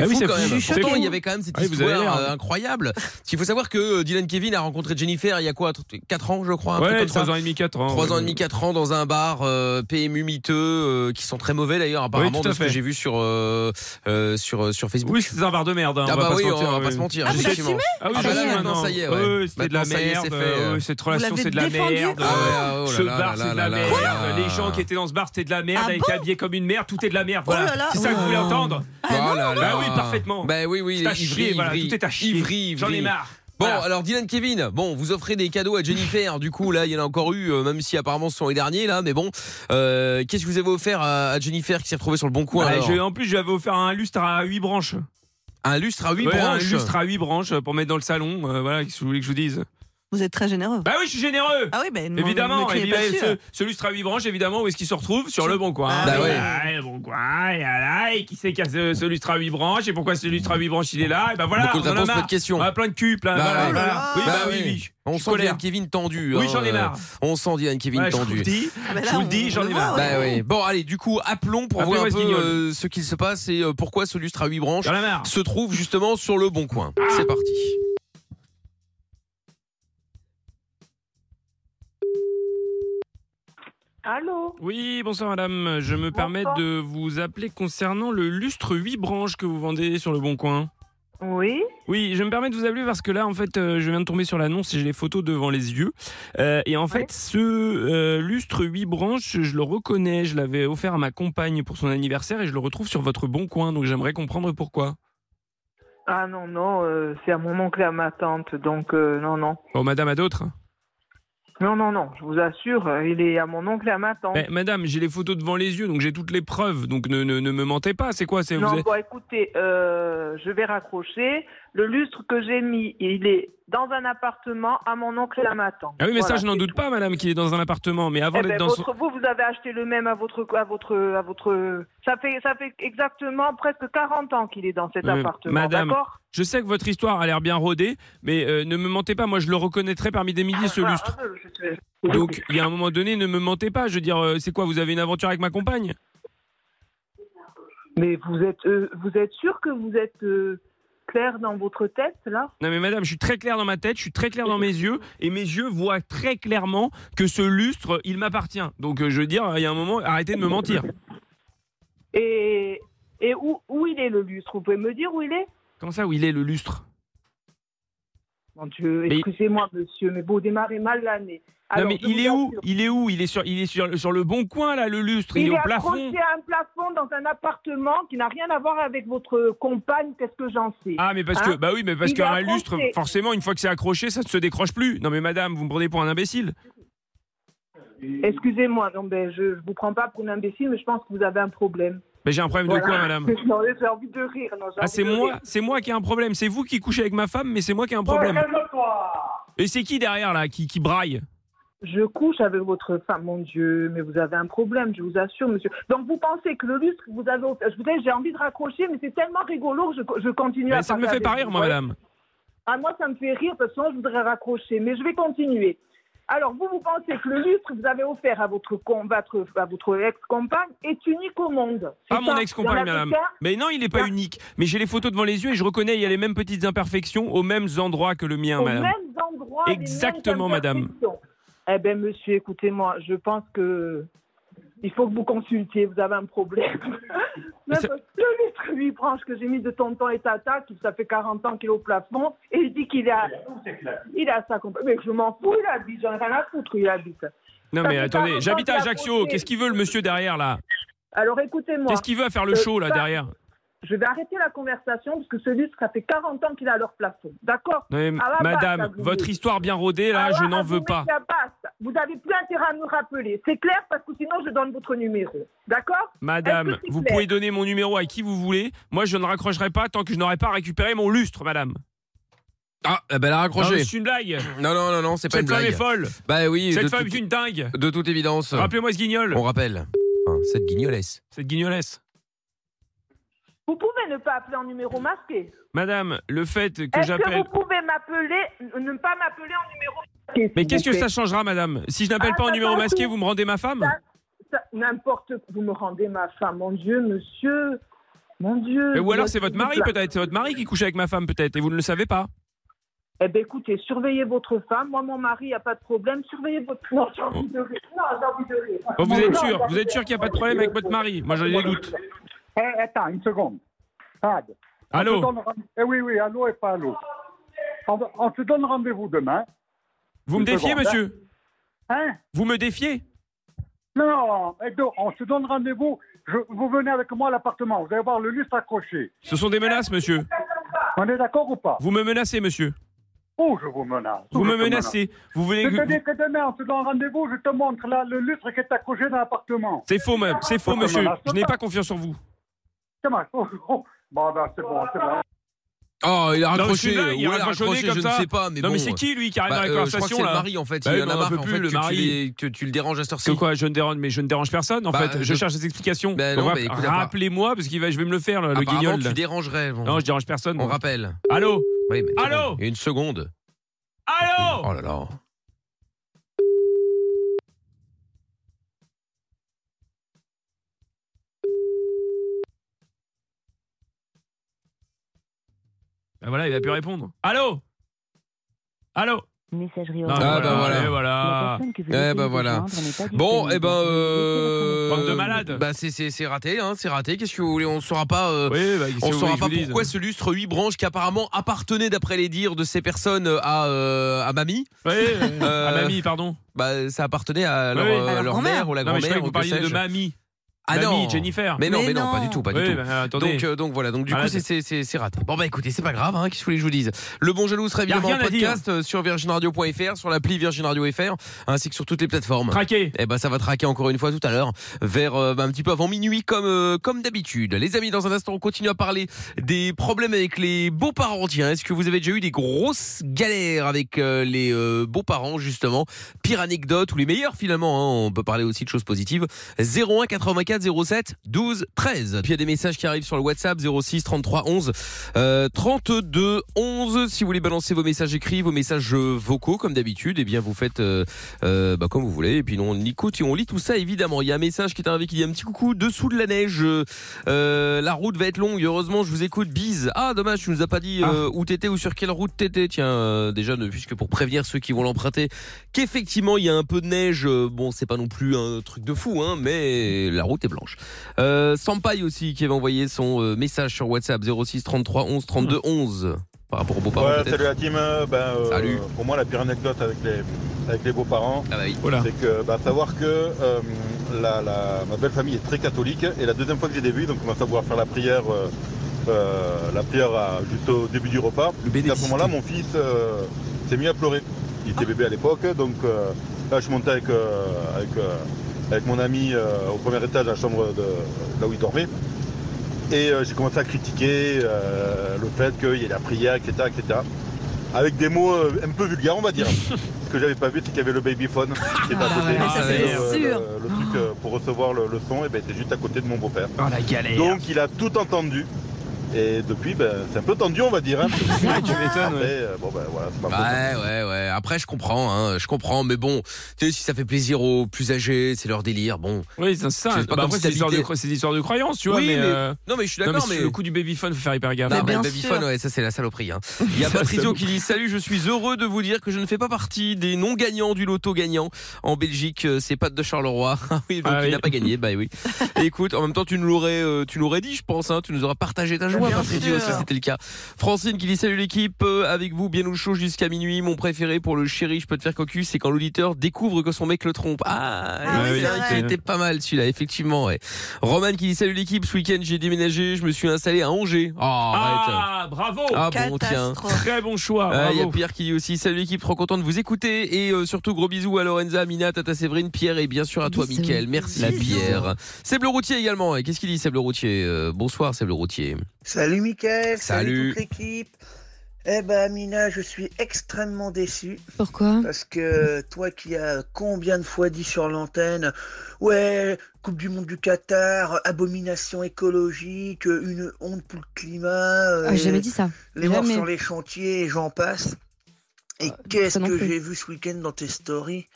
Ah
fou
oui, c'est
quand
fou.
même.
Je suis
Pourtant,
choquée.
il y avait quand même cette
Ah oui, vous avez
histoire
l'air.
euh, incroyable. Parce qu'il faut savoir que euh, Dylan Kevin a rencontré Jennifer il y a quoi 4 ans, je crois. un truc
Ouais,
comme ça.
3 ans et demi, 4 ans.
3 ans et demi, 4 ans dans un bar euh, PMU miteux euh, qui sont très mauvais d'ailleurs apparemment
Oui, tout à
de ce que
fait.
j'ai vu sur euh, euh, sur euh, sur Facebook.
Oui, c'est un bar de merde. hein,
Ah
on va
bah
pas
oui,
se mentir,
on va
oui.
pas se mentir,
Ah, vous
effectivement.
l'assumez Ah oui,
Ah bah
ça
là,
y est,
maintenant ça y est, ouais.
Ouais, c'était de la
Maintenant, ça y est,
merde.
c'est fait,
euh,
euh.
ouais, Cette
Vous
relation,
l'avez
c'est de la
défendu
merde. euh.
Ah ouais, oh là
Ce
là là
bar, c'est de
là
la
là
merde.
là.
Les gens qui étaient dans ce bar, c'était de la merde.
Ah
Elle était habillée comme une merde. Tout est de la merde.
là
Voilà.
là.
C'est ça que vous voulez
Oh.
entendre
Ah là là.
Bah oui, parfaitement.
Bah oui, oui,
C'est à
Ivry,
chier, voilà,
Ivry,
Tout est à chier.
Ivry,
J'en ai
Ivry.
marre.
Bon,
Voilà.
alors Dylan Kevin, bon, vous offrez des cadeaux à Jennifer, du coup, là, il y en a encore eu, euh, même si apparemment ce sont les derniers, là, mais bon, euh, qu'est-ce que vous avez offert à, à Jennifer qui s'est retrouvée sur le bon coin
Ouais,
alors
Bah, je- en plus, j'avais offert un lustre à 8 branches.
Un lustre à 8
Ouais,
branches
Un lustre à 8 branches pour mettre dans le salon. euh, voilà, qu'est-ce que vous voulez que je vous dise
Vous êtes très généreux.
Bah oui, je suis généreux.
Ah oui, ben ne m'en- ne me
Évidemment,
criez
évidemment,
pas dessus.
ce, ce lustre à 8 branches, évidemment, où est-ce qu'il se retrouve Sur le bon coin.
Ah Bah oui. ouais.
le bon coin, et voilà, et qui c'est qui a ce, ce lustre à 8 branches Et pourquoi ce lustre à 8 branches il est là Et bah voilà,
Beaucoup de
on en a
réponses,
marre.
pas de questions.
On a plein de cul, plein
Bah
voilà,
ouais.
voilà. Oui,
Bah
bah oui,
oui.
oui.
On
Je
sent
colère.
Dylan Kevin tendu.
Oui,
hein,
j'en ai marre.
euh, On sent Dylan Kevin
Ouais, je vous
tendu.
le dis, Ah bah là, je vous le on dis, le j'en ai voit, marre. ouais.
Bah ouais. Bon, allez, du coup, appelons pour
Appelons
voir un
Wes
peu
Guignol.
euh, ce qu'il se passe et euh, pourquoi ce lustre à 8 branches
J'en ai marre.
se trouve justement sur le bon coin. C'est parti.
Allô Oui, bonsoir madame. Je me permets de vous appeler concernant le lustre 8 branches que vous vendez sur le bon coin.
Oui.
Oui, je me permets de vous appeler parce que là, en fait, euh, je viens de tomber sur l'annonce et j'ai les photos devant les yeux. Euh, et en fait, ce euh, lustre 8 branches, je le reconnais. Je l'avais offert à ma compagne pour son anniversaire et je le retrouve sur votre bon coin. Donc j'aimerais comprendre pourquoi.
Ah non, non, euh, c'est à mon oncle et à ma tante, donc euh, non, non.
Bon, madame, à d'autres hein.
Non, non, non, je vous assure, euh, il est à mon oncle et à ma tante.
Eh, Madame, j'ai les photos devant les yeux, donc j'ai toutes les preuves. Donc ne, ne, ne me mentez pas. C'est quoi c'est,
non,
vous êtes-
bon, écoutez, euh, je vais raccrocher. le lustre que j'ai mis, il est dans un appartement à mon oncle et à ma tante.
Ah oui, mais ça,
Voilà.
je n'en doute pas, madame, qu'il est dans un appartement. Mais avant
Eh ben,
d'être dans son.
votre- Vous, vous avez acheté le même à votre, à votre, à votre. Ça fait, ça fait exactement presque 40 ans qu'il est dans cet
Euh,
appartement.
Madame,
D'accord
je sais que votre histoire a l'air bien rodée, mais euh, ne me mentez pas, moi je le reconnaîtrais parmi des milliers ce lustre.
Ah, je te-
Donc il y a un moment donné, ne me mentez pas, je veux dire, euh, c'est quoi, vous avez une aventure avec ma compagne
Mais vous êtes, euh, vous êtes sûr que vous êtes euh, clair dans votre tête là
Non mais madame, je suis très clair dans ma tête, je suis très clair dans mes yeux, et mes yeux voient très clairement que ce lustre, il m'appartient. Donc euh, je veux dire, il y a un moment, arrêtez de me mentir.
Et, et où, où il est le lustre Vous pouvez me dire où il est
Comment ça, où il est le lustre
Mon Dieu, excusez-moi, monsieur, mais vous démarrez mal l'année.
Non
Alors,
mais
je
il
vous
est où
assure,
Il est où Il est sur, il est sur, sur le bon coin là, le lustre. Il,
Il
est
est
au plafond.
accroché à un plafond dans un appartement qui n'a rien à voir avec votre compagne, qu'est-ce que j'en sais
Ah mais parce que
Hein
bah oui mais parce
Il est
qu'un lustre
accroché.
forcément une fois que c'est accroché ça ne se décroche plus. Non mais madame vous me prenez pour un imbécile.
Excusez-moi, non, ben, je ne vous prends pas pour un imbécile, mais je pense que vous avez un problème.
Ah, Mais j'ai un problème de quoi
Voilà.
[LAUGHS] madame
[LAUGHS] Non, J'ai envie de rire. non, j'ai
Ah
envie
c'est
de
moi
rire.
c'est moi qui ai un problème c'est vous qui couchez avec ma femme mais c'est moi qui ai un problème.
Oh, calme-toi.
Et c'est qui derrière là qui, qui braille
Je couche avec votre femme, mon Dieu, mais vous avez un problème, je vous assure, monsieur. Donc vous pensez que le lustre, que vous avez offert- je vous dis, j'ai envie de raccrocher, mais c'est tellement rigolo que je, je continue à
Mais ça ne me
parler
fait pas
avec
rire
vous,
moi
voyez.
madame.
Ah, moi, ça me fait rire, parce que sinon, je voudrais raccrocher, mais je vais continuer. Alors, vous, vous pensez que le lustre que vous avez offert à votre, com- votre- à votre ex-compagne est unique au monde. C'est
Pas Ah, mon
ça
ex-compagne,
Il y en a
madame.
que ça
Mais non, il n'est pas unique. Mais j'ai les photos devant les yeux et je reconnais, il y a les mêmes petites imperfections aux mêmes endroits que le mien,
Aux
madame.
mêmes endroits, les mêmes
Exactement, madame.
imperfections. Eh bien, monsieur, écoutez-moi, je pense que il faut que vous consultiez, vous avez un problème. [LAUGHS] Même
ça-
Le litre lui branche que j'ai mis de tonton et tata, qui ça fait 40 ans qu'il est au plafond, et il dit qu'il a, il a sa compagne. Mais je m'en fous, il habite, j'en ai rien à foutre, où il habite.
Non,
Ça
mais
fait
attendez,
40 ans
j'habite à
qu'il a
Ajaccio.
posté.
Qu'est-ce qu'il veut le monsieur derrière là
Alors écoutez-moi.
Qu'est-ce qu'il veut à faire le
Euh,
show là
ça-
derrière
Je vais arrêter la conversation, parce que ce litre, ça fait 40 ans qu'il est à leur plafond. D'accord
Non, mais
Ah, bah, bah,
Madame,
ça vous
votre
dit.
histoire bien rodée là,
Alors,
je n'en
vous
veux
mettez
pas.
la base. Vous avez plus intérêt à nous rappeler. C'est clair parce que sinon je donne votre numéro. D'accord Est-ce
Madame,
que c'est
vous
clair
pouvez donner mon numéro à qui vous voulez. Moi, je ne raccrocherai pas tant que je n'aurai pas récupéré mon lustre, madame.
Ah, eh ben, elle a
Non,
raccroché.
mais c'est une blague.
Non, non, non, non, c'est pas
Cette
une
femme
blague.
est folle.
Bah oui.
Cette
de
femme
toute-
est une dingue.
De toute évidence.
Rappelez-moi ce guignol.
On rappelle. Enfin, cette guignolesse.
Cette guignolesse.
Vous pouvez ne pas appeler en numéro masqué.
Madame, le fait que
Est-ce que
j'appelle.
vous pouvez m'appeler, ne pas m'appeler en numéro masqué
Mais
s'il
qu'est-ce
vous
que ça
plaît
changera, madame Si je n'appelle pas en
Ah,
numéro
ça
masqué,
change
vous me rendez ma femme
Ça- ça- N'importe quoi. Vous me rendez ma femme. Mon Dieu, monsieur. Mon Dieu.
Ou alors c'est votre mari, peut-être. C'est votre mari qui couche avec ma femme, peut-être, et vous ne le savez pas.
Eh bien, écoutez, surveillez votre femme. Moi, mon mari, il n'y a pas de problème. Surveillez votre. Non, j'ai envie de rire. Non, j'ai envie de rire.
Oh, vous êtes
Non,
sûr
j'ai
Vous
envie
êtes
de
sûr qu'il n'y a pas de problème avec votre mari Moi, j'en ai des doutes.
Eh, attends, une seconde. Fad.
Allô
On te donne rend- Eh oui, oui, allô et pas allô. On, va- on se donne rendez-vous demain.
Vous me
Une
défiez,
seconde,
monsieur
Hein
Vous me défiez
Non, eh, donc, on se donne rendez-vous. Je- Vous venez avec moi à l'appartement. Vous allez voir le lustre accroché.
Ce sont des menaces, monsieur.
On est d'accord ou pas
Vous me menacez, monsieur.
Oh, je vous menace.
Vous
Je
me
te
menacez. Vous voulez
Je te
que.
dis que demain, on se donne rendez-vous. Je te montre là le lustre qui est accroché dans l'appartement.
C'est faux, ma- c'est faux,
Je te
monsieur.
menace
Je n'ai
pas.
pas confiance en vous.
Comment Oh, oh. [LAUGHS] Bon, ben, c'est bon, c'est bon.
Oh, il a
Non, mais
raccroché.
c'est une blague, il
Ou
a
elle a
raccroché
raccroché,
comme
je
ça.
ne sais pas. Mais
Non, mais
bon,
c'est qui, lui, qui arrive dans la
euh,
conversation,
je crois que
là
C'est le mari, en fait.
Bah
il
oui,
en
mais
a
on en
marre
peut
en
plus,
fait,
le
que
mari.
Tu les- que tu le déranges à cette heure-ci.
Que quoi, je ne dérange, mais je ne dérange personne en
Bah,
fait. Je,
je-
cherche des explications.
Ben
Donc,
non,
rap-
mais écoute,
Rappelez-moi parce qu'il va, je vais me le faire, là, le
Apparemment,
guignol.
tu dérangerais. bon.
Non, je dérange personne.
On
moi.
rappelle.
Allô
Oui, mais-
Allô
Une seconde.
Allô
Oh là là.
Ben voilà, il a pu répondre. Allô Allô
Messagerie
Ah,
Ah bah voilà.
Et voilà.
Eh bah voilà. Bon, eh ben. euh,
Bande de malades.
Bah c'est c'est c'est raté, hein, c'est raté. Qu'est-ce que vous voulez On saura pas. euh,
Oui, bah, qu'est-ce que
on
vous
saura
voulez que
pas
je vous dise
pourquoi ce lustre 8 branches qui apparemment appartenait, d'après les dires de ces personnes, euh, à euh, à mamie.
Oui. à Ah, mamie, pardon.
Euh, Bah ça appartenait à leur,
Oui, oui.
euh,
À leur
leur euh,
grand-mère.
mère ou la
Non, mais je
grand-mère
croyais que
ou
vous
que
parliez de
sais-je.
mamie.
Ah
Mamie,
non.
Jennifer.
Mais non, mais, non, pas du tout, pas
Oui,
du tout.
bah, attendez.
donc, euh, donc voilà, donc du
Ah,
coup
là,
c'est- c'est c'est- c'est raté. Bon bah écoutez, c'est pas grave, hein, qu'est-ce que vous voulez que je vous dise Le Bon Jaloux sera
Y a
évidemment en
rien à dire.
podcast euh, sur virginradio.fr, sur l'appli virginradio.fr, ainsi que sur toutes les plateformes.
Traqué.
Et ben ça va traquer encore une fois tout à l'heure, vers euh, bah, un petit peu avant minuit comme euh, comme d'habitude. Les amis, dans un instant, on continue à parler des problèmes avec les beaux-parents. Tiens, est-ce que vous avez déjà eu des grosses galères avec euh, les euh, beaux-parents justement Pire anecdote ou les meilleurs finalement hein, On peut parler aussi de choses positives. 01 84 07 12 13. Puis il y a des messages qui arrivent sur le WhatsApp 06 33 11 euh, 32 11. Si vous voulez balancer vos messages écrits, vos messages euh, vocaux comme d'habitude, et bien vous faites euh, euh, bah, comme vous voulez. Et puis nous, on écoute et on lit tout ça évidemment. Il y a un message qui est arrivé qui dit un petit coucou dessous de la neige. Euh, la route va être longue. Heureusement, je vous écoute. Bise. Ah dommage, tu nous as pas dit euh, où t'étais ou sur quelle route t'étais. Tiens, euh, déjà ne puisque pour prévenir ceux qui vont l'emprunter qu'effectivement il y a un peu de neige. Euh, Bon, c'est pas non plus un truc de fou, hein, mais la route est blanche. Euh, Sampaï aussi qui avait envoyé son euh, message sur WhatsApp 06 33 11 32 11 par rapport aux beaux-parents.
Ouais,
peut-être.
salut la team. Euh, Ben, euh, Pour moi, la pire anecdote avec les, avec les beaux-parents,
Ah
c'est que bah, savoir que euh, la, la- ma belle famille est très catholique et la deuxième fois que j'ai des vues, donc on va savoir faire la prière, euh, euh, la prière à- juste au début du repas. et à ce moment-là, mon fils euh, s'est mis à pleurer. Il
Ah.
était bébé à l'époque, donc euh, là, je suis monté avec, euh, avec, euh, avec mon ami euh, au premier étage, à la chambre de, là où il dormait. Et euh, j'ai commencé à critiquer euh, le fait qu'il y ait la prière, etc., etc. Avec des mots euh, un peu vulgaires, on va
[LAUGHS]
dire. Ce que j'avais pas vu, c'est qu'il y avait le babyphone qui était à côté.
Ah ouais, ça, c'était
le-
sûr.
le, le truc euh, pour recevoir le, le son, et ben, était juste à côté de mon beau-père.
Oh, la galère.
Donc il a tout entendu. Et depuis, ben, c'est un peu tendu, on va
[LAUGHS]
dire. hein. Après, euh, bon, ben, voilà, c'est ma faute.
Ouais, ouais, ouais. Après, je comprends, hein, je comprends, mais bon, tu sais, si ça fait plaisir aux plus âgés, c'est leur délire, bon.
Oui, c'est ça.
C'est pas
Bah
comme
après,
si
c'est des, histoires de
t'habitais-
cro- c'est des histoires de croyances, tu vois.
Oui, mais-
euh,
non, mais je suis d'accord,
sur
mais-
Le coup du babyphone, faut faire hyper gaffe.
Non, mais le babyphone, ouais, ça c'est la saloperie. hein. Il y a
[LAUGHS] Ça,
Patrizio
ça-
qui dit Salut, je suis heureux de vous dire que je ne fais pas partie des non-gagnants du loto gagnant. En Belgique, euh, c'est Pat de Charleroi. [LAUGHS] Ah oui, donc
Ah
il
oui.
n'a pas gagné. Bah oui.
[LAUGHS]
Et écoute, en même temps, tu nous l'aurais, euh, tu l'aurais dit, je pense. hein. Tu nous auras partagé ta joie,
Bien
Patrizio,
sûr.
si c'était le cas. Francine qui dit Salut l'équipe, euh, avec vous, bien au chaud jusqu'à minuit. Mon préféré pour le chéri, je peux te faire cocu, c'est quand l'auditeur découvre que son mec le trompe. Ah,
Ah oui,
oui,
c'est
c'est vrai
vrai.
qu'il était pas mal celui-là, effectivement. Ouais. Roman qui dit Salut l'équipe, ce week-end, j'ai déménagé, je me suis installé à Angers. Oh, arrête.
Ah, bravo.
Ah bon, tiens.
Très bon choix.
Ah, Il y a
bravo.
Pierre qui dit aussi Salut l'équipe, trop content de vous écouter. Et euh, surtout, gros bisous à Lorenza, Mina, Tata Séverine, Pierre et bien sûr à toi,
Bisous.
Mickaël. Merci,
Bisous.
Pierre. Seb le routier également. Et Qu'est-ce qu'il dit, Seb le routier Euh, Bonsoir, Seb le routier.
Salut Mickaël, salut,
Salut.
toute l'équipe. Eh ben Mina, je suis extrêmement déçu.
Pourquoi
Parce que toi qui as combien de fois dit sur l'antenne, ouais, Coupe du Monde du Qatar, abomination écologique, une honte pour le climat,
Ah,
euh,
j'ai jamais dit ça.
les morts
Jamais. Euh,
sur les chantiers, et j'en passe. Et qu'est-ce que j'ai vu ce week-end dans tes stories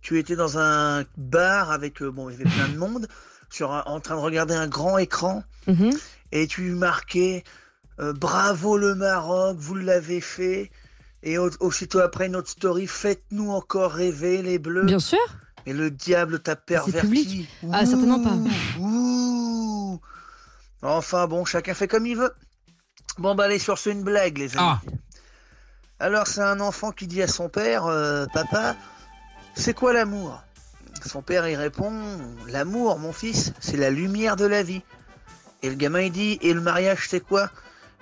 Tu étais dans un bar avec euh, bon, il y avait plein de monde, sur un- en train de regarder un grand écran
Mhm.
et tu marquais euh, bravo le Maroc, vous l'avez fait. Et au- aussitôt après notre story, faites-nous encore rêver les bleus.
Bien sûr.
Et le diable t'a
C'est
perverti.
public. Ah, certainement pas.
Ouh. Enfin bon, chacun fait comme il veut. Bon bah allez sur ce une blague les amis. Alors c'est un enfant qui dit à son père, euh, papa, c'est quoi l'amour Son père il répond, l'amour mon fils, c'est la lumière de la vie. Et le gamin il dit, et le mariage c'est quoi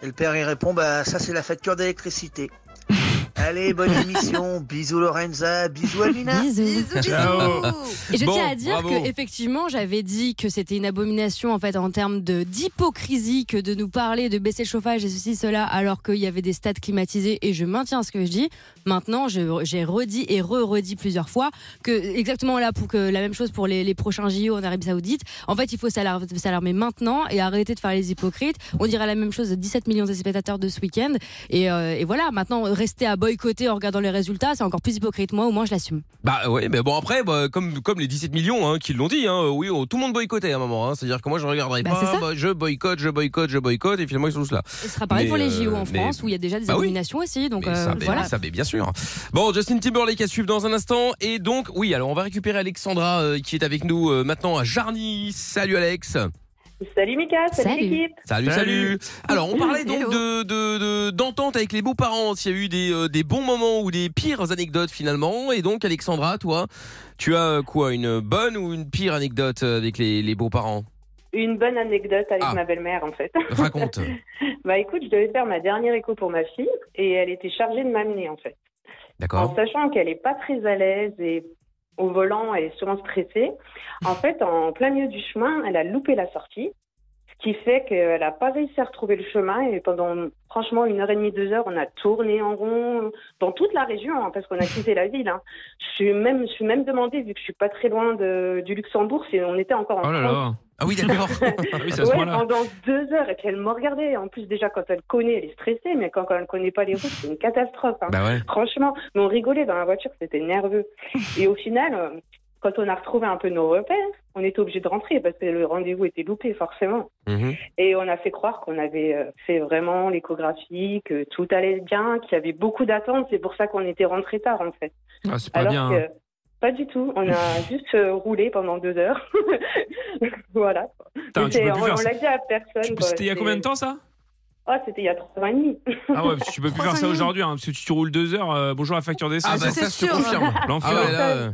Et le père il répond, bah ça c'est la facture d'électricité. [LAUGHS] Allez, bonne émission, bisous Lorenza, bisous Amina.
Bisous.
Ciao.
Et je
Bon,
tiens à dire
bravo.
que effectivement, j'avais dit que c'était une abomination en fait en termes de d'hypocrisie que de nous parler de baisser le chauffage et ceci cela alors qu'il y avait des stades climatisés et je maintiens ce que je dis. Maintenant, je- j'ai redit et re-redit plusieurs fois que exactement là pour que la même chose pour les, les prochains JO en Arabie Saoudite. En fait, il faut s'alar- s'alarmer maintenant et arrêter de faire les hypocrites. On dirait la même chose de 17 millions de spectateurs de ce week-end et, euh, et voilà. Maintenant, rester à boycotter en regardant les résultats, c'est encore plus hypocrite. Moi, au moins, je l'assume.
Bah ouais, mais bon après, bah, comme comme les 17 millions hein, qui l'ont dit, hein, oui, oh, tout le monde boycottait à un moment. hein. C'est-à-dire que moi je regarderai
Bah, c'est
pas,
ça.
bah, je boycotte, je boycotte, je boycotte, et finalement ils sont tous là.
Ce sera pareil
Mais,
pour les
euh,
JO en
mais-
France où il y a déjà des
Bah oui.
abominations aussi. Donc
Mais
euh,
ça, mais-
voilà.
ça, mais bien sûr. Bon, Justin Timberlake à suivre dans un instant. Et donc, oui, alors on va récupérer Alexandra euh, qui est avec nous euh, maintenant à Jarny. Salut Alex.
[LAUGHS] Salut Mika, salut, l'équipe.
Salut, salut. Alors, on parlait donc de- de- de- d'entente avec les beaux-parents. S'il y a eu des, euh, des bons moments ou des pires anecdotes finalement. Et donc, Alexandra, toi, tu as euh, quoi Une bonne ou une pire anecdote euh, avec les, les beaux-parents
Une bonne anecdote avec ma belle-mère en fait.
Ah.
[LAUGHS]
Raconte.
Bah écoute, je devais faire ma dernière écho pour ma fille et elle était chargée de m'amener en fait.
D'accord.
En sachant qu'elle n'est pas très à l'aise et au volant, elle est souvent stressée. En fait, en plein milieu du chemin, elle a loupé la sortie, ce qui fait qu'elle n'a pas réussi à retrouver le chemin et pendant franchement une heure et demie, deux heures, on a tourné en rond dans toute la région hein, parce qu'on a quitté la ville. hein. Je suis même, je suis même demandée vu que je suis pas très loin de- du Luxembourg, c'est- on était encore en France.
Ah oui,
[LAUGHS]
d'accord. ah oui, c'est à ce
Ouais,
point-là.
pendant deux heures, et puis elle me regardait. En plus, déjà, quand elle connaît, elle est stressée, mais quand, quand elle connaît pas les routes, c'est une catastrophe. hein.
Bah ouais.
Franchement, mais on rigolait dans la voiture, c'était nerveux. Et au final, euh, quand on a retrouvé un peu nos repères, on était obligé de rentrer parce que le rendez-vous était loupé, forcément. Et on a fait croire qu'on avait euh, fait vraiment l'échographie, que tout allait bien, qu'il y avait beaucoup d'attentes. C'est pour ça qu'on était rentré tard, en fait.
Ah, c'est pas
Alors
bien,
que-
hein.
pas du tout. On
[LAUGHS]
a juste euh, roulé pendant deux heures. [LAUGHS] voilà.
Putain, tu
C'était-
peux
on
plus faire
on
ça.
l'a dit à personne. quoi.
C'était il y a
C'est-
combien de temps ça
Oh, c'était il y a trois ans et demi.
Ah ouais, parce que tu
[LAUGHS]
peux plus faire ça aujourd'hui, hein, parce que tu tu roules deux heures. euh, bonjour la facture d'essence.
Ah bah, ça, je te confirme.
L'enfer.
Ah ouais, là, euh,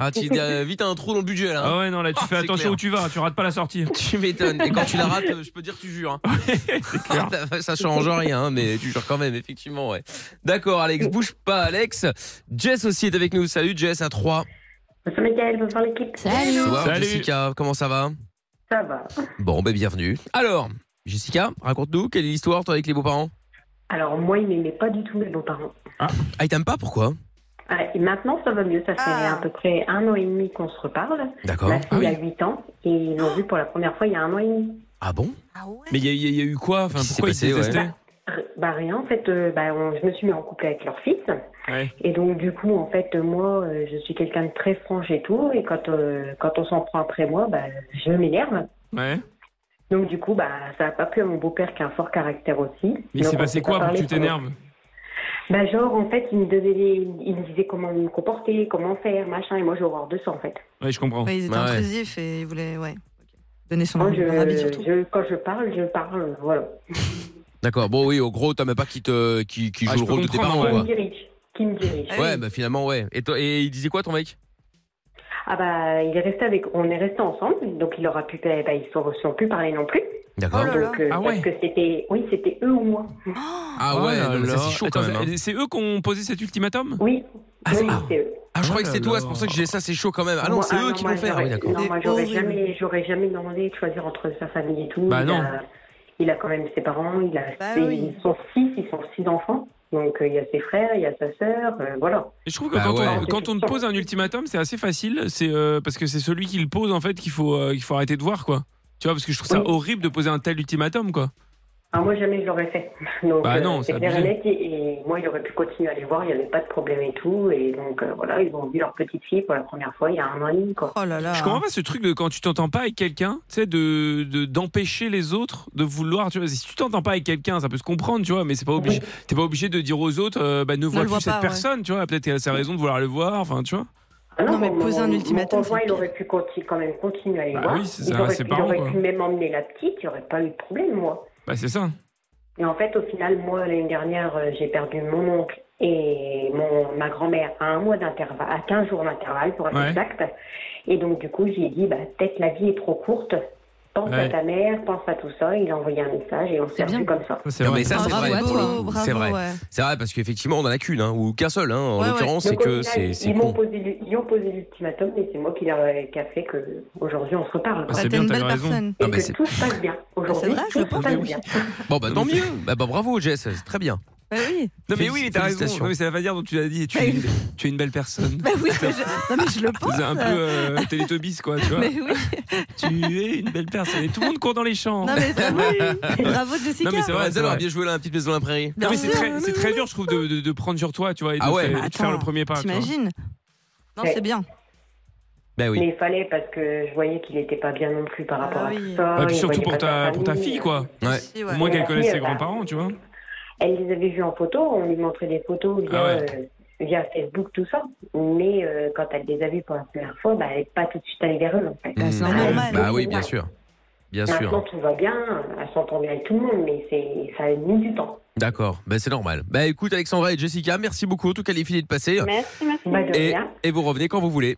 Ah, tu, euh, vite, t'as un trou dans le budget là.
Ah ouais, non, là, tu fais attention où tu vas, tu rates pas la sortie.
[LAUGHS] Tu m'étonnes. Et quand tu la rates, je peux dire tu jures. [LAUGHS] hein. Ah, ça change rien, hein, mais tu jures quand même, effectivement, ouais. D'accord, Alex, bouge pas, Alex. Jess aussi est avec nous. Salut, Jess, à 3.
Bonsoir Mickaël, bonsoir l'équipe.
Bonsoir, Jessica, comment ça va
Ça va.
Bon, ben, bienvenue. Alors, Jessica, raconte-nous, quelle est l'histoire, toi, avec les beaux-parents
Alors moi, il m'aimait pas du tout mes beaux-parents.
ah. ils t'aiment pas, pourquoi
Ouais, et maintenant, ça va mieux. Ça fait à peu près un an et demi qu'on se reparle.
D'accord.
Ma fille a 8 ans et ils l'ont vu pour la première fois il y a un an et demi.
Ah bon
Mais il y, a- il y a eu quoi enfin, Pourquoi ils
s'est
se
passé, ouais.
détestaient
R- Bah rien, en fait, euh, bah, on- je me suis mis en couple avec leur fils.
Ouais.
Et donc du coup, en fait, euh, moi, euh, je suis quelqu'un de très franche et tout. Et quand, euh, quand on s'en prend après moi, bah, je m'énerve.
Ouais.
Donc du coup, bah, ça n'a pas plu à mon beau-père qui a un fort caractère aussi.
Mais il
Donc,
s'est
on
passé
s'est
quoi
pas
pour que tu
parlé pendant-
t'énerves
Bah genre en fait il me donnait des- il me disait comment me comporter, comment faire, machin et moi j'ai horreur de ça en fait.
Ouais, je comprends.
Ouais, ils étaient
Bah
Ah
Ouais, ouais.
intrusifs et ils voulaient ouais, donner son
Moi,
avis-
je,
leur avis surtout.
je- quand je parle, je parle, voilà.
D'accord, bon, oui, au gros, t'as même pas qui, te, qui, qui joue le rôle de tes parents,
Qui
quoi.
me dirige, qui me dirige.
Ouais, bah finalement, ouais. Et, toi- et il disait quoi, ton mec
Ah bah il est resté avec, on est resté ensemble donc il aura pu, bah, ils se sont, plus parler non plus.
D'accord.
Oh
Donc,
Ah
euh, parce que c'était, oui c'était eux ou moi.
Ah ouais,
Oh là
non, mais ça,
là.
c'est chaud,
Attends,
quand même, hein.
c'est- C'est eux qui ont posé cet ultimatum
Oui.
Ah,
c'est- ah.
Ah, je croyais que
Oh
c'était
là
toi,
là.
c'est pour ça que j'ai ça, c'est chaud quand même. Ah non,
Moi,
c'est eux qui
moi,
l'ont fait. Ah
j'aurais-
oui, d'accord.
Non, moi j'aurais jamais, j'aurais jamais demandé de choisir entre sa famille et tout.
Bah
il,
non.
A, il a quand même ses parents, il a
Bah
ses-
oui.
son fils, ils sont six enfants. Donc euh, il y a ses frères, il y a sa sœur, euh, voilà.
Et je trouve que quand, on, quand on te pose un ultimatum, c'est assez facile, c'est euh, parce que c'est celui qui le pose en fait qu'il faut euh, qu'il faut arrêter de voir quoi. Tu vois parce que je trouve ça
Oui.
horrible de poser un tel ultimatum quoi.
Ah, moi jamais je l'aurais fait. [LAUGHS] Donc euh,
Bah non,
c'est
c'est
clair et
abusé.
net. Et, et moi il aurait pu continuer à les voir, il n'y avait pas de problème et tout. Et donc euh, voilà, ils ont vu leur petite fille pour la première fois il y a un an et demi quoi.
Oh là là.
Je comprends pas ce truc de quand tu t'entends pas avec quelqu'un, tu sais, de de- d'empêcher les autres de vouloir. Tu vois, si tu t'entends pas avec quelqu'un, ça peut se comprendre, tu vois, mais c'est pas obligé. T'es pas obligé de dire aux autres, euh, bah ne vois
le
plus
vois
cette
pas, ouais.
personne, tu vois. Peut-être qu'elle a sa raison de vouloir le voir, enfin, tu vois.
Ah
Non, mais
mon-
poser un
mon-
ultimatum,
Mon conjoint, il aurait pu conti- quand même continuer à les
Bah
voir.
oui, c'est
il
ça,
aurait,
c'est
il
parent,
aurait
quoi.
pu même emmener la petite, il n'y aurait pas eu de problème moi.
Bah c'est ça.
Et en fait, au final, moi, l'année dernière, euh, j'ai perdu mon oncle et mon, ma grand-mère à un mois d'intervalle, à 15 jours d'intervalle pour être
Ouais.
exact. Et donc, du coup, j'ai dit, bah, peut-être la vie est trop courte. Pense
Ouais.
à ta mère, pense à tout ça. Il a envoyé un message et on s'est revu comme ça.
Non, mais ça, c'est
Bravo
vrai.
à
pour
toi,
le coup.
bravo,
c'est vrai.
ouais.
C'est vrai parce qu'effectivement, on en a qu'une, hein, ou qu'un seul, hein, en
Ouais, ouais.
l'occurrence, c'est
Donc, au
que
final,
c'est c'est
ils
con.
m'ont posé, l'u- ils ont posé l'ultimatum et c'est moi qui leur ai qui a fait que aujourd'hui on se reparle.
Ah, c'est Bah, t'es bien, une t'as belle eu raison. personne.
Et
Ah, bah,
que
c'est-
tout se passe bien. Aujourd'hui, tout se
Ah,
passe bien.
Bon, bah tant mieux. Bah, bah, bravo, Jess, c'est très bien.
Bah oui.
Non mais oui, t'as raison.
Félicitations.
Non, mais c'est la manière dont tu l'as dit. Tu es, une, tu es une belle personne.
Bah oui,
hein.
mais je, non, mais je le pense.
C'est un peu euh, Teletubbies, quoi, tu vois.
Mais oui.
[LAUGHS] Tu es une belle personne. Et tout le monde court dans les champs.
Non,
[LAUGHS]
mais vraiment. Bravo, Jessica.
Non, mais c'est vrai, c'est
elle aura
vrai.
bien joué là, une petite maison dans la prairie.
Non, mais c'est très, c'est très dur, je trouve, de, de- de prendre sur toi, tu vois, et de,
Ah ouais.
faire,
Mais
de faire le premier pas. tu vois.
T'imagines Non, c'est bien.
Ben
Bah oui.
Mais il fallait parce que je voyais qu'il n'était pas bien non plus par rapport à tout ça.
Bah, puis
il
surtout
voyait
pour
pas
ta, pour ta
famille.
fille, quoi.
Ah Si, ouais.
Au moins qu'elle
Ouais,
connaisse ses
bah,
grands-parents, tu vois.
Elle les avait vus en photo, on lui montrait des photos via,
Ah ouais.
euh, via Facebook, tout ça. Mais euh,
Bah,
quand elle les a vus pour la première fois, bah, elle n'est pas tout de suite allée vers eux. En fait.
Mmh. Bah oui, bien sûr. Bien sûr.
Maintenant, tout va bien, elle s'entend bien avec tout le monde, mais c'est, ça a mis du temps.
D'accord, ben c'est normal. Ben écoute Alexandra et Jessica, merci beaucoup en tout cas les filles de passer.
Merci, merci. Bah, de
Et,
rien. [LAUGHS]
et vous revenez quand vous voulez.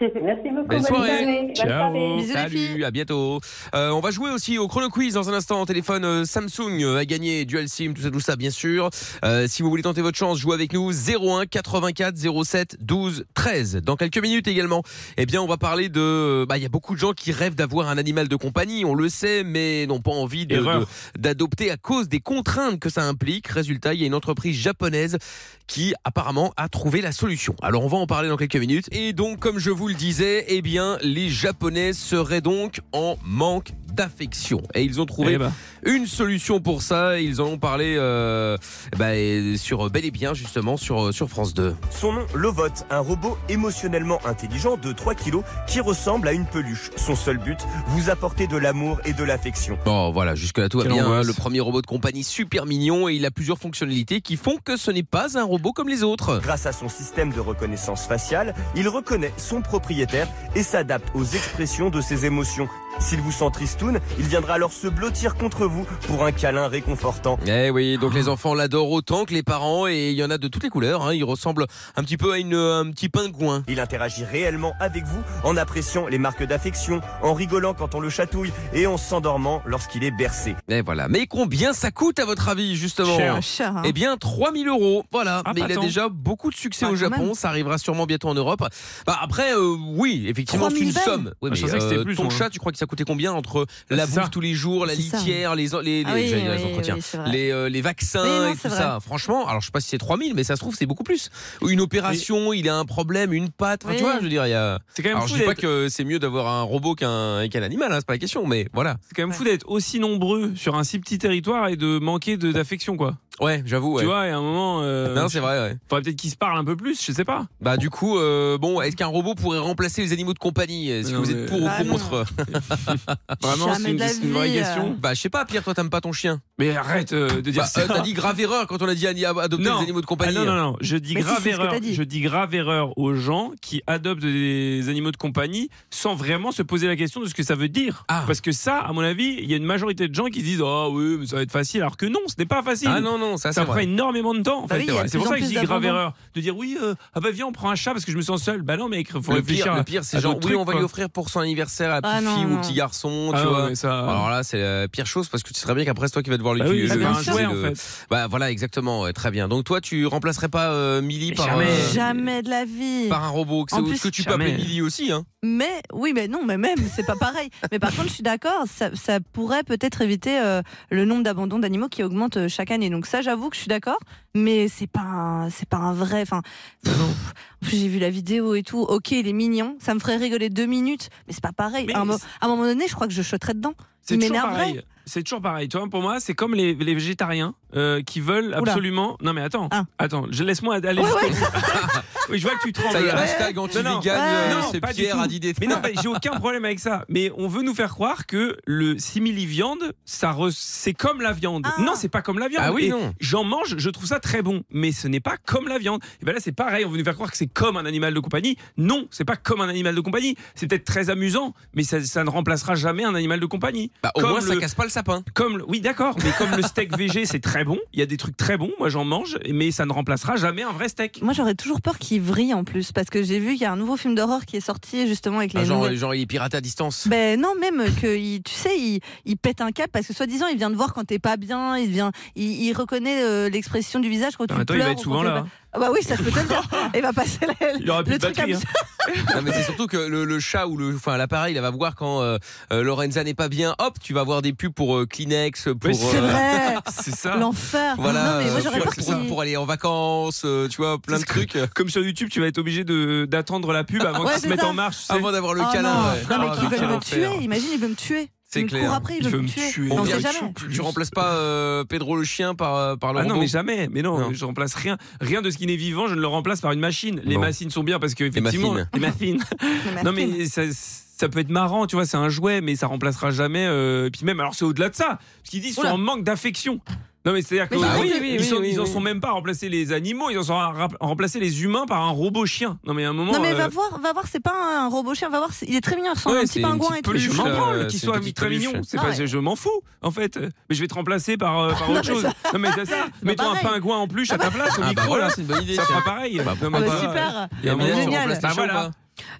Merci beaucoup.
Belle soirée.
journée. Bonne soirée.
Salut, à bientôt. Euh, on va jouer aussi au chrono quiz dans un instant. Téléphone euh, Samsung euh, à gagner, dual SIM, tout ça, tout ça, bien sûr. Euh, si vous voulez tenter votre chance, jouez avec nous 01 84 07 12 13. Dans quelques minutes également, eh bien, on va parler de. Bah, il y a beaucoup de gens qui rêvent d'avoir un animal de compagnie, on le sait, mais n'ont pas envie de-
Erreur.
de, d'adopter à cause des contraintes que ça implique. Résultat, il y a une entreprise japonaise qui apparemment a trouvé la solution. Alors on va en parler dans quelques minutes. Et donc, comme je vous le disais, eh bien, les Japonais seraient donc en manque d'affection. Et ils ont trouvé
Eh ben.
une solution pour ça. Ils en ont parlé euh, bah, et sur Bel et Bien, justement, sur, sur France 2.
Son nom, Lovot, un robot émotionnellement intelligent de 3 kilos qui ressemble à une peluche. Son seul but, vous apporter de l'amour et de l'affection.
Bon, voilà, jusque-là tout va
Quelle
bien. hein,
angoisse.
Le premier robot de compagnie super mignon et il a plusieurs fonctionnalités qui font que ce n'est pas un robot comme les autres.
Grâce à son système de reconnaissance faciale, il reconnaît son propriétaire et s'adapte aux expressions de ses émotions. S'il vous sent tristoun, il viendra alors se blottir contre vous pour un câlin réconfortant.
Eh oui, donc les enfants l'adorent autant que les parents et il y en a de toutes les couleurs. hein. Il ressemble un petit peu à une, un petit pingouin.
Il interagit réellement avec vous en appréciant les marques d'affection, en rigolant quand on le chatouille et en s'endormant lorsqu'il est bercé.
Et Eh, voilà. Mais combien ça coûte à votre avis justement
Cher. Cher, hein.
Eh bien 3000 euros. Voilà.
Ah,
Mais
pas
il a
tant.
déjà beaucoup de succès
Ah,
au
quand
Japon.
même.
Ça arrivera sûrement bientôt en Europe. Bah après, euh, oui, effectivement, c'est
3000
une
balles.
somme. Oui,
Ah, je
mais, euh,
pensais que c'était plus,
ton
moi.
chat, tu crois que ça coûtait combien entre
Ah,
la
c'est ça.
bouffe tous les jours, la
C'est ça.
litière, les les, les,
Ah oui,
j'allais dire les
oui,
entretiens,
oui, c'est vrai.
les, euh, les vaccins
Oui, non,
et
c'est
tout
vrai.
ça. Franchement, alors je sais pas si c'est 3000 mais ça se trouve c'est beaucoup plus. Une opération, il a un problème, une patte, enfin, tu
Oui.
vois, je veux dire, il y a
C'est quand même
Alors
fou
je dis pas
d'être-
que c'est mieux d'avoir un robot qu'un qu'un animal, hein, c'est pas la question, mais voilà.
C'est quand même fou d'être aussi nombreux sur un si petit territoire et de manquer de- d'affection, quoi.
Ouais, j'avoue.
Tu vois, et à un moment. euh,
Non, c'est vrai, ouais.
Faudrait peut-être qu'ils se parlent un peu plus, je sais pas.
Bah du coup, euh, bon, est-ce qu'un robot pourrait remplacer les animaux de compagnie Est-ce que
Non,
vous êtes
mais-
pour ou
Bah, non.
contre
[LAUGHS] Vraiment, c'est une- Jamais de la c'est une vraie vie, question. euh.
Bah je sais pas, Pierre, toi t'aimes pas ton chien.
Mais arrête euh, de dire
Bah,
ça.
euh, t'as dit grave erreur quand on a dit ani- adopter
Non.
les animaux de compagnie.
Ah non, non, non. Je dis, grave erreur. je dis grave erreur aux gens qui adoptent des animaux de compagnie sans vraiment se poser la question de ce que ça veut dire.
Ah.
Parce que ça, à mon avis, il y a une majorité de gens qui disent Ah oui, mais ça va être facile. Alors que non, ce n'est pas facile.
Ah non, non, ça,
ça
c'est
prend
vrai.
énormément de temps. en
Bah
fait.
oui, il y a de
c'est pour
plus en
ça que je
plus
dis grave
d'abandon.
erreur. De dire Oui, euh, ah bah viens, on prend un chat parce que je me sens seul. Bah non, mec, faut
le
réfléchir.
pire,
à-
le pire, c'est
à
genre,
d'autres
oui, on
trucs,
va lui
quoi.
offrir pour son anniversaire à la
Ah
petite
non,
fille ou
non.
au petit garçon,
Ah
tu
ouais,
vois.
mais ça-
Alors là, c'est la pire chose parce que tu sais très bien qu'après, c'est toi qui vas devoir
Bah oui,
l'utiliser.
ça
le-
fait un
c'est
jouet,
le-
en fait.
Bah voilà, exactement, ouais, très bien. Donc toi, tu remplacerais pas euh, Millie par,
Jamais.
euh,
Jamais de la vie.
par un robot, que,
En
c'est-
plus,
que tu peux
jamais.
appeler Millie aussi, hein.
Mais oui, mais non, mais même, c'est pas [LAUGHS] pareil. Mais par contre, je suis d'accord, ça, ça pourrait peut-être éviter euh, le nombre d'abandons d'animaux qui augmente euh, chaque année. Donc ça, j'avoue que je suis d'accord, mais c'est pas, un- c'est pas un vrai. Enfin, pff, en plus, j'ai vu la vidéo et tout. Ok, il est mignon, ça me ferait rigoler deux minutes, mais c'est pas pareil.
Mais
à, un mo-
c'est-
à un moment donné, je crois que je chauterais dedans.
C'est
Il
toujours
m'énerverait.
pareil. C'est toujours pareil. Toi, pour moi, c'est comme les, les végétariens euh, qui veulent absolument. Non, mais attends,
Ah.
attends, je laisse-moi aller. jusqu'au bout. [LAUGHS] oui, je vois que tu trembles.
Ça y est,
là.
hashtag anti-vegan, euh, c'est
pas du
Pierre
tout.
a dit des-
Mais non, mais j'ai aucun problème avec ça. Mais on veut nous faire croire que le simili viande, ça re- c'est comme la viande. Non, c'est pas comme la viande.
Ah oui,
Et
non.
J'en mange, je trouve ça très bon, mais ce n'est pas comme la viande. Et ben là, c'est pareil. On veut nous faire croire que c'est comme un animal de compagnie. Non, c'est pas comme un animal de compagnie. C'est peut-être très amusant, mais ça, ça ne remplacera jamais un animal de compagnie.
Bah, au moins, ça casse pas le sapin.
Comme le- oui, d'accord, mais comme
[LAUGHS]
le steak végé, c'est très bon. Il y a des trucs très bons. Moi, j'en mange, mais ça ne remplacera jamais un vrai steak.
Moi, j'aurais toujours peur qu'il vrille en plus, parce que j'ai vu qu'il y a un nouveau film d'horreur qui est sorti justement avec les.
Ah, genre,
nouvelles-
genre, il est piraté à distance.
Ben non, même que il- tu sais, il, il pète un câble parce que soi-disant, il vient de voir quand t'es pas bien, il vient, il, il reconnaît euh, l'expression du visage quand tu
Ah,
Bah,
attends, il
pleures.
va être
ou quand
souvent
t'es
là,
pas-
hein.
Ah bah oui, ça je peux te le dire. Il va passer la, le truc comme ça.
hein.
[LAUGHS]
Non, mais c'est surtout que le, le chat ou le, enfin l'appareil, il va voir quand euh, euh, Lorenza n'est pas bien. Hop, tu vas voir des pubs pour euh, Kleenex, pour.
Mais c'est
euh, [LAUGHS]
vrai. C'est ça.
L'enfer.
Voilà. euh,
Non, mais moi, j'aurais
pour,
pas
pour-
compris.
pour aller en vacances, euh, tu vois, plein de trucs.
Comme sur YouTube, tu vas être obligé de- d'attendre la
[LAUGHS]
pub avant
Ouais,
qu'il se
c'est
mette
ça.
en marche. tu sais.
Avant d'avoir le
Oh
câlin.
non.
ouais.
Non, mais
Ah,
qu'ils
quel
veulent me
enfer.
tuer, imagine, ils veulent me tuer.
C'est
Ils me
clair.
courent après, ils veulent me tuer.
On
On sait
dirait que
jamais.
tu, tu remplaces pas euh, Pedro le chien par, euh, par le
Ah
robot.
non, mais jamais. Mais non, je remplace rien. Rien de ce qui n'est vivant, je ne le remplace par une machine. Les
Bon.
machines sont bien parce que effectivement,
machines.
les
[LAUGHS]
machines. [LAUGHS] non mais ça, ça peut être marrant, tu vois, c'est un jouet, mais ça remplacera jamais. euh, et puis même, alors c'est au-delà de ça, parce qu'ils disent sont
Oula.
en manque d'affection. Non, mais c'est-à-dire
Mais c'est vrai
qu'ils
que-
ils sont-
oui, oui,
ils en
oui.
sont même pas remplacés les animaux, ils en sont ra- remplacés les humains par un robot chien. Non, mais à un moment.
Non mais
euh,
va voir, va voir, c'est pas un robot chien, va voir, c'est- il est très mignon, il ressemble à
Ouais,
un petit
c'est une
pingouin
petite
et tout.
peluche,
Je m'en
euh,
branle.
qu'il
c'est
soit
une petite
très mignon.
peluche.
C'est
Ah
pas,
ouais.
c'est- je m'en fous en fait. Mais je vais te remplacer par, euh, par
[LAUGHS] Non,
autre
mais
chose.
ça- Bah
Non mais c'est
[LAUGHS]
ça. Mets-toi un
pareil.
pingouin en plus à ta place au
Ah bah
micro
voilà,
là.
c'est une bonne idée,
Ça
tiens.
fera pareil.
Ah bah,
Non,
bah,
mais euh,
super.
voilà.
Il y a un moment, on
Génial.
remplace les
Ah,
chiens ou
voilà.
pas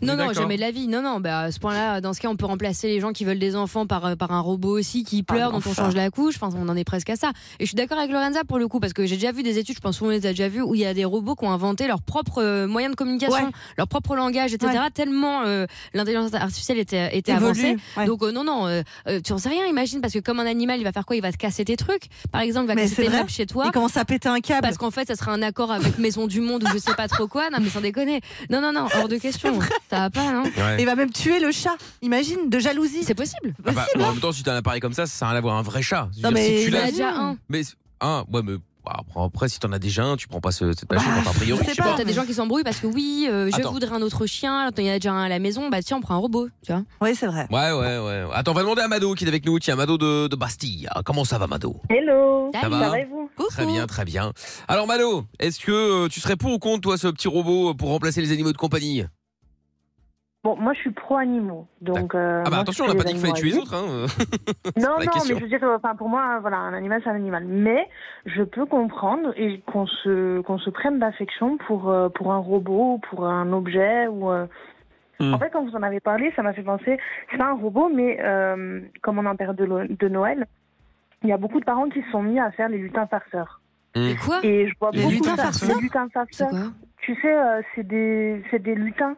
Non, non,
D'accord.
jamais de la vie. Non, non, bah, à ce point-là, dans ce cas, on peut remplacer les gens qui veulent des enfants par, euh, par un robot aussi qui pleure, dont on change la couche. Enfin, on en est presque à ça. Et je suis d'accord avec Lorenza pour le coup, parce que j'ai déjà vu des études, je pense qu'on les a déjà vues, où il y a des robots qui ont inventé leur propre euh, moyen de communication, leur propre langage, etc. Tellement euh, l'intelligence artificielle était, était
Évolue,
avancée.
ouais.
Donc, euh, non, non, euh, euh, tu en sais rien, imagine, parce que comme un animal, il va faire quoi Il va te casser tes trucs. Par exemple, il va
Mais
casser
c'est
tes
vrai.
meubles chez toi.
Il commence à péter un câble.
Parce qu'en fait, ça sera un accord
[LAUGHS]
avec Maison du Monde ou je sais pas trop quoi. Non, mais sans déconner. Non, non, non, hors de question. Ça va pas, non
Ouais.
Et il va même tuer le chat, imagine, de jalousie. hein.
C'est possible.
Ah bah, bon, en même temps, si t'as un appareil comme ça, ça sert à rien d'avoir un vrai chat. Je veux
Non,
dire,
mais
si tu
il y en a
l'as
déjà un.
Mais un, ouais, mais bah, après, après, si t'en as déjà un, tu prends pas ce, cette machine.
Bah,
enfin, a priori, je sais pas.
T'as des gens qui s'embrouillent parce que oui, euh, je
Attends.
voudrais un autre chien. Attends, Il y en a déjà un à la maison. Bah tiens, on prend un robot. Tu vois
Oui, c'est vrai.
Ouais, ouais, ouais. Attends, on va demander à Mado qui est avec nous. Tiens, Mado de, de Bastille. Ah, Comment ça va, Mado
Hello.
Ça va
et vous
Très bien, très bien. Alors, Mado, est-ce que euh, tu serais pour ou contre, toi, ce petit robot euh, pour remplacer les animaux de compagnie
Bon, moi je suis pro animaux, donc. euh,
Ah, bah
moi,
attention,
je
on n'a
suis
pas dit qu'il fallait tuer les
animaux
autres. [LAUGHS] Hein.
Non,
la
non,
question.
mais je veux dire, euh, enfin, pour moi, euh, voilà, un animal, c'est un animal. Mais je peux comprendre et qu'on se, qu'on se prenne d'affection pour, euh, pour un robot, pour un objet. ou. euh, En fait, quand vous en avez parlé, ça m'a fait penser, c'est pas un robot, mais euh, comme on est en période de, lo- de Noël, il y a beaucoup de parents qui se sont mis à faire les lutins farceurs.
Mmh.
Les
quoi
Et je vois
Les
beaucoup
lutins
ça.
farceurs
Les lutins farceurs. Tu sais, euh, c'est des, c'est des lutins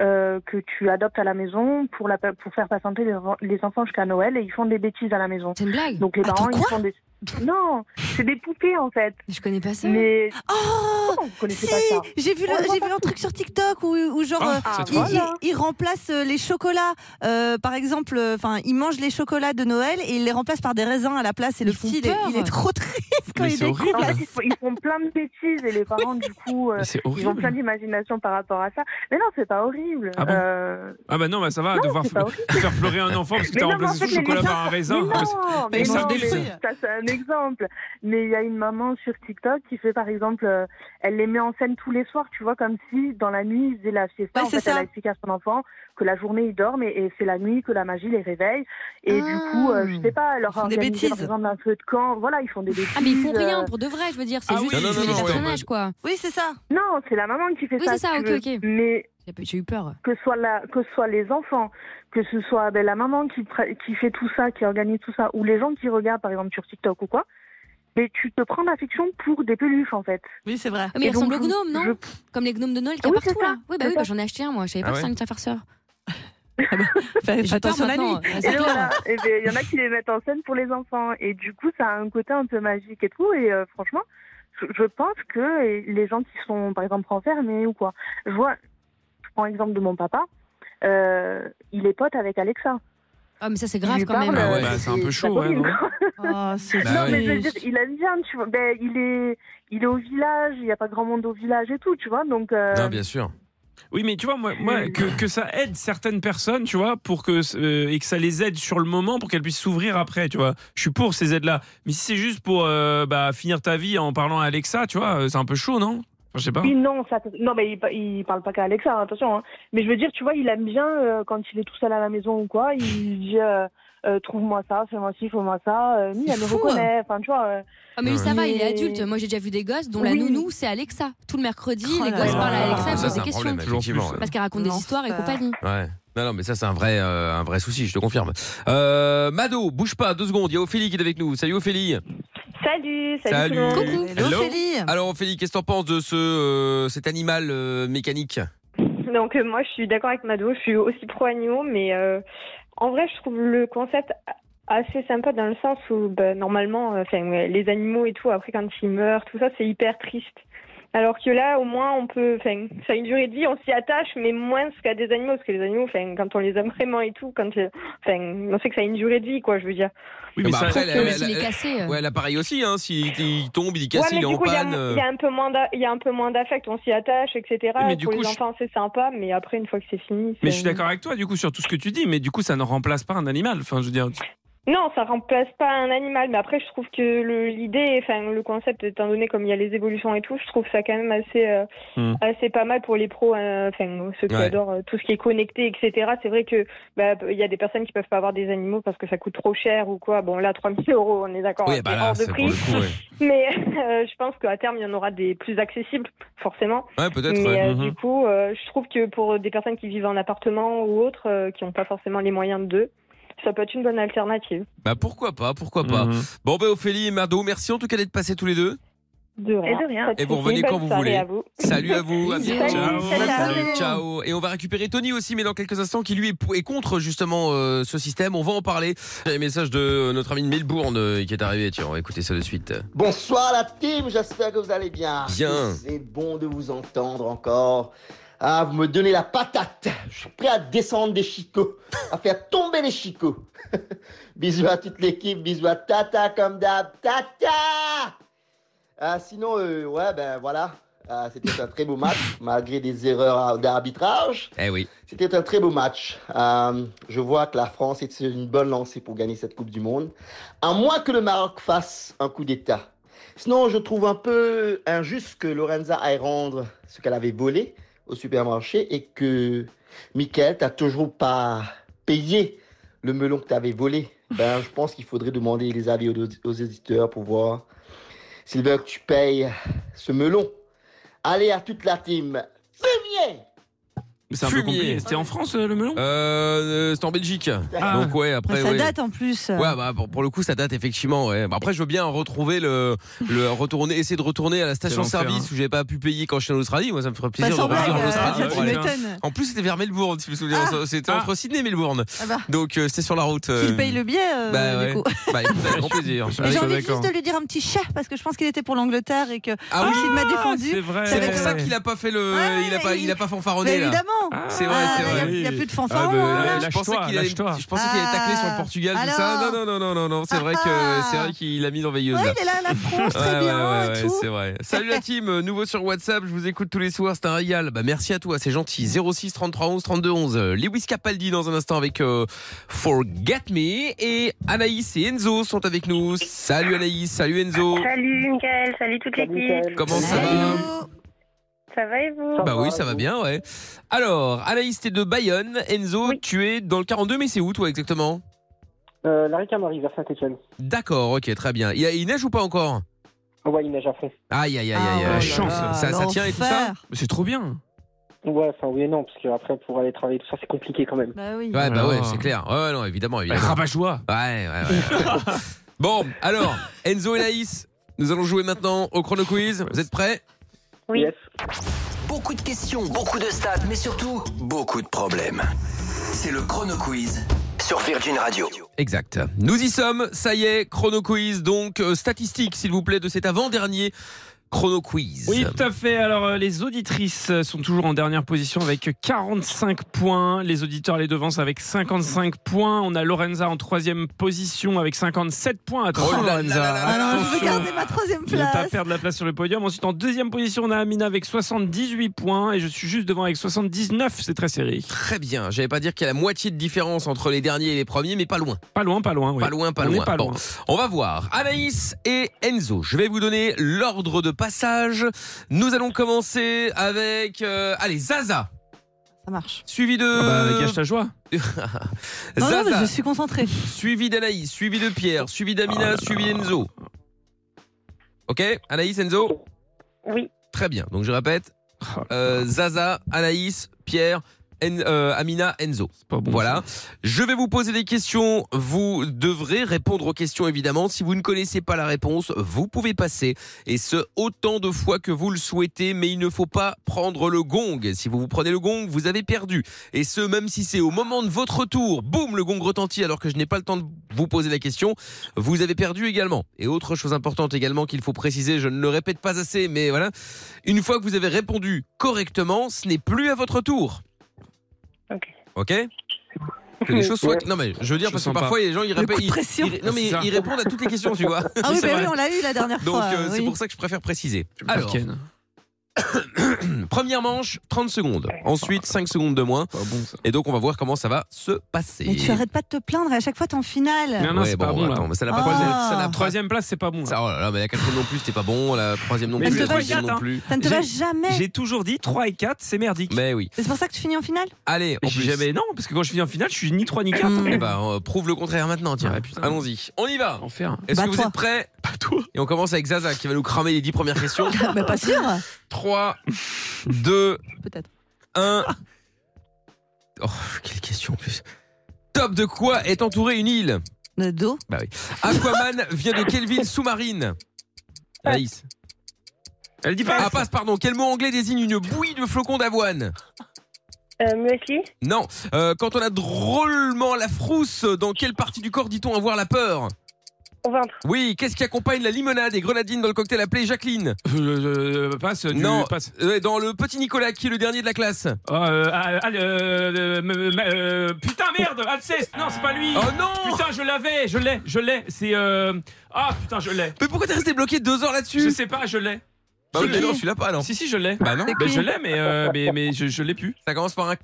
euh, que tu adoptes à la maison pour, la, pour faire patienter les, les enfants jusqu'à Noël et ils font des bêtises à la maison.
C'est une blague
Donc les
Attends,
parents, ils
quoi
font des... Non, c'est des poupées en fait.
Je connais pas ça.
Mais...
Oh,
vous connaissez
Si,
pas ça
j'ai vu, le-
On le voit
j'ai vu un truc sur TikTok où, où genre
Ah,
euh,
cette
il,
fois.
il- il remplace euh, les chocolats, euh, par exemple, enfin il mange les chocolats de Noël et il les remplace par des raisins à la place et le petit il est, il est trop triste quand il découvre.
En
la-
fait, ils, font, ils font plein de bêtises et les parents, du coup, euh,
Mais c'est
ils ont
horrible.
plein d'imagination par rapport à ça. Mais non, c'est pas horrible.
Ah bon
Euh,
Ah bah non, bah ça va,
Non,
devoir
c'est pas
f- faire pleurer un enfant parce que
Mais
t'as
non, mais
remplacé
en fait,
son chocolat
les-
par un raisin.
Mais
Ah bah,
non,
c'est-
mais
ça
non,
délire.
mais ça c'est un exemple. Mais il y a une maman sur TikTok qui fait par exemple, euh, elle les met en scène tous les soirs, tu vois, comme si dans la nuit ils faisaient la fiesta.
Ouais,
en
c'est
fait,
ça.
elle a expliqué à son enfant que la journée ils dorment et, et c'est la nuit que la magie les réveille. Et du coup, euh, je sais pas, elle leur
Ah. font des
organiser par
bêtises.
exemple un feu de camp. Voilà, ils font des bêtises.
Ah, mais ils font
euh,
rien pour de vrai, je veux dire. C'est
Ah
juste
oui,
qu'ils
non,
jouent
non,
les
non, ouais,
personnages, quoi.
Oui, c'est ça.
Non, c'est la maman qui fait
Oui,
ça.
c'est ça,
si tu
ok,
veux.
ok.
Mais
J'ai eu peur.
que ce soit la, que ce soit les enfants, que ce soit ben, la maman qui, pre- qui fait tout ça, qui organise tout ça, ou les gens qui regardent par exemple sur TikTok ou quoi, mais tu te prends l'affection pour des peluches en fait.
Oui, c'est vrai.
Ah, mais il ressemble aux gnomes, non Comme les gnomes de Noël qu'il y a
Ah Oui, c'est
partout,
ça,
là. Oui, bah
c'est
oui, bah,
ça.
j'en ai acheté un, moi. Je savais pas
Ah
que c'était
ouais
un lutins farceur.
Fais attention hein, la nuit.
Et donc, voilà. Et ben, il y en a qui les mettent en scène pour les enfants. Et du coup, ça a un côté un peu magique et tout. Et euh, franchement, je, je pense que et les gens qui sont, par exemple, enfermés ou quoi. Je vois, je prends l'exemple de mon papa. euh, il est pote avec Alexa.
Ah, mais ça, c'est
Il
grave
lui
quand même. Ah,
parle,
Ah ouais,
euh,
bah, c'est un
sa
peu chaud, ouais,
copine,
non
[LAUGHS]
quoi.
Bah
non,
ouais.
mais je veux dire, il aime bien, tu vois. Ben, il, est, il est au village, il n'y a pas grand monde au village et tout, tu vois. Donc, euh,
sûr.
Oui, mais tu vois, moi, moi, que, que ça aide certaines personnes, tu vois, pour que, euh, et que ça les aide sur le moment pour qu'elles puissent s'ouvrir après, tu vois. Je suis pour ces aides-là. Mais si c'est juste pour euh, bah, finir ta vie en parlant à Alexa, tu vois, euh, c'est un peu chaud, non Enfin, Je sais pas.
Oui, non, ça, non, mais il, pa- il parle pas qu'à Alexa, hein, attention. hein. Mais je veux dire, tu vois, il aime bien euh, quand il est tout seul à la maison ou quoi,
[LAUGHS]
il dit euh, euh, trouve-moi ça, fais-moi ci, fais-moi ça. Euh, lui, elle me
fou,
hein.
reconnaît, enfin, tu vois. euh.
Ah, mais lui, ça va, il est
Mais-
adulte. Moi, j'ai déjà vu des gosses dont la
Oui.
nounou, c'est Alexa. Tout le mercredi,
Oh
les
là
gosses
là.
parlent à Alexa,
Ah,
ils
ça,
posent
c'est
des
un
questions.
problème, effectivement.
Parce qu'elle raconte des histoires et compagnie.
Ouais. Non, non, mais ça, c'est un vrai, euh, un vrai souci, je te confirme. Euh, Mado, bouge pas, deux secondes. Il y a Ophélie qui est avec nous. Salut Ophélie.
Salut, salut, tout le monde.
Hello. Alors Ophélie, qu'est-ce que t'en penses de ce, euh, cet animal euh, mécanique
[LAUGHS] Donc euh, moi je suis d'accord avec Mado, je suis aussi pro animaux, mais euh, en vrai je trouve le concept a- assez sympa dans le sens où bah, normalement euh, 'fin, ouais, les animaux et tout après quand ils meurent tout ça c'est hyper triste. Alors que là au moins on peut, 'fin, ça a une durée de vie, on s'y attache mais moins qu'à des animaux parce que les animaux 'fin, quand on les aime vraiment et tout, quand euh, 'fin, on sait que ça a une durée de vie quoi je veux dire.
Oui,
mais ça-
Bah, après,
Sauf que s'il est cassé, euh.
ouais, l'appareil aussi. Hein, s'il il tombe, il est
Ouais, mais
cassé, il est
du
en
coup, il y a
panne.
mo-
euh.
il y, a un peu moins d'a- il y a un peu moins d'affect, on s'y attache, etc.
Oui, mais du
Pour
coup,
les
je-
enfants, c'est sympa, mais après, une fois que c'est fini.
Mais je
c'est-
suis d'accord avec toi, du coup, sur tout ce que tu dis, mais du coup, ça ne remplace pas un animal. Enfin, je veux dire.
Non, ça remplace pas un animal, mais après je trouve que le- l'idée, enfin le concept, étant donné comme il y a les évolutions et tout, je trouve ça quand même assez, euh,
Hmm.
assez pas mal pour les pros, hein, enfin ceux qui
Ouais.
adorent euh, tout ce qui est connecté, etc. C'est vrai que bah, il y a des personnes qui peuvent pas avoir des animaux parce que ça coûte trop cher ou quoi. Bon là, 3000 euros, on est d'accord, hein,
Oui,
c'est
bah là,
hors de
c'est
prix.
pour le coup, ouais.
[LAUGHS] Mais euh, je pense qu'à terme, il y en aura des plus accessibles, forcément.
Ouais, peut-être,
Mais
ouais.
euh,
Mhm.
du coup, euh, je trouve que pour des personnes qui vivent en appartement ou autres, euh, qui n'ont pas forcément les moyens d'eux, ça peut être une bonne alternative.
Bah pourquoi pas, pourquoi pas.
Mhm.
Bon ben Ophélie et Mado, merci en tout cas d'être passés tous les deux.
De rien. Pas de
Et vous
soucis,
revenez quand
bonne
vous
soirée
voulez.
à vous.
Salut à vous, à
Bisous.
bientôt.
Salut, salut.
Salut, ciao. Et on va récupérer Tony aussi, mais dans quelques instants, qui lui est, pour- est contre justement euh, ce système. On va en parler. J'ai un message de euh, notre ami de Melbourne euh, qui est arrivé. Tiens, on va écouter ça de suite.
Bonsoir la team, j'espère que vous allez bien.
Bien.
C'est bon de vous entendre encore. Ah, vous me donnez la patate. Je suis prêt à descendre des chicots, à faire tomber les chicots. [LAUGHS] bisous à toute l'équipe, bisous à Tata comme d'hab. Tata Ah, Sinon, euh, ouais, ben voilà. Ah, C'était un très beau match, malgré des erreurs d'arbitrage.
Eh oui.
C'était un très beau match. Euh, je vois que la France est sur une bonne lancée pour gagner cette Coupe du Monde, à moins que le Maroc fasse un coup d'État. Sinon, je trouve un peu injuste que Lorenza aille rendre ce qu'elle avait volé au supermarché et que Mickaël, t'as toujours pas payé le melon que t'avais volé. Ben, je pense qu'il faudrait demander les avis aux, aux éditeurs pour voir s'ils veulent que tu payes ce melon. Allez à toute la team. Fumier
Mais c'est un peu
Fumier.
compliqué. C'était en France euh, le melon
Euh, c'est en Belgique.
Ah.
Donc ouais, après.
ça
ouais.
date en plus.
Ouais, bah, pour, pour le coup, ça date effectivement. ouais. Bah, Après, je veux bien retrouver le, le retourner, essayer de retourner à la station-service où j'ai pas pu payer quand j'étais en Australie. Moi, ça me ferait plaisir
Pas sans
de revenir en
blague, euh,
Australie.
tu
Ouais.
m'étonnes.
En plus, c'était vers Melbourne, si je me souviens. C'était entre Sydney et Melbourne.
Ah bah.
Donc, euh, c'était sur la route. euh.
Qu'il paye le billet, euh,
bah,
du
ouais.
coup.
Bah, écoute, avec grand
[LAUGHS]
plaisir. Ah,
Et j'ai envie juste de lui dire un petit chat parce que je pense qu'il était pour l'Angleterre et que
Ah
même
oui.
s'il m'a défendu,
C'est vrai. C'est pour ça qu'il a pas fait le. il a pas. Il a pas fanfaronné.
Mais
là.
évidemment.
C'est vrai.
Ah,
c'est
là,
vrai.
il y a- il y a plus de fanfaron,
bah,
hein,
Je
là.
pensais qu'il allait. Je pensais qu'il allait tacler sur le Portugal tout ça.
alors. Ah.
Non non non non non non. C'est vrai que c'est vrai qu'il a mis dans veilleuse.
Ouais, il est là à
[LAUGHS]
la France, très bien et tout.
C'est vrai. Salut la team. euh, Nouveau sur WhatsApp. Je vous écoute tous les soirs. C'est un régal. Bah merci à toi. C'est gentil. 06 33 11 32 11. Euh, Lewis Capaldi dans un instant avec euh, Forget Me et Anaïs et Enzo sont avec nous. Salut Anaïs. Salut Enzo.
Salut Mickaël, salut toute l'équipe.
Comment ça va
Ça va et vous
Bah oui, ça va bien, ouais. Alors, Anaïs, t'es de Bayonne. Enzo, tu es dans le 42, mais c'est où toi exactement
Euh, la Ricamarie, vers Saint-Etienne.
D'accord, ok, très bien. Il, y a- il neige ou pas encore
Ouais, il neige à fond.
Aïe, aïe, aïe, aïe. aïe.
Ah,
ça, ça tient et tout ça C'est trop bien.
Ouais, enfin oui et non, parce que après pour aller travailler tout ça, c'est compliqué quand même.
Bah oui.
Ouais, bah ouais, c'est clair. Ouais, ouais, non, évidemment, évidemment.
Rabat-joie.
Ouais, ouais, ouais. bon, alors, Enzo et Anaïs, nous allons jouer maintenant au Chrono Quiz. Vous êtes prêts
Oui. Beaucoup de questions, beaucoup de stats, mais surtout beaucoup de problèmes. C'est le Chrono Quiz sur Virgin Radio.
Exact. Nous y sommes, ça y est, Chrono Quiz. Donc, euh, statistiques, s'il vous plaît, de cet avant-dernier Chrono Quiz.
Oui, tout à fait. Alors, euh, les auditrices euh, sont toujours en dernière position avec 45 points. Les auditeurs les devancent avec 55 points. On a Lorenza en troisième position avec 57 points.
Ah,
Attention,
Oh là là
Lorenza.
là là là là, je veux
Attention.
garder ma troisième
Ne pas
place.
perdre la place sur le podium. Ensuite, en deuxième position, on a Amina avec 78 points et je suis juste devant avec 79. C'est très serré.
Très bien. J'allais pas dire qu'il y a la moitié de différence entre les derniers et les premiers, mais pas loin.
Pas loin, pas loin. oui.
Pas loin, pas
On est
loin.
pas
Bon,
loin.
on va voir. Anaïs et Enzo, je vais vous donner l'ordre de passage. Nous allons commencer avec. euh, allez, Zaza.
Ça marche.
Suivi de.
Ah bah, gâche
[LAUGHS]
ta joie.
Non, non,
Zaza.
mais je
[LAUGHS]
suis concentré.
Suivi d'Anaïs, suivi de Pierre, suivi d'Amina, suivi d'Enzo. Ok Anaïs, Enzo
Oui.
Très bien. Donc je répète euh, Zaza, Anaïs, Pierre. En- euh, Amina, Enzo. voilà. Je vais vous poser des questions. Vous devrez répondre aux questions, évidemment. Si vous ne connaissez pas la réponse, vous pouvez passer. Et ce, autant de fois que vous le souhaitez, mais il ne faut pas prendre le gong. Si vous vous prenez le gong, vous avez perdu. Et ce, même si c'est au moment de votre tour, boum, le gong retentit alors que je n'ai pas le temps de vous poser la question, vous avez perdu également. Et autre chose importante également qu'il faut préciser, je ne le répète pas assez, mais voilà, une fois que vous avez répondu correctement, ce n'est plus à votre tour. Ok que les choses soient.
Ouais.
Non mais je veux dire
Je
parce que
sens pas.
parfois les gens ils
Le
répètent.
coup de
ils-
pression.
ils- non mais
C'est ça.
ils répondent à toutes les questions, tu vois.
Ah oui,
C'est
bah
vrai.
oui, on l'a eu la dernière
Donc
fois.
euh, c'est
oui.
pour ça que je préfère préciser.
me
Alors,
marquais, non
Mickaël. [COUGHS] Première manche, 30 secondes. Ensuite, 5 secondes de moins. Et donc, on va voir comment ça va se passer.
Mais tu arrêtes pas de te plaindre et à chaque fois t'es en finale.
Non, non,
Ouais,
c'est
bon,
pas bon. là.
attends, mais ça n'a pas-
Troisième-
Ah.
ça n'a- Troisième place, c'est pas bon.
Ça, oh là là, mais la quatrième non plus, c'était pas bon. La troisième non
Mais
plus.
ça
la
te va
troisième
quatre,
non
hein.
plus.
Ça ne te va jamais.
J'ai toujours dit 3 et 4, c'est merdique.
Mais oui.
C'est pour ça que tu finis en finale
Allez,
on jamais non, parce que quand je finis en finale, je suis ni 3 ni 4.
Mm.
Eh ben, euh, prouve le contraire maintenant, tiens. Allons-y. On y va.
[LAUGHS] Bah,
Est-ce que vous êtes prêts Et on commence avec Zaza qui va nous cramer les 10 premières
[LAUGHS]
questions.
Mais Bah, pas sûr
3, 2,
Peut-être. Ah.
1. Oh, quelle question en plus. Top de quoi est entourée une île
D'eau
Bah oui.
[LAUGHS]
Aquaman vient de quelle ville sous-marine Anaïs. Elle dit pas. Ah, passe, pardon. Quel mot anglais désigne une bouillie de flocons d'avoine
Euh, muesli
Non. Euh, quand on a drôlement la frousse, dans quelle partie du corps dit-on avoir la peur
Au ventre.
Oui, qu'est-ce qui accompagne la limonade et grenadine dans le cocktail appelé Jacqueline Passe. non.
Euh, passe.
euh, dans le petit Nicolas qui est le dernier de la classe.
Oh, euh, ah, putain, merde, Alceste, non, c'est pas lui. Oh non Putain, je l'avais, je l'ai, je l'ai. C'est. euh, Ah putain, je l'ai.
Mais pourquoi t'es resté bloqué deux heures là-dessus
Je sais pas, je l'ai.
Bah
Je
oui,
l'ai.
non, tu l'as pas, non.
Si, si, je l'ai.
Bah non. C'est
Bah,
qui
je l'ai, mais, euh, mais, mais je, je l'ai plus.
Ça commence par un.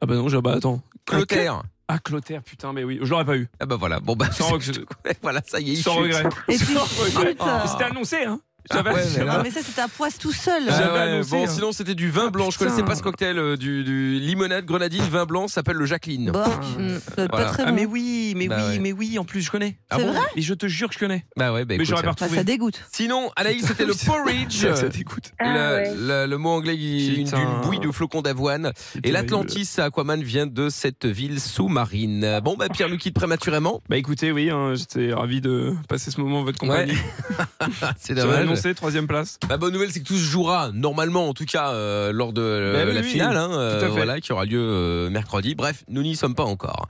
Ah bah non, je... bah attends.
Clotaire.
Ah, Clotaire, putain, mais oui, je l'aurais pas eu.
Ah bah voilà, bon bah.
Sans regret.
[LAUGHS] voilà, ça y est, il
Sans
chute.
regret.
Et tu
Sans regret.
chutes.
Ah, C'était annoncé, hein. hein. J'avais-
Ah ouais, mais
j'avais-
là-
Non, mais ça, c'est ta poisse tout seul.
Ah ouais, bon, sinon c'était du
Ah,
vin blanc. Je connaissais pas ce cocktail euh, du, du limonade, grenadine, vin blanc. Ça s'appelle le Jacqueline.
Bah, mm, pas très
Ah,
bon.
mais oui, mais
euh, Bah
oui,
ouais.
mais oui, en plus, je connais. Eh
Ah C'est bon vrai
Et je te jure que je connais.
Bah ouais, bah
Mais
écoute,
j'aurais pas
Bah,
retrouvé.
ça dégoûte.
Sinon,
[LAUGHS]
Anaïs, c'était le porridge.
Ça, ça dégoûte.
Le,
Ah ouais.
le- le mot anglais qui- une,
Putain.
d'une bouille de flocons d'avoine. Et l'Atlantis à Aquaman vient de cette ville sous-marine. Bon, bah Pierre nous quitte prématurément.
Bah écoutez, oui,
euh,
hein, j'étais ravi de passer ce moment en votre compagnie.
[LAUGHS] Ah, C'est
J'avais
dommage.
annoncé troisième place.
La bonne nouvelle, c'est que tout se jouera normalement, en tout cas, euh, lors de euh,
Bah oui,
la
oui,
finale,
oui.
hein,
Tout à
euh,
fait.
voilà, qui aura lieu euh, mercredi. Bref, nous n'y sommes pas encore.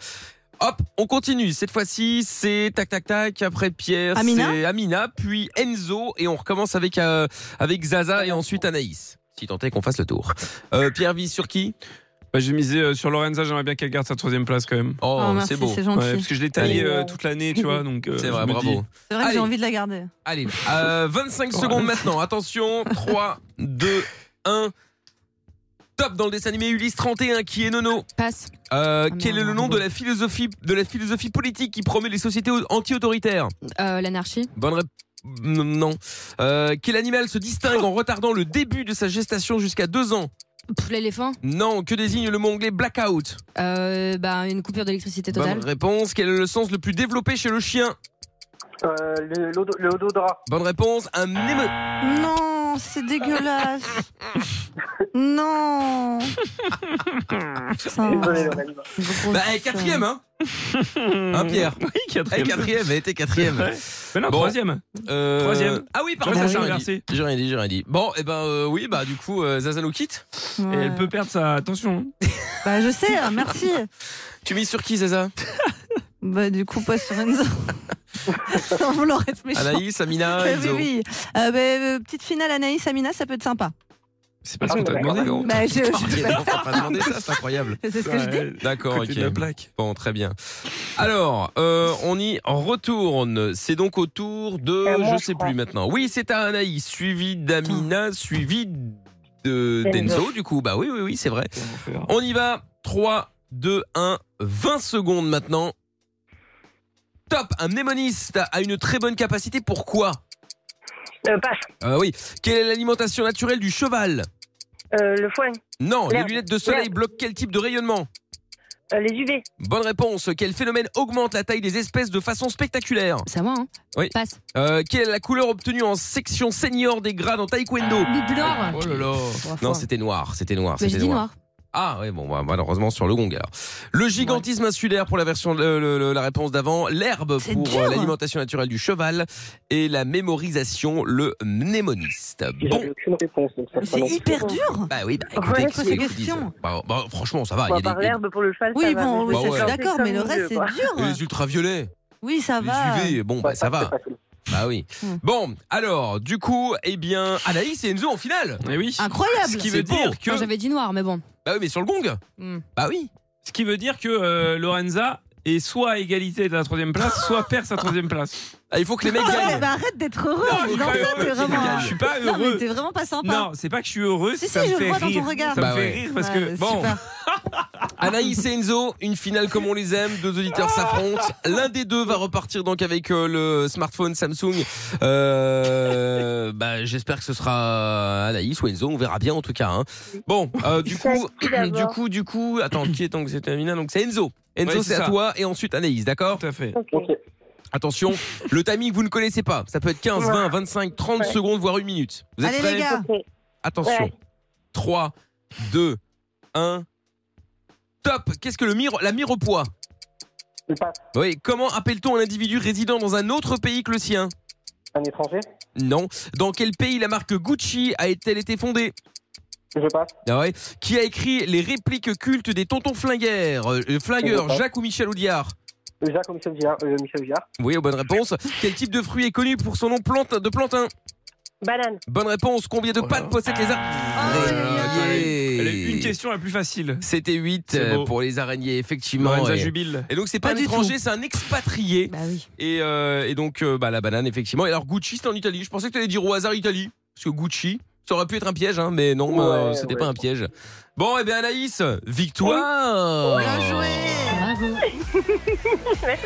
Hop, on continue. Cette fois-ci, c'est tac tac tac. Après Pierre,
Amina
c'est Amina, puis Enzo, et on recommence avec euh, avec Zaza et ensuite Anaïs. Si tant est qu'on fasse le tour. Euh, Pierre vise sur qui
Bah, j'ai misé euh, sur Lorenza, j'aimerais bien qu'elle garde sa troisième place quand même.
Oh,
Oh, merci,
c'est beau.
c'est gentil.
parce que je l'ai taillée
Allez.
euh, toute l'année, tu vois. Donc, euh,
C'est
je
vrai,
me
bravo.
dis-
C'est vrai que j'ai envie de la garder.
Allez, euh, 25 secondes maintenant. Attention, 3, 2, 1. Top dans le dessin animé Ulysse 31 qui est Nono.
Passe.
Euh, quel est le nom de la philosophie de la philosophie politique qui promet les sociétés au- anti-autoritaires
Euh, L'anarchie.
Bonne réponse. Non. Euh, quel animal se distingue en retardant le début de sa gestation jusqu'à 2 ans
Pff, L'éléphant.
Non. Que désigne le mot anglais blackout
Euh, bah, une coupure d'électricité totale.
Bonne réponse. Quel est le sens le plus développé chez le chien
Euh, le, l'odorat.
Bonne réponse. Un
Ah.
émo-
Non, c'est dégueulasse. non.
Désolé,
Bah, elle est quatrième, hein Hein, Pierre
[LAUGHS] Oui, quatrième.
Elle est quatrième, elle était quatrième.
Ouais. Mais non,
Bon.
troisième.
Euh,
Troisième.
Ah oui, pardon,
Bah
j'ai
oui.
rien dit. J'ai rien dit, j'ai rien dit. Bon, et ben euh, oui, bah du coup, euh, Zaza nous quitte.
Et elle peut perdre sa attention.
Bah, je sais, hein, merci.
Tu mises sur qui, Zaza
Bah, du coup, pas sur Enzo. Sans vouloir être méchant.
Anaïs, Amina,
Eh
Enzo.
[LAUGHS] Oui, oui. Euh, bah, euh, petite finale, Anaïs, Amina, ça peut être sympa.
C'est pas ce qu'on t'a demandé. gros.
Bah,
[LAUGHS]
je-
Putain, il y a des gens qui sont en train de demander ça, c'est incroyable.
[LAUGHS] C'est ce que je dis.
Ouais,
D'accord,
côté
ok.
de la
Bon, très bien. Alors, euh, on y retourne. C'est donc au tour de,
À
je
moi,
sais
je crois.
plus maintenant. Oui, c'est à Anaïs, suivi d'Amina, suivi de
D'Enzo.
d'Enzo. Du coup, bah oui, oui, [LAUGHS] oui, c'est vrai. On y va. 3, 2, 1, 20 secondes maintenant. Top, un mnémoniste a une très bonne capacité. Pourquoi
Euh, passe.
Ah oui. Quelle est l'alimentation naturelle du cheval
Euh, le foin.
Non,
L'herbe.
les lunettes de soleil
L'herbe.
bloquent quel type de rayonnement
Euh, les UV.
Bonne réponse. Quel phénomène augmente la taille des espèces de façon spectaculaire
C'est à moi, hein
Oui.
Passe.
Euh, quelle est la couleur obtenue en section senior des grades en taekwondo
Ah,
Bleu
Ah,
noir.
Oh là là. Non, c'était noir, c'était
Bah,
noir,
Mais j'ai
c'était
dit
noir.
noir.
Ah oui, bon, bah, malheureusement sur le gong alors. Le gigantisme insulaire pour la version, le- le- le- la réponse d'avant, l'herbe
C'est
pour
dur.
euh, l'alimentation naturelle du cheval et la mémorisation, le mnémoniste. Bon,
aucune réponse, donc ça
C'est hyper dur.
bah oui, bah, écoutez,
Ouais,
qu'est-ce
c'est des
que vous dites
questions.
Bah, bah, franchement, ça va.
Bon,
il y a
à part
des-
l'herbe
pour le cheval,
Oui, bon, oui,
Bah
ça, je
ouais.
suis d'accord, mais le reste, c'est
Et
dur. hein.
Les ultraviolets,
Oui, ça va. Hmm.
les UV, bon, bah ça va. Bah oui. Bon, alors, du coup, eh bien, Anaïs et Enzo en finale.
Eh oui.
Incroyable.
Ce qui veut dire que.
Ah, Enfin, J'avais dit noir, mais bon.
Bah oui, mais sur le gong.
Hmm.
Bah oui.
Ce qui veut dire que euh, Lorenza et soit à égalité de la troisième place, soit perd sa troisième place.
Ah, il faut que les
Non, mais bah, arrête d'être heureux.
Non, je suis
dis donc
pas
ça,
heureux,
t'es
je suis
vraiment- hein.
pas- je suis pas
Non,
heureux.
mais t'es vraiment pas sympa.
Non, c'est pas que je suis heureux,
Si,
ça me
si, je le
fait
vois dans ton
rire.
regard.
Ça
Bah
me fait
ouais.
rire parce
Ouais,
que bon.
super.
[LAUGHS] Anaïs et Enzo, une finale comme on les aime, deux auditeurs s'affrontent. L'un des deux va repartir donc avec euh, le smartphone Samsung. Euh, bah, j'espère que ce sera euh, Anaïs ou Enzo, on verra bien en tout cas. hein. Bon, euh, du coup, du coup, du coup, attends, qui est donc c'est terminé Donc c'est Enzo. Enzo,
Ouais,
c'est
c'est
à
ça.
toi et ensuite Anaïs, d'accord Tout à fait. Attention, le timing vous ne connaissez pas. Ça peut être 15, 20, 25, 30
Ouais.
secondes, voire une minute. Vous êtes
Allez,
prêts
les gars.
Attention.
Ouais.
3, 2, 1. Top Qu'est-ce que le mire, la mire au poids Oui, comment appelle-t-on un individu résident dans un autre pays que le sien
Un étranger
Non. Dans quel pays la marque Gucci a-t-elle été fondée
Je passe.
ah ouais. Qui a écrit les répliques cultes des tontons flingueurs Euh, euh, Flingueurs,
Je sais pas.
Jacques ou Michel Audiard
Jacques ou Michel Villard, euh, Michel Villard.
Oui, bonne réponse. Quel type de fruit est connu pour son nom plante, de plantain
Banane.
Bonne réponse. Combien de pattes possèdent les Ah, araignées
Une question la plus facile.
C'était 8
C'est beau.
pour les araignées, effectivement.
Lorenza
Et-
Jubile.
Et donc, c'est pas,
Pas
un
du
étranger,
tout.
c'est un expatrié. et, euh, et donc, euh, bah, la banane, effectivement. Et alors, Gucci, c'était en Italie. Je pensais que tu allais dire au hasard Italie. Parce que Gucci, ça aurait pu être un piège, hein, mais non, euh, c'était pas un piège. Bon, et bien, Anaïs, victoire
Oh.
[LAUGHS]
Bravo. Merci.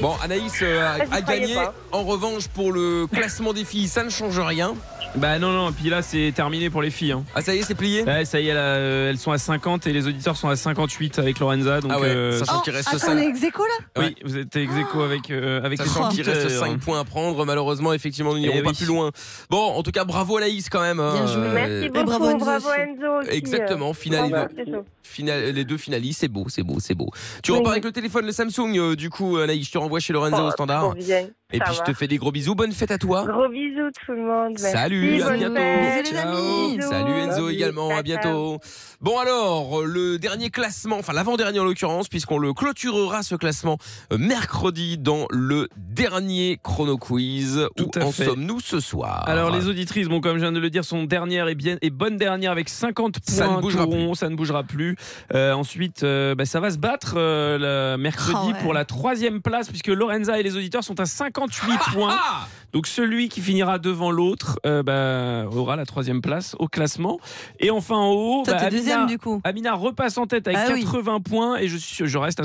Bon, Anaïs euh,
Ah, j'y
a, a
croyais
gagné.
pas.
En revanche, pour le classement des filles, ça ne change rien.
Bah non, non, puis là c'est terminé pour les filles. hein.
Ah, ça y est, c'est plié
Ouais, ça y est, là, euh, elles sont à 50 et les auditeurs sont à 58 avec Lorenza. Donc,
Ah ouais,
euh,
sachant qu'il reste
Attends,
cinq- Oh
les ex aequo, là
Oui, vous êtes ex aequo avec, euh, avec
Sachant
les
qu'il reste 5 points à prendre, malheureusement, effectivement, nous n'irons
euh, Eh
pas
oui.
plus loin. Bon, en tout cas, bravo Anaïs quand même. hein. Euh,
Merci beaucoup.
bravo
Bravo Enzo.
Enzo aussi.
aussi. euh.
Exactement, finale,
Bravo,
les,
c'est
deux,
tout.
finale- les deux finalistes, c'est beau, c'est beau, c'est beau. Tu
Oui.
repars avec le téléphone, le Samsung, euh, du coup, Anaïs, je te renvoie chez Lorenzo
Oh,
au standard.
trop bien.
Et
Ça
puis je te
va.
fais des gros bisous, bonne fête à toi.
Gros bisous tout le monde. Merci,
Salut, à
bonne
bientôt.
fête.
Ciao.
Bisous.
Salut Enzo également, à
Ciao,
bientôt. Bon alors, euh, le dernier classement, enfin l'avant-dernier en l'occurrence, puisqu'on le clôturera ce classement euh, mercredi dans le dernier chrono quiz.
Tout
où
à
en
fait.
sommes-nous ce soir
Alors les auditrices, bon comme je viens de le dire, sont dernières et bien et bonnes dernières avec 50 points.
Ça ne bougera
tout rond, ça ne bougera plus. Euh, ensuite, euh, bah, ça va se battre euh, le
Ah
mercredi
Oh, ouais.
pour la troisième place puisque Lorenza et les auditeurs sont à 58
Ah,
points. Donc celui qui finira devant l'autre euh, bah, aura la troisième place au classement. Et enfin en haut,
Toi,
bah,
t'es deuxième, du
coup. Amina repasse en tête avec
Ah oui.
80 points et je, suis- je reste à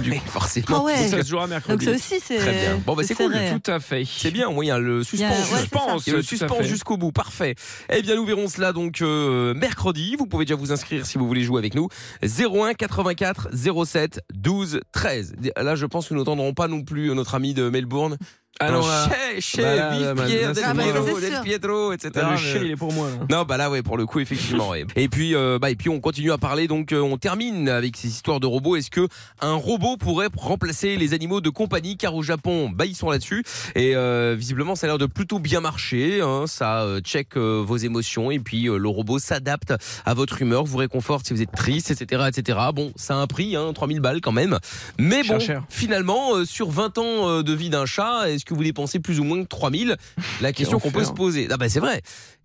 [LAUGHS]
Du coup.
forcément.
Ah ouais.
Donc, ça se jouera mercredi.
Donc, ça aussi, c'est-
Très bien. Bon, bah, c'est
c'est
cool.
serré.
Tout à fait. C'est bien, oui, il y a le
Il y
suspense.
a- ouais, c'est
suspense,
ça.
il y a le
Tout à
suspense
fait.
jusqu'au bout. Parfait. Eh bien, nous verrons cela donc euh, mercredi. Vous pouvez déjà vous inscrire si vous voulez jouer avec nous. 01 84 07 12 13. Là, je pense que nous n'entendrons pas non plus euh, notre ami de Melbourne.
Ah non, là.
Chez, chez,
Bah là,
vive
là, là,
Pierre,
là,
Del
c'est moi, là.
Piero,
Ah, bah,
Del
c'est
Piero, etc.
Là, le
Mais-
chien, il est pour moi. là.
non, bah là, ouais, pour le coup, effectivement. ouais. Et puis, euh, bah, et puis, on continue à parler. Donc, euh, on termine avec ces histoires de robots. Est-ce que un robot pourrait remplacer les animaux de compagnie Car au Japon, bah, ils sont là-dessus. Et euh, visiblement, ça a l'air de plutôt bien marcher. hein. Ça euh, check euh, vos émotions et puis euh, le robot s'adapte à votre humeur, vous réconforte si vous êtes triste, etc., etc. Bon, ça a un prix, hein, 3000 balles quand même. Mais bon,
Cher, cher.
finalement, euh, sur 20 ans euh, de vie d'un chat, est-ce que vous dépensez plus ou moins que 3000 La question qu'on peut
enfer.
se poser. Ah bah c'est vrai.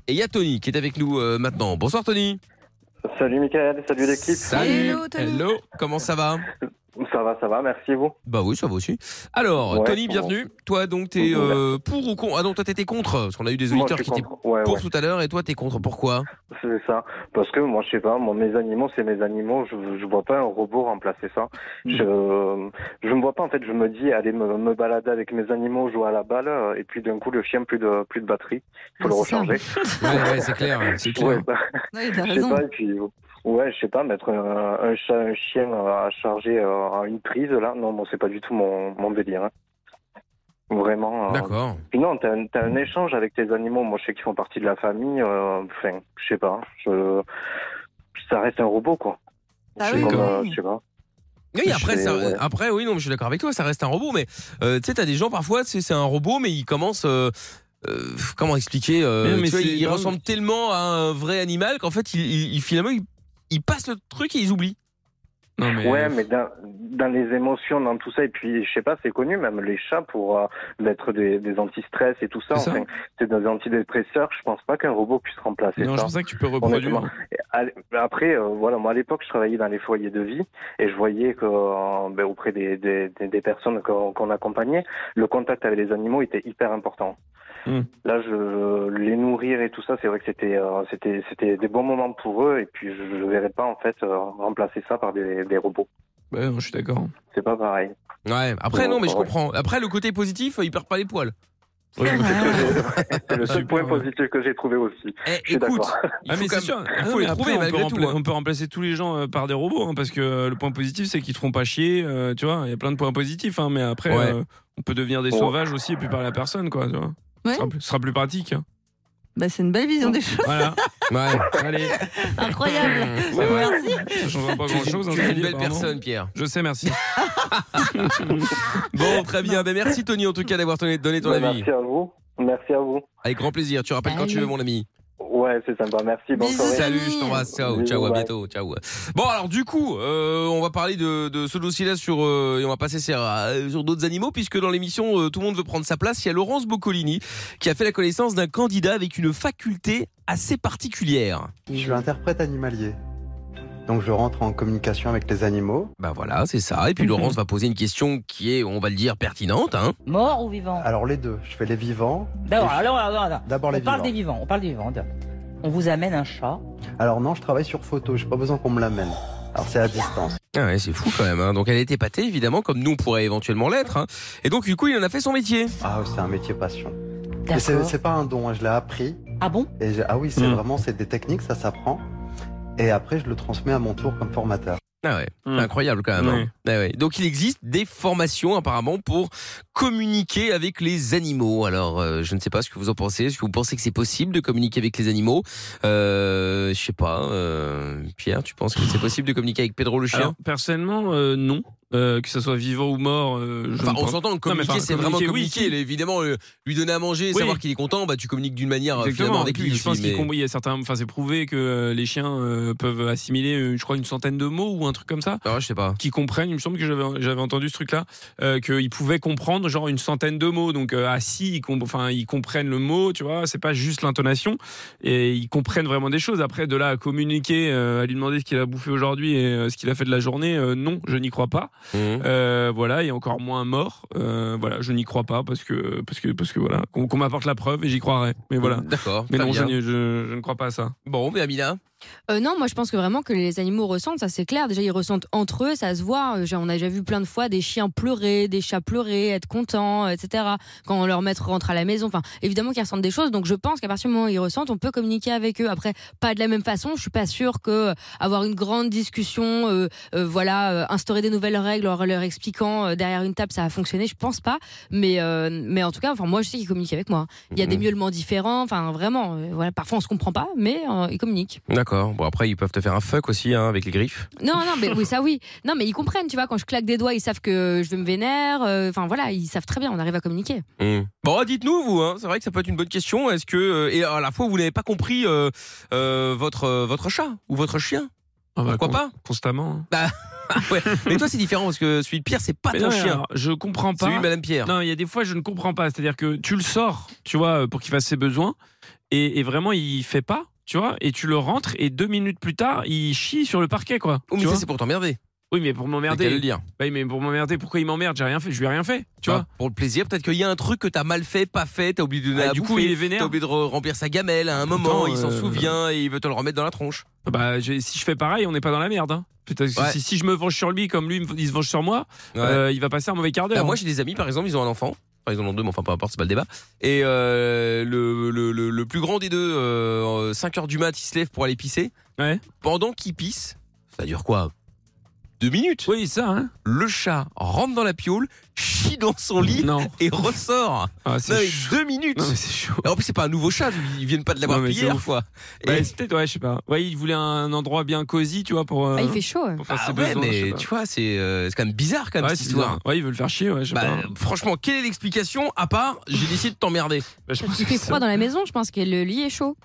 Et il y a Tony qui est avec nous euh, maintenant. Bonsoir Tony.
Salut Michael, salut l'équipe.
Hello. Comment ça va
Ça va, Ah, ça va, merci vous.
Bah oui, ça va aussi. Alors
Ouais,
Tony,
bon.
bienvenue. Toi donc t'es euh, pour ou contre Ah non, toi t'étais contre parce qu'on a eu des
Moi,
auditeurs
je
qui
suis
étaient
contre. Ouais,
pour
ouais.
tout à l'heure et toi t'es contre. Pourquoi
C'est ça. Parce que moi, je sais pas, moi, mes animaux, c'est mes animaux. Je, je vois pas un robot remplacer ça.
Hmm.
Je, je me vois pas, en fait, je me dis, allez me, me balader avec mes animaux, jouer à la balle, euh, et puis d'un coup, le chien, plus de, plus de batterie. Faut
Ah,
le recharger.
[LAUGHS] Ouais, ouais, c'est clair, hein, c'est clair. [LAUGHS]
Ouais, bah,
Oui,
je sais pas, et puis, euh, ouais, je sais pas, mettre un, un chat, un chien euh, à charger euh, à une prise, là, non, bon, c'est pas du tout mon, mon délire. hein. Vraiment. euh,
D'accord.
puis non, t'as, un- t'as un échange avec tes animaux. Moi, je sais qu'ils font partie de la famille. euh, Enfin, je sais pas. Je... Ça reste un robot, quoi.
Ah
je,
oui,
sais
quand
pas,
même.
je sais pas.
Oui, après,
Je-
ça-
ouais.
après, oui, non, mais je suis d'accord avec toi, ça reste un robot, mais euh, tu sais, t'as des gens parfois, c'est c'est un robot, mais ils commencent. euh, euh, comment expliquer euh,
Mais non, mais
tu vois,
c'est-
Ils
non,
ressemblent
mais-
tellement à un vrai animal qu'en fait, ils, ils- ils- finalement, ils, ils passent le truc et ils oublient.
Non, mais- euh,
Ouais, mais dans, dans les émotions, dans tout ça, et puis je sais pas, c'est connu, même les chats pour euh, d'être des, des anti-stress et tout ça.
C'est ça.
enfin, c'est des antidépresseurs. Je pense pas qu'un robot puisse remplacer
Non,
ça.
c'est pour ça que tu peux reproduire.
Honnêtement. Et à- Après, euh, voilà, moi à l'époque, je travaillais dans les foyers de vie et je voyais que euh, ben, auprès des, des, des- des personnes qu'on qu'on accompagnait, le contact avec les animaux était hyper important.
Mm.
Hmm.
Là, je, les nourrir et tout ça, c'est vrai que c'était euh, c'était c'était des bons moments pour eux et puis je ne verrais pas en fait euh, remplacer ça par des, des robots.
Ouais, non, je suis d'accord.
C'est pas pareil.
Ouais, Après, non, mais je
Ouais.
comprends. Après, le côté positif, il perd pas les poils. [LAUGHS]
C'est le seul point positif que j'ai trouvé aussi.
je
suis d'accord.
Ah, mais c'est sûr, il faut les trouver malgré tout.
hein.
On peut remplacer tous les gens euh, par des robots, hein, parce que euh, le point positif, c'est qu'ils te feront pas chier. euh, tu vois, il y a plein de points positifs, hein, mais après,
Ouais.
euh, on peut devenir des
Ouais.
sauvages aussi et puis parler à personne, quoi. Tu vois. Ce,
Ouais.
sera plus, ce sera plus pratique.
[LAUGHS]
hein.
Bah, c'est une belle vision des choses.
Voilà. Allez.
Incroyable.
Ouais, ouais.
Merci.
Ça changera pas hein,
Tu es-
grand chose.
tu es une belle personne, Pierre.
Je sais, merci.
Bon, très bien. Ben, merci, Tony, en tout cas, d'avoir donné, donné ton
Ouais,
avis.
Merci à vous. Merci à vous.
Avec grand plaisir. Tu rappelles quand tu veux, mon ami.
Ouais, c'est sympa. Merci. Bonne soirée.
Salut, je t'embrasse. Ciao,
Bisous,
ciao, à
bye.
bientôt. Ciao. Bon, alors, du coup, euh, on va parler de, de ce dossier-là sur, euh, et on va passer sur, euh, sur d'autres animaux, puisque dans l'émission, euh, tout le monde veut prendre sa place. Il y a Laurence Boccolini qui a fait la connaissance d'un candidat avec une faculté assez particulière.
Je suis interprète animalier. Donc je rentre en communication avec les animaux.
Bah voilà, c'est ça. Et puis
[LAUGHS]
Laurence va poser une question qui est, on va le dire, pertinente. Hein.
Mort ou vivant Alors les deux. Je fais les vivants.
D'abord,
Et je-
alors, alors, alors,
Ah. D'abord
on
les
parle des
vivants.
vivants, on parle des vivants. On vous amène un chat.
Alors non, je travaille sur photo. J'ai pas besoin qu'on me l'amène. Alors c'est à distance.
Ah ouais, c'est fou quand même. hein. Donc elle était épatée, évidemment, comme nous on pourrait éventuellement l'être. hein. Et donc du coup, il en a fait son métier.
Ah, c'est un métier passion. Mais c'est c'est pas un don. hein, Je l'ai appris.
Ah bon
Et j'ai- ah oui,
Hmm.
c'est vraiment c'est des techniques, ça s'apprend. Et après, je le transmets à mon tour comme formateur.
Ah ouais,
Hmm.
incroyable quand même. hein. Ah ouais. Donc il existe des formations apparemment pour communiquer avec les animaux. Alors euh, je ne sais pas ce que vous en pensez. Est-ce que vous pensez que c'est possible de communiquer avec les animaux euh, Je sais pas. euh, Pierre, tu penses que c'est possible de communiquer avec Pedro le chien
Alors, personnellement, euh, non. Euh, que ça soit vivant ou mort, euh, je
Enfin,
ne
on
pense-
s'entend,
Non, mais
communiquer,
enfin,
c'est vraiment
oui,
communiquer.
si.
Évidemment, euh, lui donner à manger,
Oui.
savoir qu'il est content, bah, tu communiques d'une manière euh, finalement
Exactement.
avec
Et puis,
lui.
je pense
aussi,
qu'il
mais-
comprend- il y a certains. Enfin, c'est prouvé que euh, les chiens euh, peuvent assimiler, euh, je crois, une centaine de mots ou un truc comme ça.
Ah je sais pas.
Qui comprennent. Il me semble que j'avais j'avais entendu ce truc-là, euh, qu'ils pouvaient comprendre genre une centaine de mots. Donc euh, assis, ils, com- enfin, ils comprennent le mot. Tu vois, c'est pas juste l'intonation. Et ils comprennent vraiment des choses. Après, de là à communiquer, euh, à lui demander ce qu'il a bouffé aujourd'hui et euh, ce qu'il a fait de la journée, euh, non, je n'y crois pas.
Mhm.
Euh, voilà, et encore moins mort. Euh, voilà, je n'y crois pas parce que parce que parce que voilà, qu'on qu'on m'apporte la preuve et j'y croirais. Mais voilà.
D'accord,
Mais
très
non, je,
bien.
n'y- je- je ne crois pas à ça.
Bon, mais Amina.
Euh, non, moi je pense que vraiment que les animaux ressentent, ça c'est clair. Déjà ils ressentent entre eux, ça se voit. Euh, j'ai- On a déjà vu plein de fois des chiens pleurer, des chats pleurer, être contents, euh, etc. Quand leur maître rentre à la maison, enfin évidemment qu'ils ressentent des choses. Donc je pense qu'à partir du moment où ils ressentent, on peut communiquer avec eux. Après, pas de la même façon. Je suis pas sûre que euh, avoir une grande discussion, euh, euh, voilà, euh, instaurer des nouvelles règles en leur expliquant euh, derrière une table ça a fonctionné. Je pense pas. Mais euh, mais en tout cas, enfin moi je sais qu'ils communiquent avec moi. hein. Il y a des
Mhm.
miaulements différents. Enfin vraiment, euh, voilà. Parfois on se comprend pas, mais euh, ils communiquent.
D'accord. Bon, après, ils peuvent te faire un fuck aussi hein, avec les griffes.
Non, non, mais oui, ça oui. Non, mais ils comprennent, tu vois, quand je claque des doigts, ils savent que je vais me vénère. euh, Enfin voilà, ils savent très bien, on arrive à communiquer.
Bon, dites-nous, vous, hein, c'est vrai que ça peut être une bonne question. Est-ce que, euh, et à la fois, vous n'avez pas compris euh, euh, votre, euh, votre chat ou votre chien
Ah bah,
Pourquoi pas
Constamment.
Bah, [LAUGHS] ouais. Mais toi, c'est différent parce que celui de Pierre, c'est pas
Mais
ton
non, mais
chien.
alors, je comprends pas.
C'est lui, Madame Pierre.
Non, il y a des fois, je ne comprends pas. C'est-à-dire que tu le sors, tu vois, euh, pour qu'il fasse ses besoins, et, et vraiment, il fait pas, tu vois, et tu le rentres, et deux minutes plus tard, il chie sur le parquet, quoi.
Oh, mais ça, c'est pour t'emmerder.
Oui, mais pour m'emmerder. Bah
T'as qu'à le dire.
Oui, mais pour m'emmerder, pourquoi il m'emmerde J'ai rien fait, je lui ai rien fait, tu
Ah,
vois.
Pour le plaisir, peut-être qu'il y a un truc que t'as mal fait, pas fait, t'as oublié de donner
Ah,
à
du coup,
bouffer,
il est vénère.
T'as oublié de re- remplir sa gamelle à un moment,
Pourtant,
il s'en
euh,
souvient et il veut te le remettre dans la tronche.
Bah, j'ai- si je fais pareil, on n'est pas dans la merde. hein. Putain, parce que
Ouais.
si, si je me venge sur lui comme lui il me- il se venge sur moi,
Ouais.
euh, il va passer un mauvais quart d'heure.
Bah, moi, j'ai des amis, par exemple, ils ont un enfant. Enfin, ils en ont deux, mais enfin, peu importe, c'est pas le débat. Et euh, le, le, le, le plus grand des deux, 5 heures du mat, il se lève pour aller pisser. Pendant qu'il pisse, ça dure quoi Deux minutes
Oui, ça, hein.
Le chat rentre dans la pioule, chie dans son lit et ressort.
Ah, c'est
Non, mais deux minutes
Et
Bah, En plus, c'est pas un nouveau chat, ils viennent pas de l'avoir
Non, mais
payé
c'est
hier,
ouf.
quoi.
Bah,
Et-
c'est peut-être, ouais, je sais pas. Ouais, il voulait un endroit bien cosy, tu vois, pour. euh,
Ah, il fait chaud. ouais.
pour faire ses
Ah ouais,
besoins,
mais
je sais pas.
tu vois, c'est euh, c'est quand même bizarre, quand même,
Ouais,
cette
c'est bizarre.
histoire.
Ouais, ils veulent faire chier, ouais, je sais
Bah,
pas.
franchement, quelle est l'explication à part j'ai décidé de t'emmerder
Bah, je
Parce qu'il fait froid dans la maison, je pense que le lit est chaud.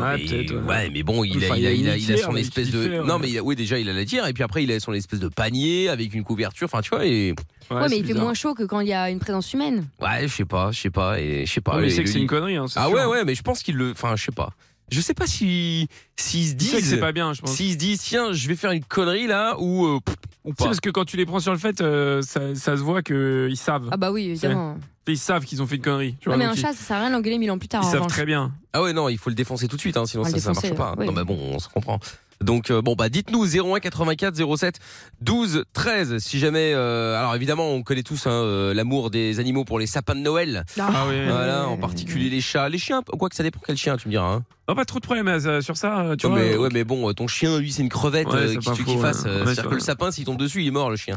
mais, ouais, mais bon, il a,
Enfin,
il a,
il
il
a
a,
une
il a
litière,
son
une
espèce
petite
de.
litière,
Non,
ouais.
mais il a, oui, déjà, il a la tire, et puis après, il a son espèce de panier avec une couverture, enfin, tu vois, et.
Ouais, mais il fait moins chaud que quand il y a une présence humaine.
Ouais, je sais pas, je sais pas, et je sais pas.
Ouais, mais
et
c'est que
le-
c'est une connerie, hein, c'est
ah
sûr.
ouais, ouais, mais je pense qu'il le. Enfin, je sais pas. Je sais pas si. S'ils se
Tu sais
disent.
que c'est pas bien, je pense.
S'ils se disent, tiens, je vais faire une connerie là, ou. euh, pff, ou
Tu sais,
pas.
parce que quand tu les prends sur le fait, euh, ça, ça se voit qu'ils savent.
Ah bah oui, évidemment.
C'est- Ils savent qu'ils ont fait une connerie. Tu
Non,
vois,
mais un
donc ils-
chat, ça sert à rien de l'engueuler mille ans plus tard.
Ils
en
savent
revanche.
très bien.
Ah ouais, non, il faut le défoncer tout de suite, hein, sinon
Ah, le
ça, ça marche
défoncer,
pas.
oui.
Non, bah bon, on se comprend. Donc euh, bon bah dites-nous 01 84 07 12 13 si jamais euh, alors évidemment on connaît tous hein, euh, l'amour des animaux pour les sapins de Noël
Ah. Ah oui.
voilà en particulier les chats les chiens quoi que ça dépend quel chien tu me diras hein.
Oh, pas trop de problèmes euh, sur ça, euh, tu
Non,
vois.
mais, ouais mais bon euh, ton chien lui c'est une crevette
Ouais,
euh,
c'est
qu'est-ce
pas
que tu- qu'il
faux,
fasse
ouais.
euh,
Ouais,
c'est-à-dire
c'est
que le
vrai.
sapin s'il tombe dessus il est mort le
[LAUGHS]
chien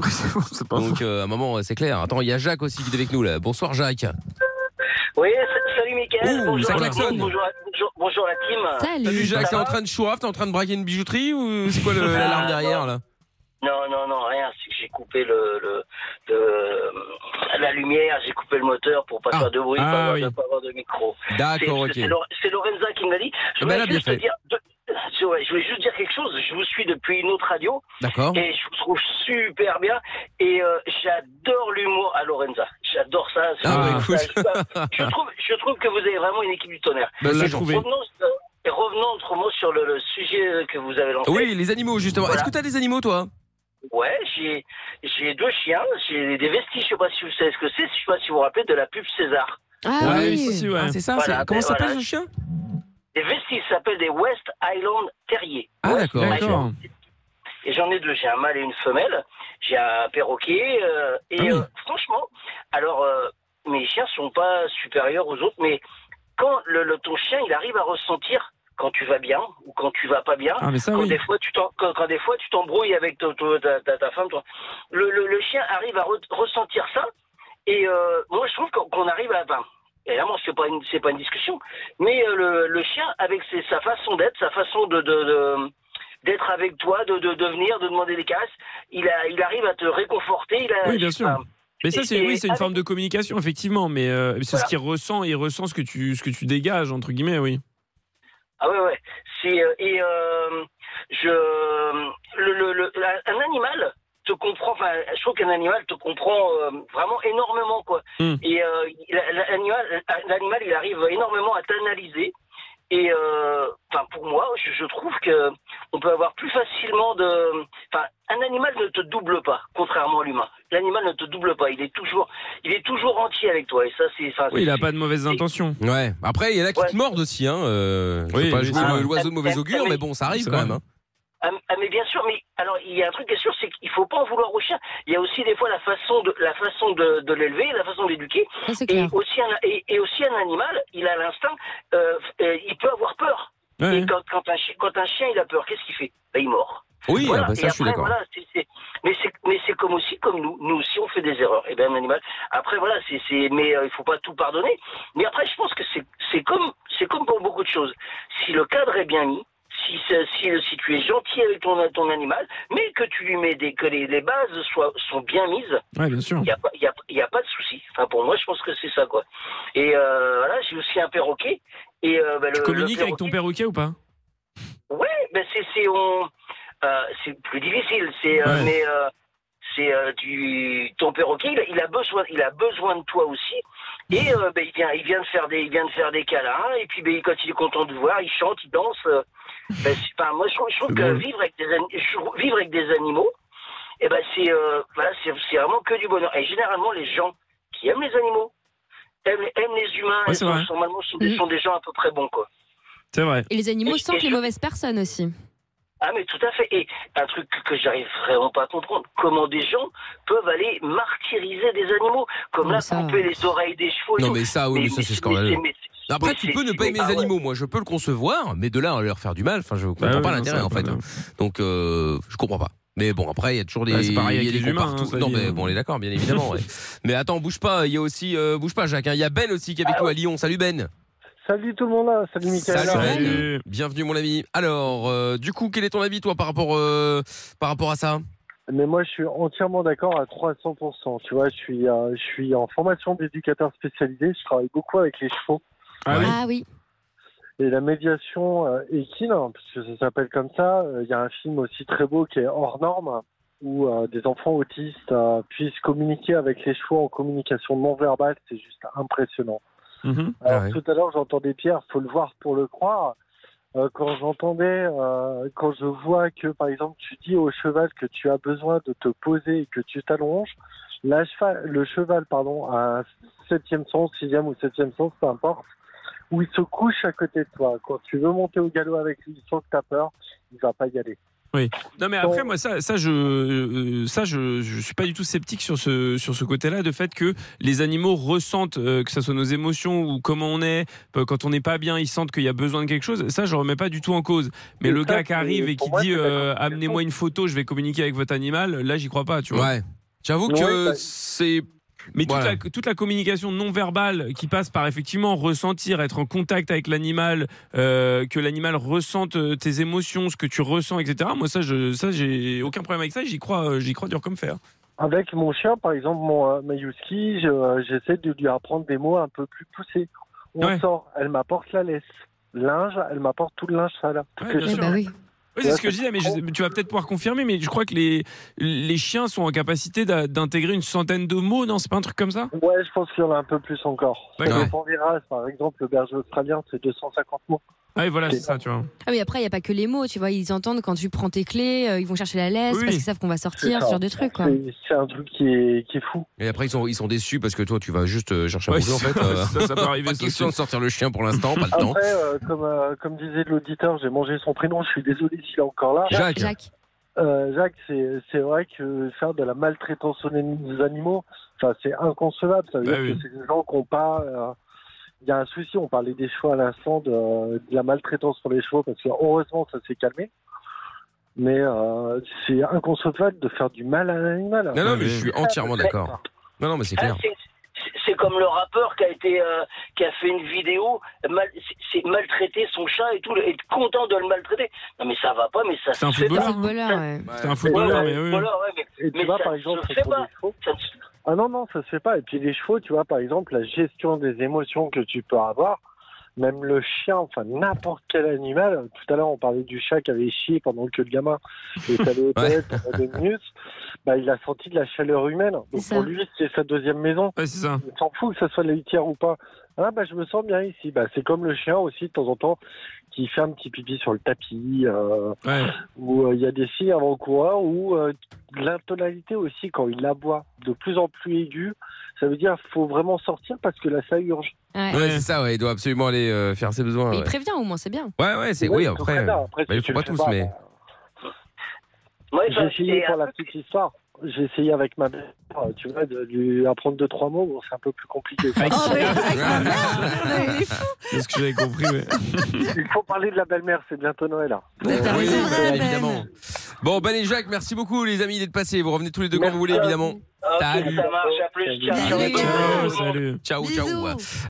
donc euh, à un moment euh, c'est clair attends il y a Jacques aussi qui est avec nous là bonsoir Jacques
Oui, s- salut Mickaël,
Ouh,
bonjour,
ça
à la
klaxonne.
team, bonjour, à- bonjour- bonjour à la team.
Jacques
Ça
t'es
va
en train de chouraf t'es en train de braquer une bijouterie ou c'est
[LAUGHS]
quoi le- l'alarme
Ah,
derrière là
Non, non, non, rien, c'est que j'ai coupé le, le- le- la lumière, j'ai coupé le moteur pour pas faire de bruit,
Ah
pas, avoir,
oui.
de- pas avoir de micro.
D'accord,
C'est-
ok.
C'est Lor- c'est Lorenza qui me l'a dit. Je
Eh ben,
voulais
elle a bien
juste
fait.
dire deux- je, ouais, je voulais juste dire quelque chose, je vous suis depuis une autre radio.
D'accord.
Et je vous trouve super bien. Et euh, j'adore l'humour à Lorenza. J'adore ça. c'est
Ah,
vrai
bah,
que ça- je, trouve, je trouve que vous avez vraiment une équipe du tonnerre.
Bah, c'est
Et
trouvé.
Revenons, euh, et revenons autrement sur le, le sujet que vous avez lancé.
oui les animaux justement
Voilà.
est-ce que t'as des animaux toi
Ouais, j'ai j'ai deux chiens, j'ai des vestiges, je sais pas si vous savez ce que c'est, je sais pas si vous vous rappelez de la pub César.
Ah Ouais, oui. si, si, ouais. Ah, c'est ça, c'est- comment
ben,
s'appelle ce chien
Des vestiges ça s'appelle des West Island Terriers.
ah
West
d'accord
Island.
d'accord
Et j'en ai deux, j'ai un mâle et une femelle, j'ai un perroquet, euh, et
Ah oui.
euh, franchement, alors euh, mes chiens sont pas supérieurs aux autres, mais quand le, le- ton chien il arrive à ressentir quand tu vas bien ou quand tu vas pas bien,
Ah, mais ça,
quand,
oui.
des fois, tu t'en- quand, quand des fois tu t'embrouilles avec ton- ton- ta, ta- ta femme, toi, le, le- le chien arrive à re- ressentir ça, et euh, moi je trouve qu'on qu'on arrive à... Ben, évidemment, c'est pas une, c'est pas une discussion, mais euh, le, le chien, avec ses- sa façon d'être, sa façon de... de- de- d'être avec toi, de, de, de venir, de demander des caresses, il, a, il arrive à te réconforter. Il a,
Oui, bien
je sais pas.
sûr. Mais ça,
Et-
c'est
et
oui, c'est une
avec-
forme de communication, effectivement. Mais euh, c'est
Voilà.
ce qu'il ressent. Il ressent ce que tu, ce que tu dégages, entre guillemets, oui.
Ah ouais, ouais. C'est, euh, et euh, je, le, le- le- la- un animal te comprend, enfin, je trouve qu'un animal te comprend euh, vraiment énormément, quoi. Et euh, la- la- l'animal, l'animal, il arrive énormément à t'analyser. Et euh, enfin, pour moi, je, je trouve que on peut avoir plus facilement de. Enfin, un animal ne te double pas, contrairement à l'humain. L'animal ne te double pas. Il est toujours, il est toujours entier avec toi. Et ça, c'est. enfin,
Oui, il a
Ah, c'est-
pas de mauvaises intentions.
Ouais. Après, il y en a qui te mordent aussi. Hein. euh, je
Oui,
veux pas
mais
jouer
c'est-
le- l'oiseau de mauvais
Ah,
augure,
mais-
mais bon, ça arrive
c'est
quand
vrai.
même. Hein.
Ah, ah, mais bien sûr, mais alors il y a un truc qui est sûr, c'est qu'il faut pas en vouloir au chien. Il y a aussi des fois la façon de la façon de, de l'élever, la façon de l'éduquer, et aussi un et, et aussi un animal, il a l'instinct, euh, f- euh, il peut avoir peur.
Ouais.
Et quand, quand un chien, quand un chien il a peur, qu'est-ce qu'il fait Ben, Il mord.
Oui,
Voilà.
ah bah ça,
Et
je suis
après,
d'accord.
voilà, c'est- c'est- mais c'est mais c'est comme aussi comme nous, nous aussi on fait des erreurs. Et ben un animal. Après voilà, c'est c'est mais euh, il faut pas tout pardonner. Mais après je pense que c'est c'est comme c'est comme pour beaucoup de choses. Si le cadre est bien mis, si c'est- si si tu es gentil avec ton ton animal, mais que tu lui mets des que les, les bases soient sont bien mises.
Ouais, bien sûr.
Il n'y a, pas- y a- y a pas de souci. Enfin, pour moi, je pense que c'est ça, quoi. Et euh, voilà, j'ai aussi un perroquet. Et, euh, bah,
Tu
le-
communiques
le
avec ton perroquet ou pas
Ouais, ben c'est c'est on euh, c'est plus difficile, c'est euh,
Ouais.
mais euh, c'est euh, du ton perroquet, il, a- il a besoin il a besoin de toi aussi et euh, ben il vient il vient de faire des il vient de faire des câlins et puis ben il- quand il est content de voir, il chante, il danse. euh, ben, c'est- enfin, moi je trouve, je trouve que vivre avec des ani- je trouve- vivre avec des animaux et ben c'est euh, voilà, c'est c'est vraiment que du bonheur et généralement les gens qui aiment les animaux aiment, aiment les humains
Ouais, c'est
et
vrai. Mmh.
normalement sont des, sont des gens à peu près bons quoi.
C'est vrai.
Et les animaux
Et-
sentent
et-
les mauvaises personnes aussi.
Ah mais tout à fait. Et un truc que- que j'arrive vraiment pas à comprendre, comment des gens peuvent aller martyriser des animaux, comme
Non,
là
mais ça-
couper les oreilles des chevaux. et
Non,
tout.
mais ça, oui, mais ça, c'est scandaleux.
mais-
Après,
mais
tu
c'est-
peux ne pas
mais-
aimer
ah
les
ouais.
animaux, moi, je peux le concevoir, mais de là à leur faire du mal, enfin, je comprends
Bah ouais,
pas
non,
l'intérêt,
ça,
en fait.
non.
Donc, euh, je comprends pas. Mais bon, après, il y a toujours des.
Ouais, c'est pareil
il y a
avec
des
les
cons
humains,
partout.
hein, ça,
non,
il y a-
mais bon, on est d'accord, bien évidemment.
[LAUGHS]
ouais. Mais attends, bouge pas, il y a aussi. euh, bouge pas, Jacques, hein. il y a Ben aussi qui est avec nous à Lyon. Salut, Ben.
Salut tout le monde,
hein.
là. salut Michael.
Ben. Bienvenue, mon ami. Alors, euh, du coup, quel est ton avis, toi, par rapport, euh, par rapport à ça
Mais moi je suis entièrement d'accord à 300%. Tu vois, je suis, euh, je suis en formation d'éducateur spécialisé, je travaille beaucoup avec les chevaux.
Ah oui.
Et la médiation euh, équine, hein, parce que ça s'appelle comme ça, euh, il y a un film aussi très beau qui est hors norme, où euh, des enfants autistes euh, puissent communiquer avec les chevaux en communication non verbale, c'est juste impressionnant.
Mhm.
Ah
Ah
Alors, Tout à l'heure, j'entendais Pierre, faut le voir pour le croire. Euh, quand j'entendais, euh, quand je vois que, par exemple, tu dis au cheval que tu as besoin de te poser et que tu t'allonges, la cheval- le cheval, pardon, a un septième sens, sixième ou septième sens, peu importe, où il se couche à côté de toi. Quand tu veux monter au galop avec lui sans que t'as peur, il va pas y aller.
Oui. Non mais après moi ça ça je euh, ça je, je suis pas du tout sceptique sur ce sur ce côté-là de fait que les animaux ressentent euh, que ça soit nos émotions ou comment on est euh, quand on n'est pas bien ils sentent qu'il y a besoin de quelque chose ça je remets pas du tout en cause mais
Mais
le
ça,
gars qui
c'est-
arrive et
pour
qui
moi,
dit
c'est la
euh, amenez-moi une photo je vais communiquer avec votre animal là j'y crois pas tu vois
Ouais. J'avoue que
Ouais, bah-
c'est
mais toute,
Voilà.
la, toute la communication non verbale qui passe par effectivement ressentir, être en contact avec l'animal, euh, que l'animal ressente euh, tes émotions, ce que tu ressens, etc. Moi, ça, je, ça, j'ai aucun problème avec ça. J'y crois, euh, j'y crois dur comme fer.
Avec mon chien, par exemple, mon euh, Mayuski, je, euh, j'essaie de lui apprendre des mots un peu plus poussés. On sort, elle m'apporte la laisse. Linge, elle m'apporte tout le linge sale. Tout
Ouais,
ce
bien
que
sûr.
j'ai.
Oui, c'est ce que je disais, mais je- tu vas peut-être pouvoir confirmer. Mais je crois que les les chiens sont en capacité d'a- d'intégrer une centaine de mots. Non, c'est pas un truc comme ça
Ouais, je pense qu'il y en a un peu plus encore. Ça
D'accord.
dépend des races. Par exemple, le berger australien, c'est 250 mots.
Ah, et voilà, c'est ça, tu vois.
Ah, mais après, il n'y a pas que les mots, tu vois. Ils entendent quand tu prends tes clés, euh, ils vont chercher la laisse
Oui.
parce qu'ils savent qu'on va
C'est
sortir,
ça.
ce genre de trucs, quoi.
C'est- C'est un truc qui est, qui est fou.
Et après, ils sont, ils sont déçus parce que toi, tu vas juste euh, chercher à
Ouais,
manger, en
ça-
fait.
ça, ça peut arriver,
Pas
ça
question
aussi.
de sortir le chien pour l'instant, pas le temps.
Après, euh, comme, euh, comme disait l'auditeur, j'ai mangé son prénom, je suis désolé s'il est encore là.
Jacques. Jacques.
Euh, Jacques, c'est c'est vrai que faire de la maltraitance aux anim- aux animaux, enfin, c'est inconcevable. Ça veut
Bah
dire
oui.
que c'est des gens qui n'ont pas. euh, Il y a un souci, on parlait des chevaux à l'instant, de, de la maltraitance pour les chevaux, parce que heureusement, ça s'est calmé. Mais euh, c'est inconcevable de faire du mal à un animal.
Non, non, mais je suis entièrement d'accord. Non, non, mais c'est clair.
Ah, C'est comme le rappeur qui a été euh, qui a fait une vidéo mal, c'est maltraiter son chat et tout et être content de le maltraiter. Non mais ça va pas mais ça
C'est
se
un
fait
footballeur.
pas.
C'est
Ça-
un footballeur, C'est un footballeur, mais oui.
footballeur, ouais, mais-
Et tu
mais
vois,
ça
par
se
exemple,
fait
pour
pas.
les chevaux, Ah non, non, ça se fait pas. Et puis les chevaux, tu vois, par exemple, la gestion des émotions que tu peux avoir, même le chien, enfin n'importe quel animal. Tout à l'heure, on parlait du chat qui avait chié pendant que le gamin est allé aux toilettes pendant deux minutes. Bah, il a senti de la chaleur humaine. Donc
C'est ça.
pour lui, c'est sa deuxième maison. Il s'en fout que ce soit la litière ou pas. Ah bah je me sens bien ici. Bah, c'est comme le chien aussi de temps en temps qui fait un petit pipi sur le tapis. euh, Où euh, il y a des signes avant-coureurs où euh, l'intonalité aussi quand il aboie de plus en plus aiguë, ça veut dire faut vraiment sortir parce que là ça urge.
Ouais.
Ouais, c'est ça, ouais. Il doit absolument aller euh, faire ses besoins.
Mais il
Ouais,
prévient au moins, c'est bien.
ouais, ouais, c'est.
Oui,
Oui,
il faut
après.
faire ça. Après,
bah,
si
ils
tu
font pas
le fais
tous,
pas,
mais.
j'ai essayé pour la petite histoire. J'ai essayé avec ma mère, tu vois, de lui apprendre deux trois mots, bon, c'est un peu plus compliqué.
Avec- Oh, mais
Ah,
[LAUGHS]
avec ma
mère,
C'est ce que j'avais compris. ouais.
Il faut parler de la belle-mère, c'est bientôt Noël. hein. Là.
Oui, bah, évidemment. Bon, Ben et Jacques, merci beaucoup, les amis, d'être passés. Vous revenez tous les deux quand vous voulez, évidemment.
ça marche, à plus, ciao.
Salut.
Salut.
Ciao, ciao.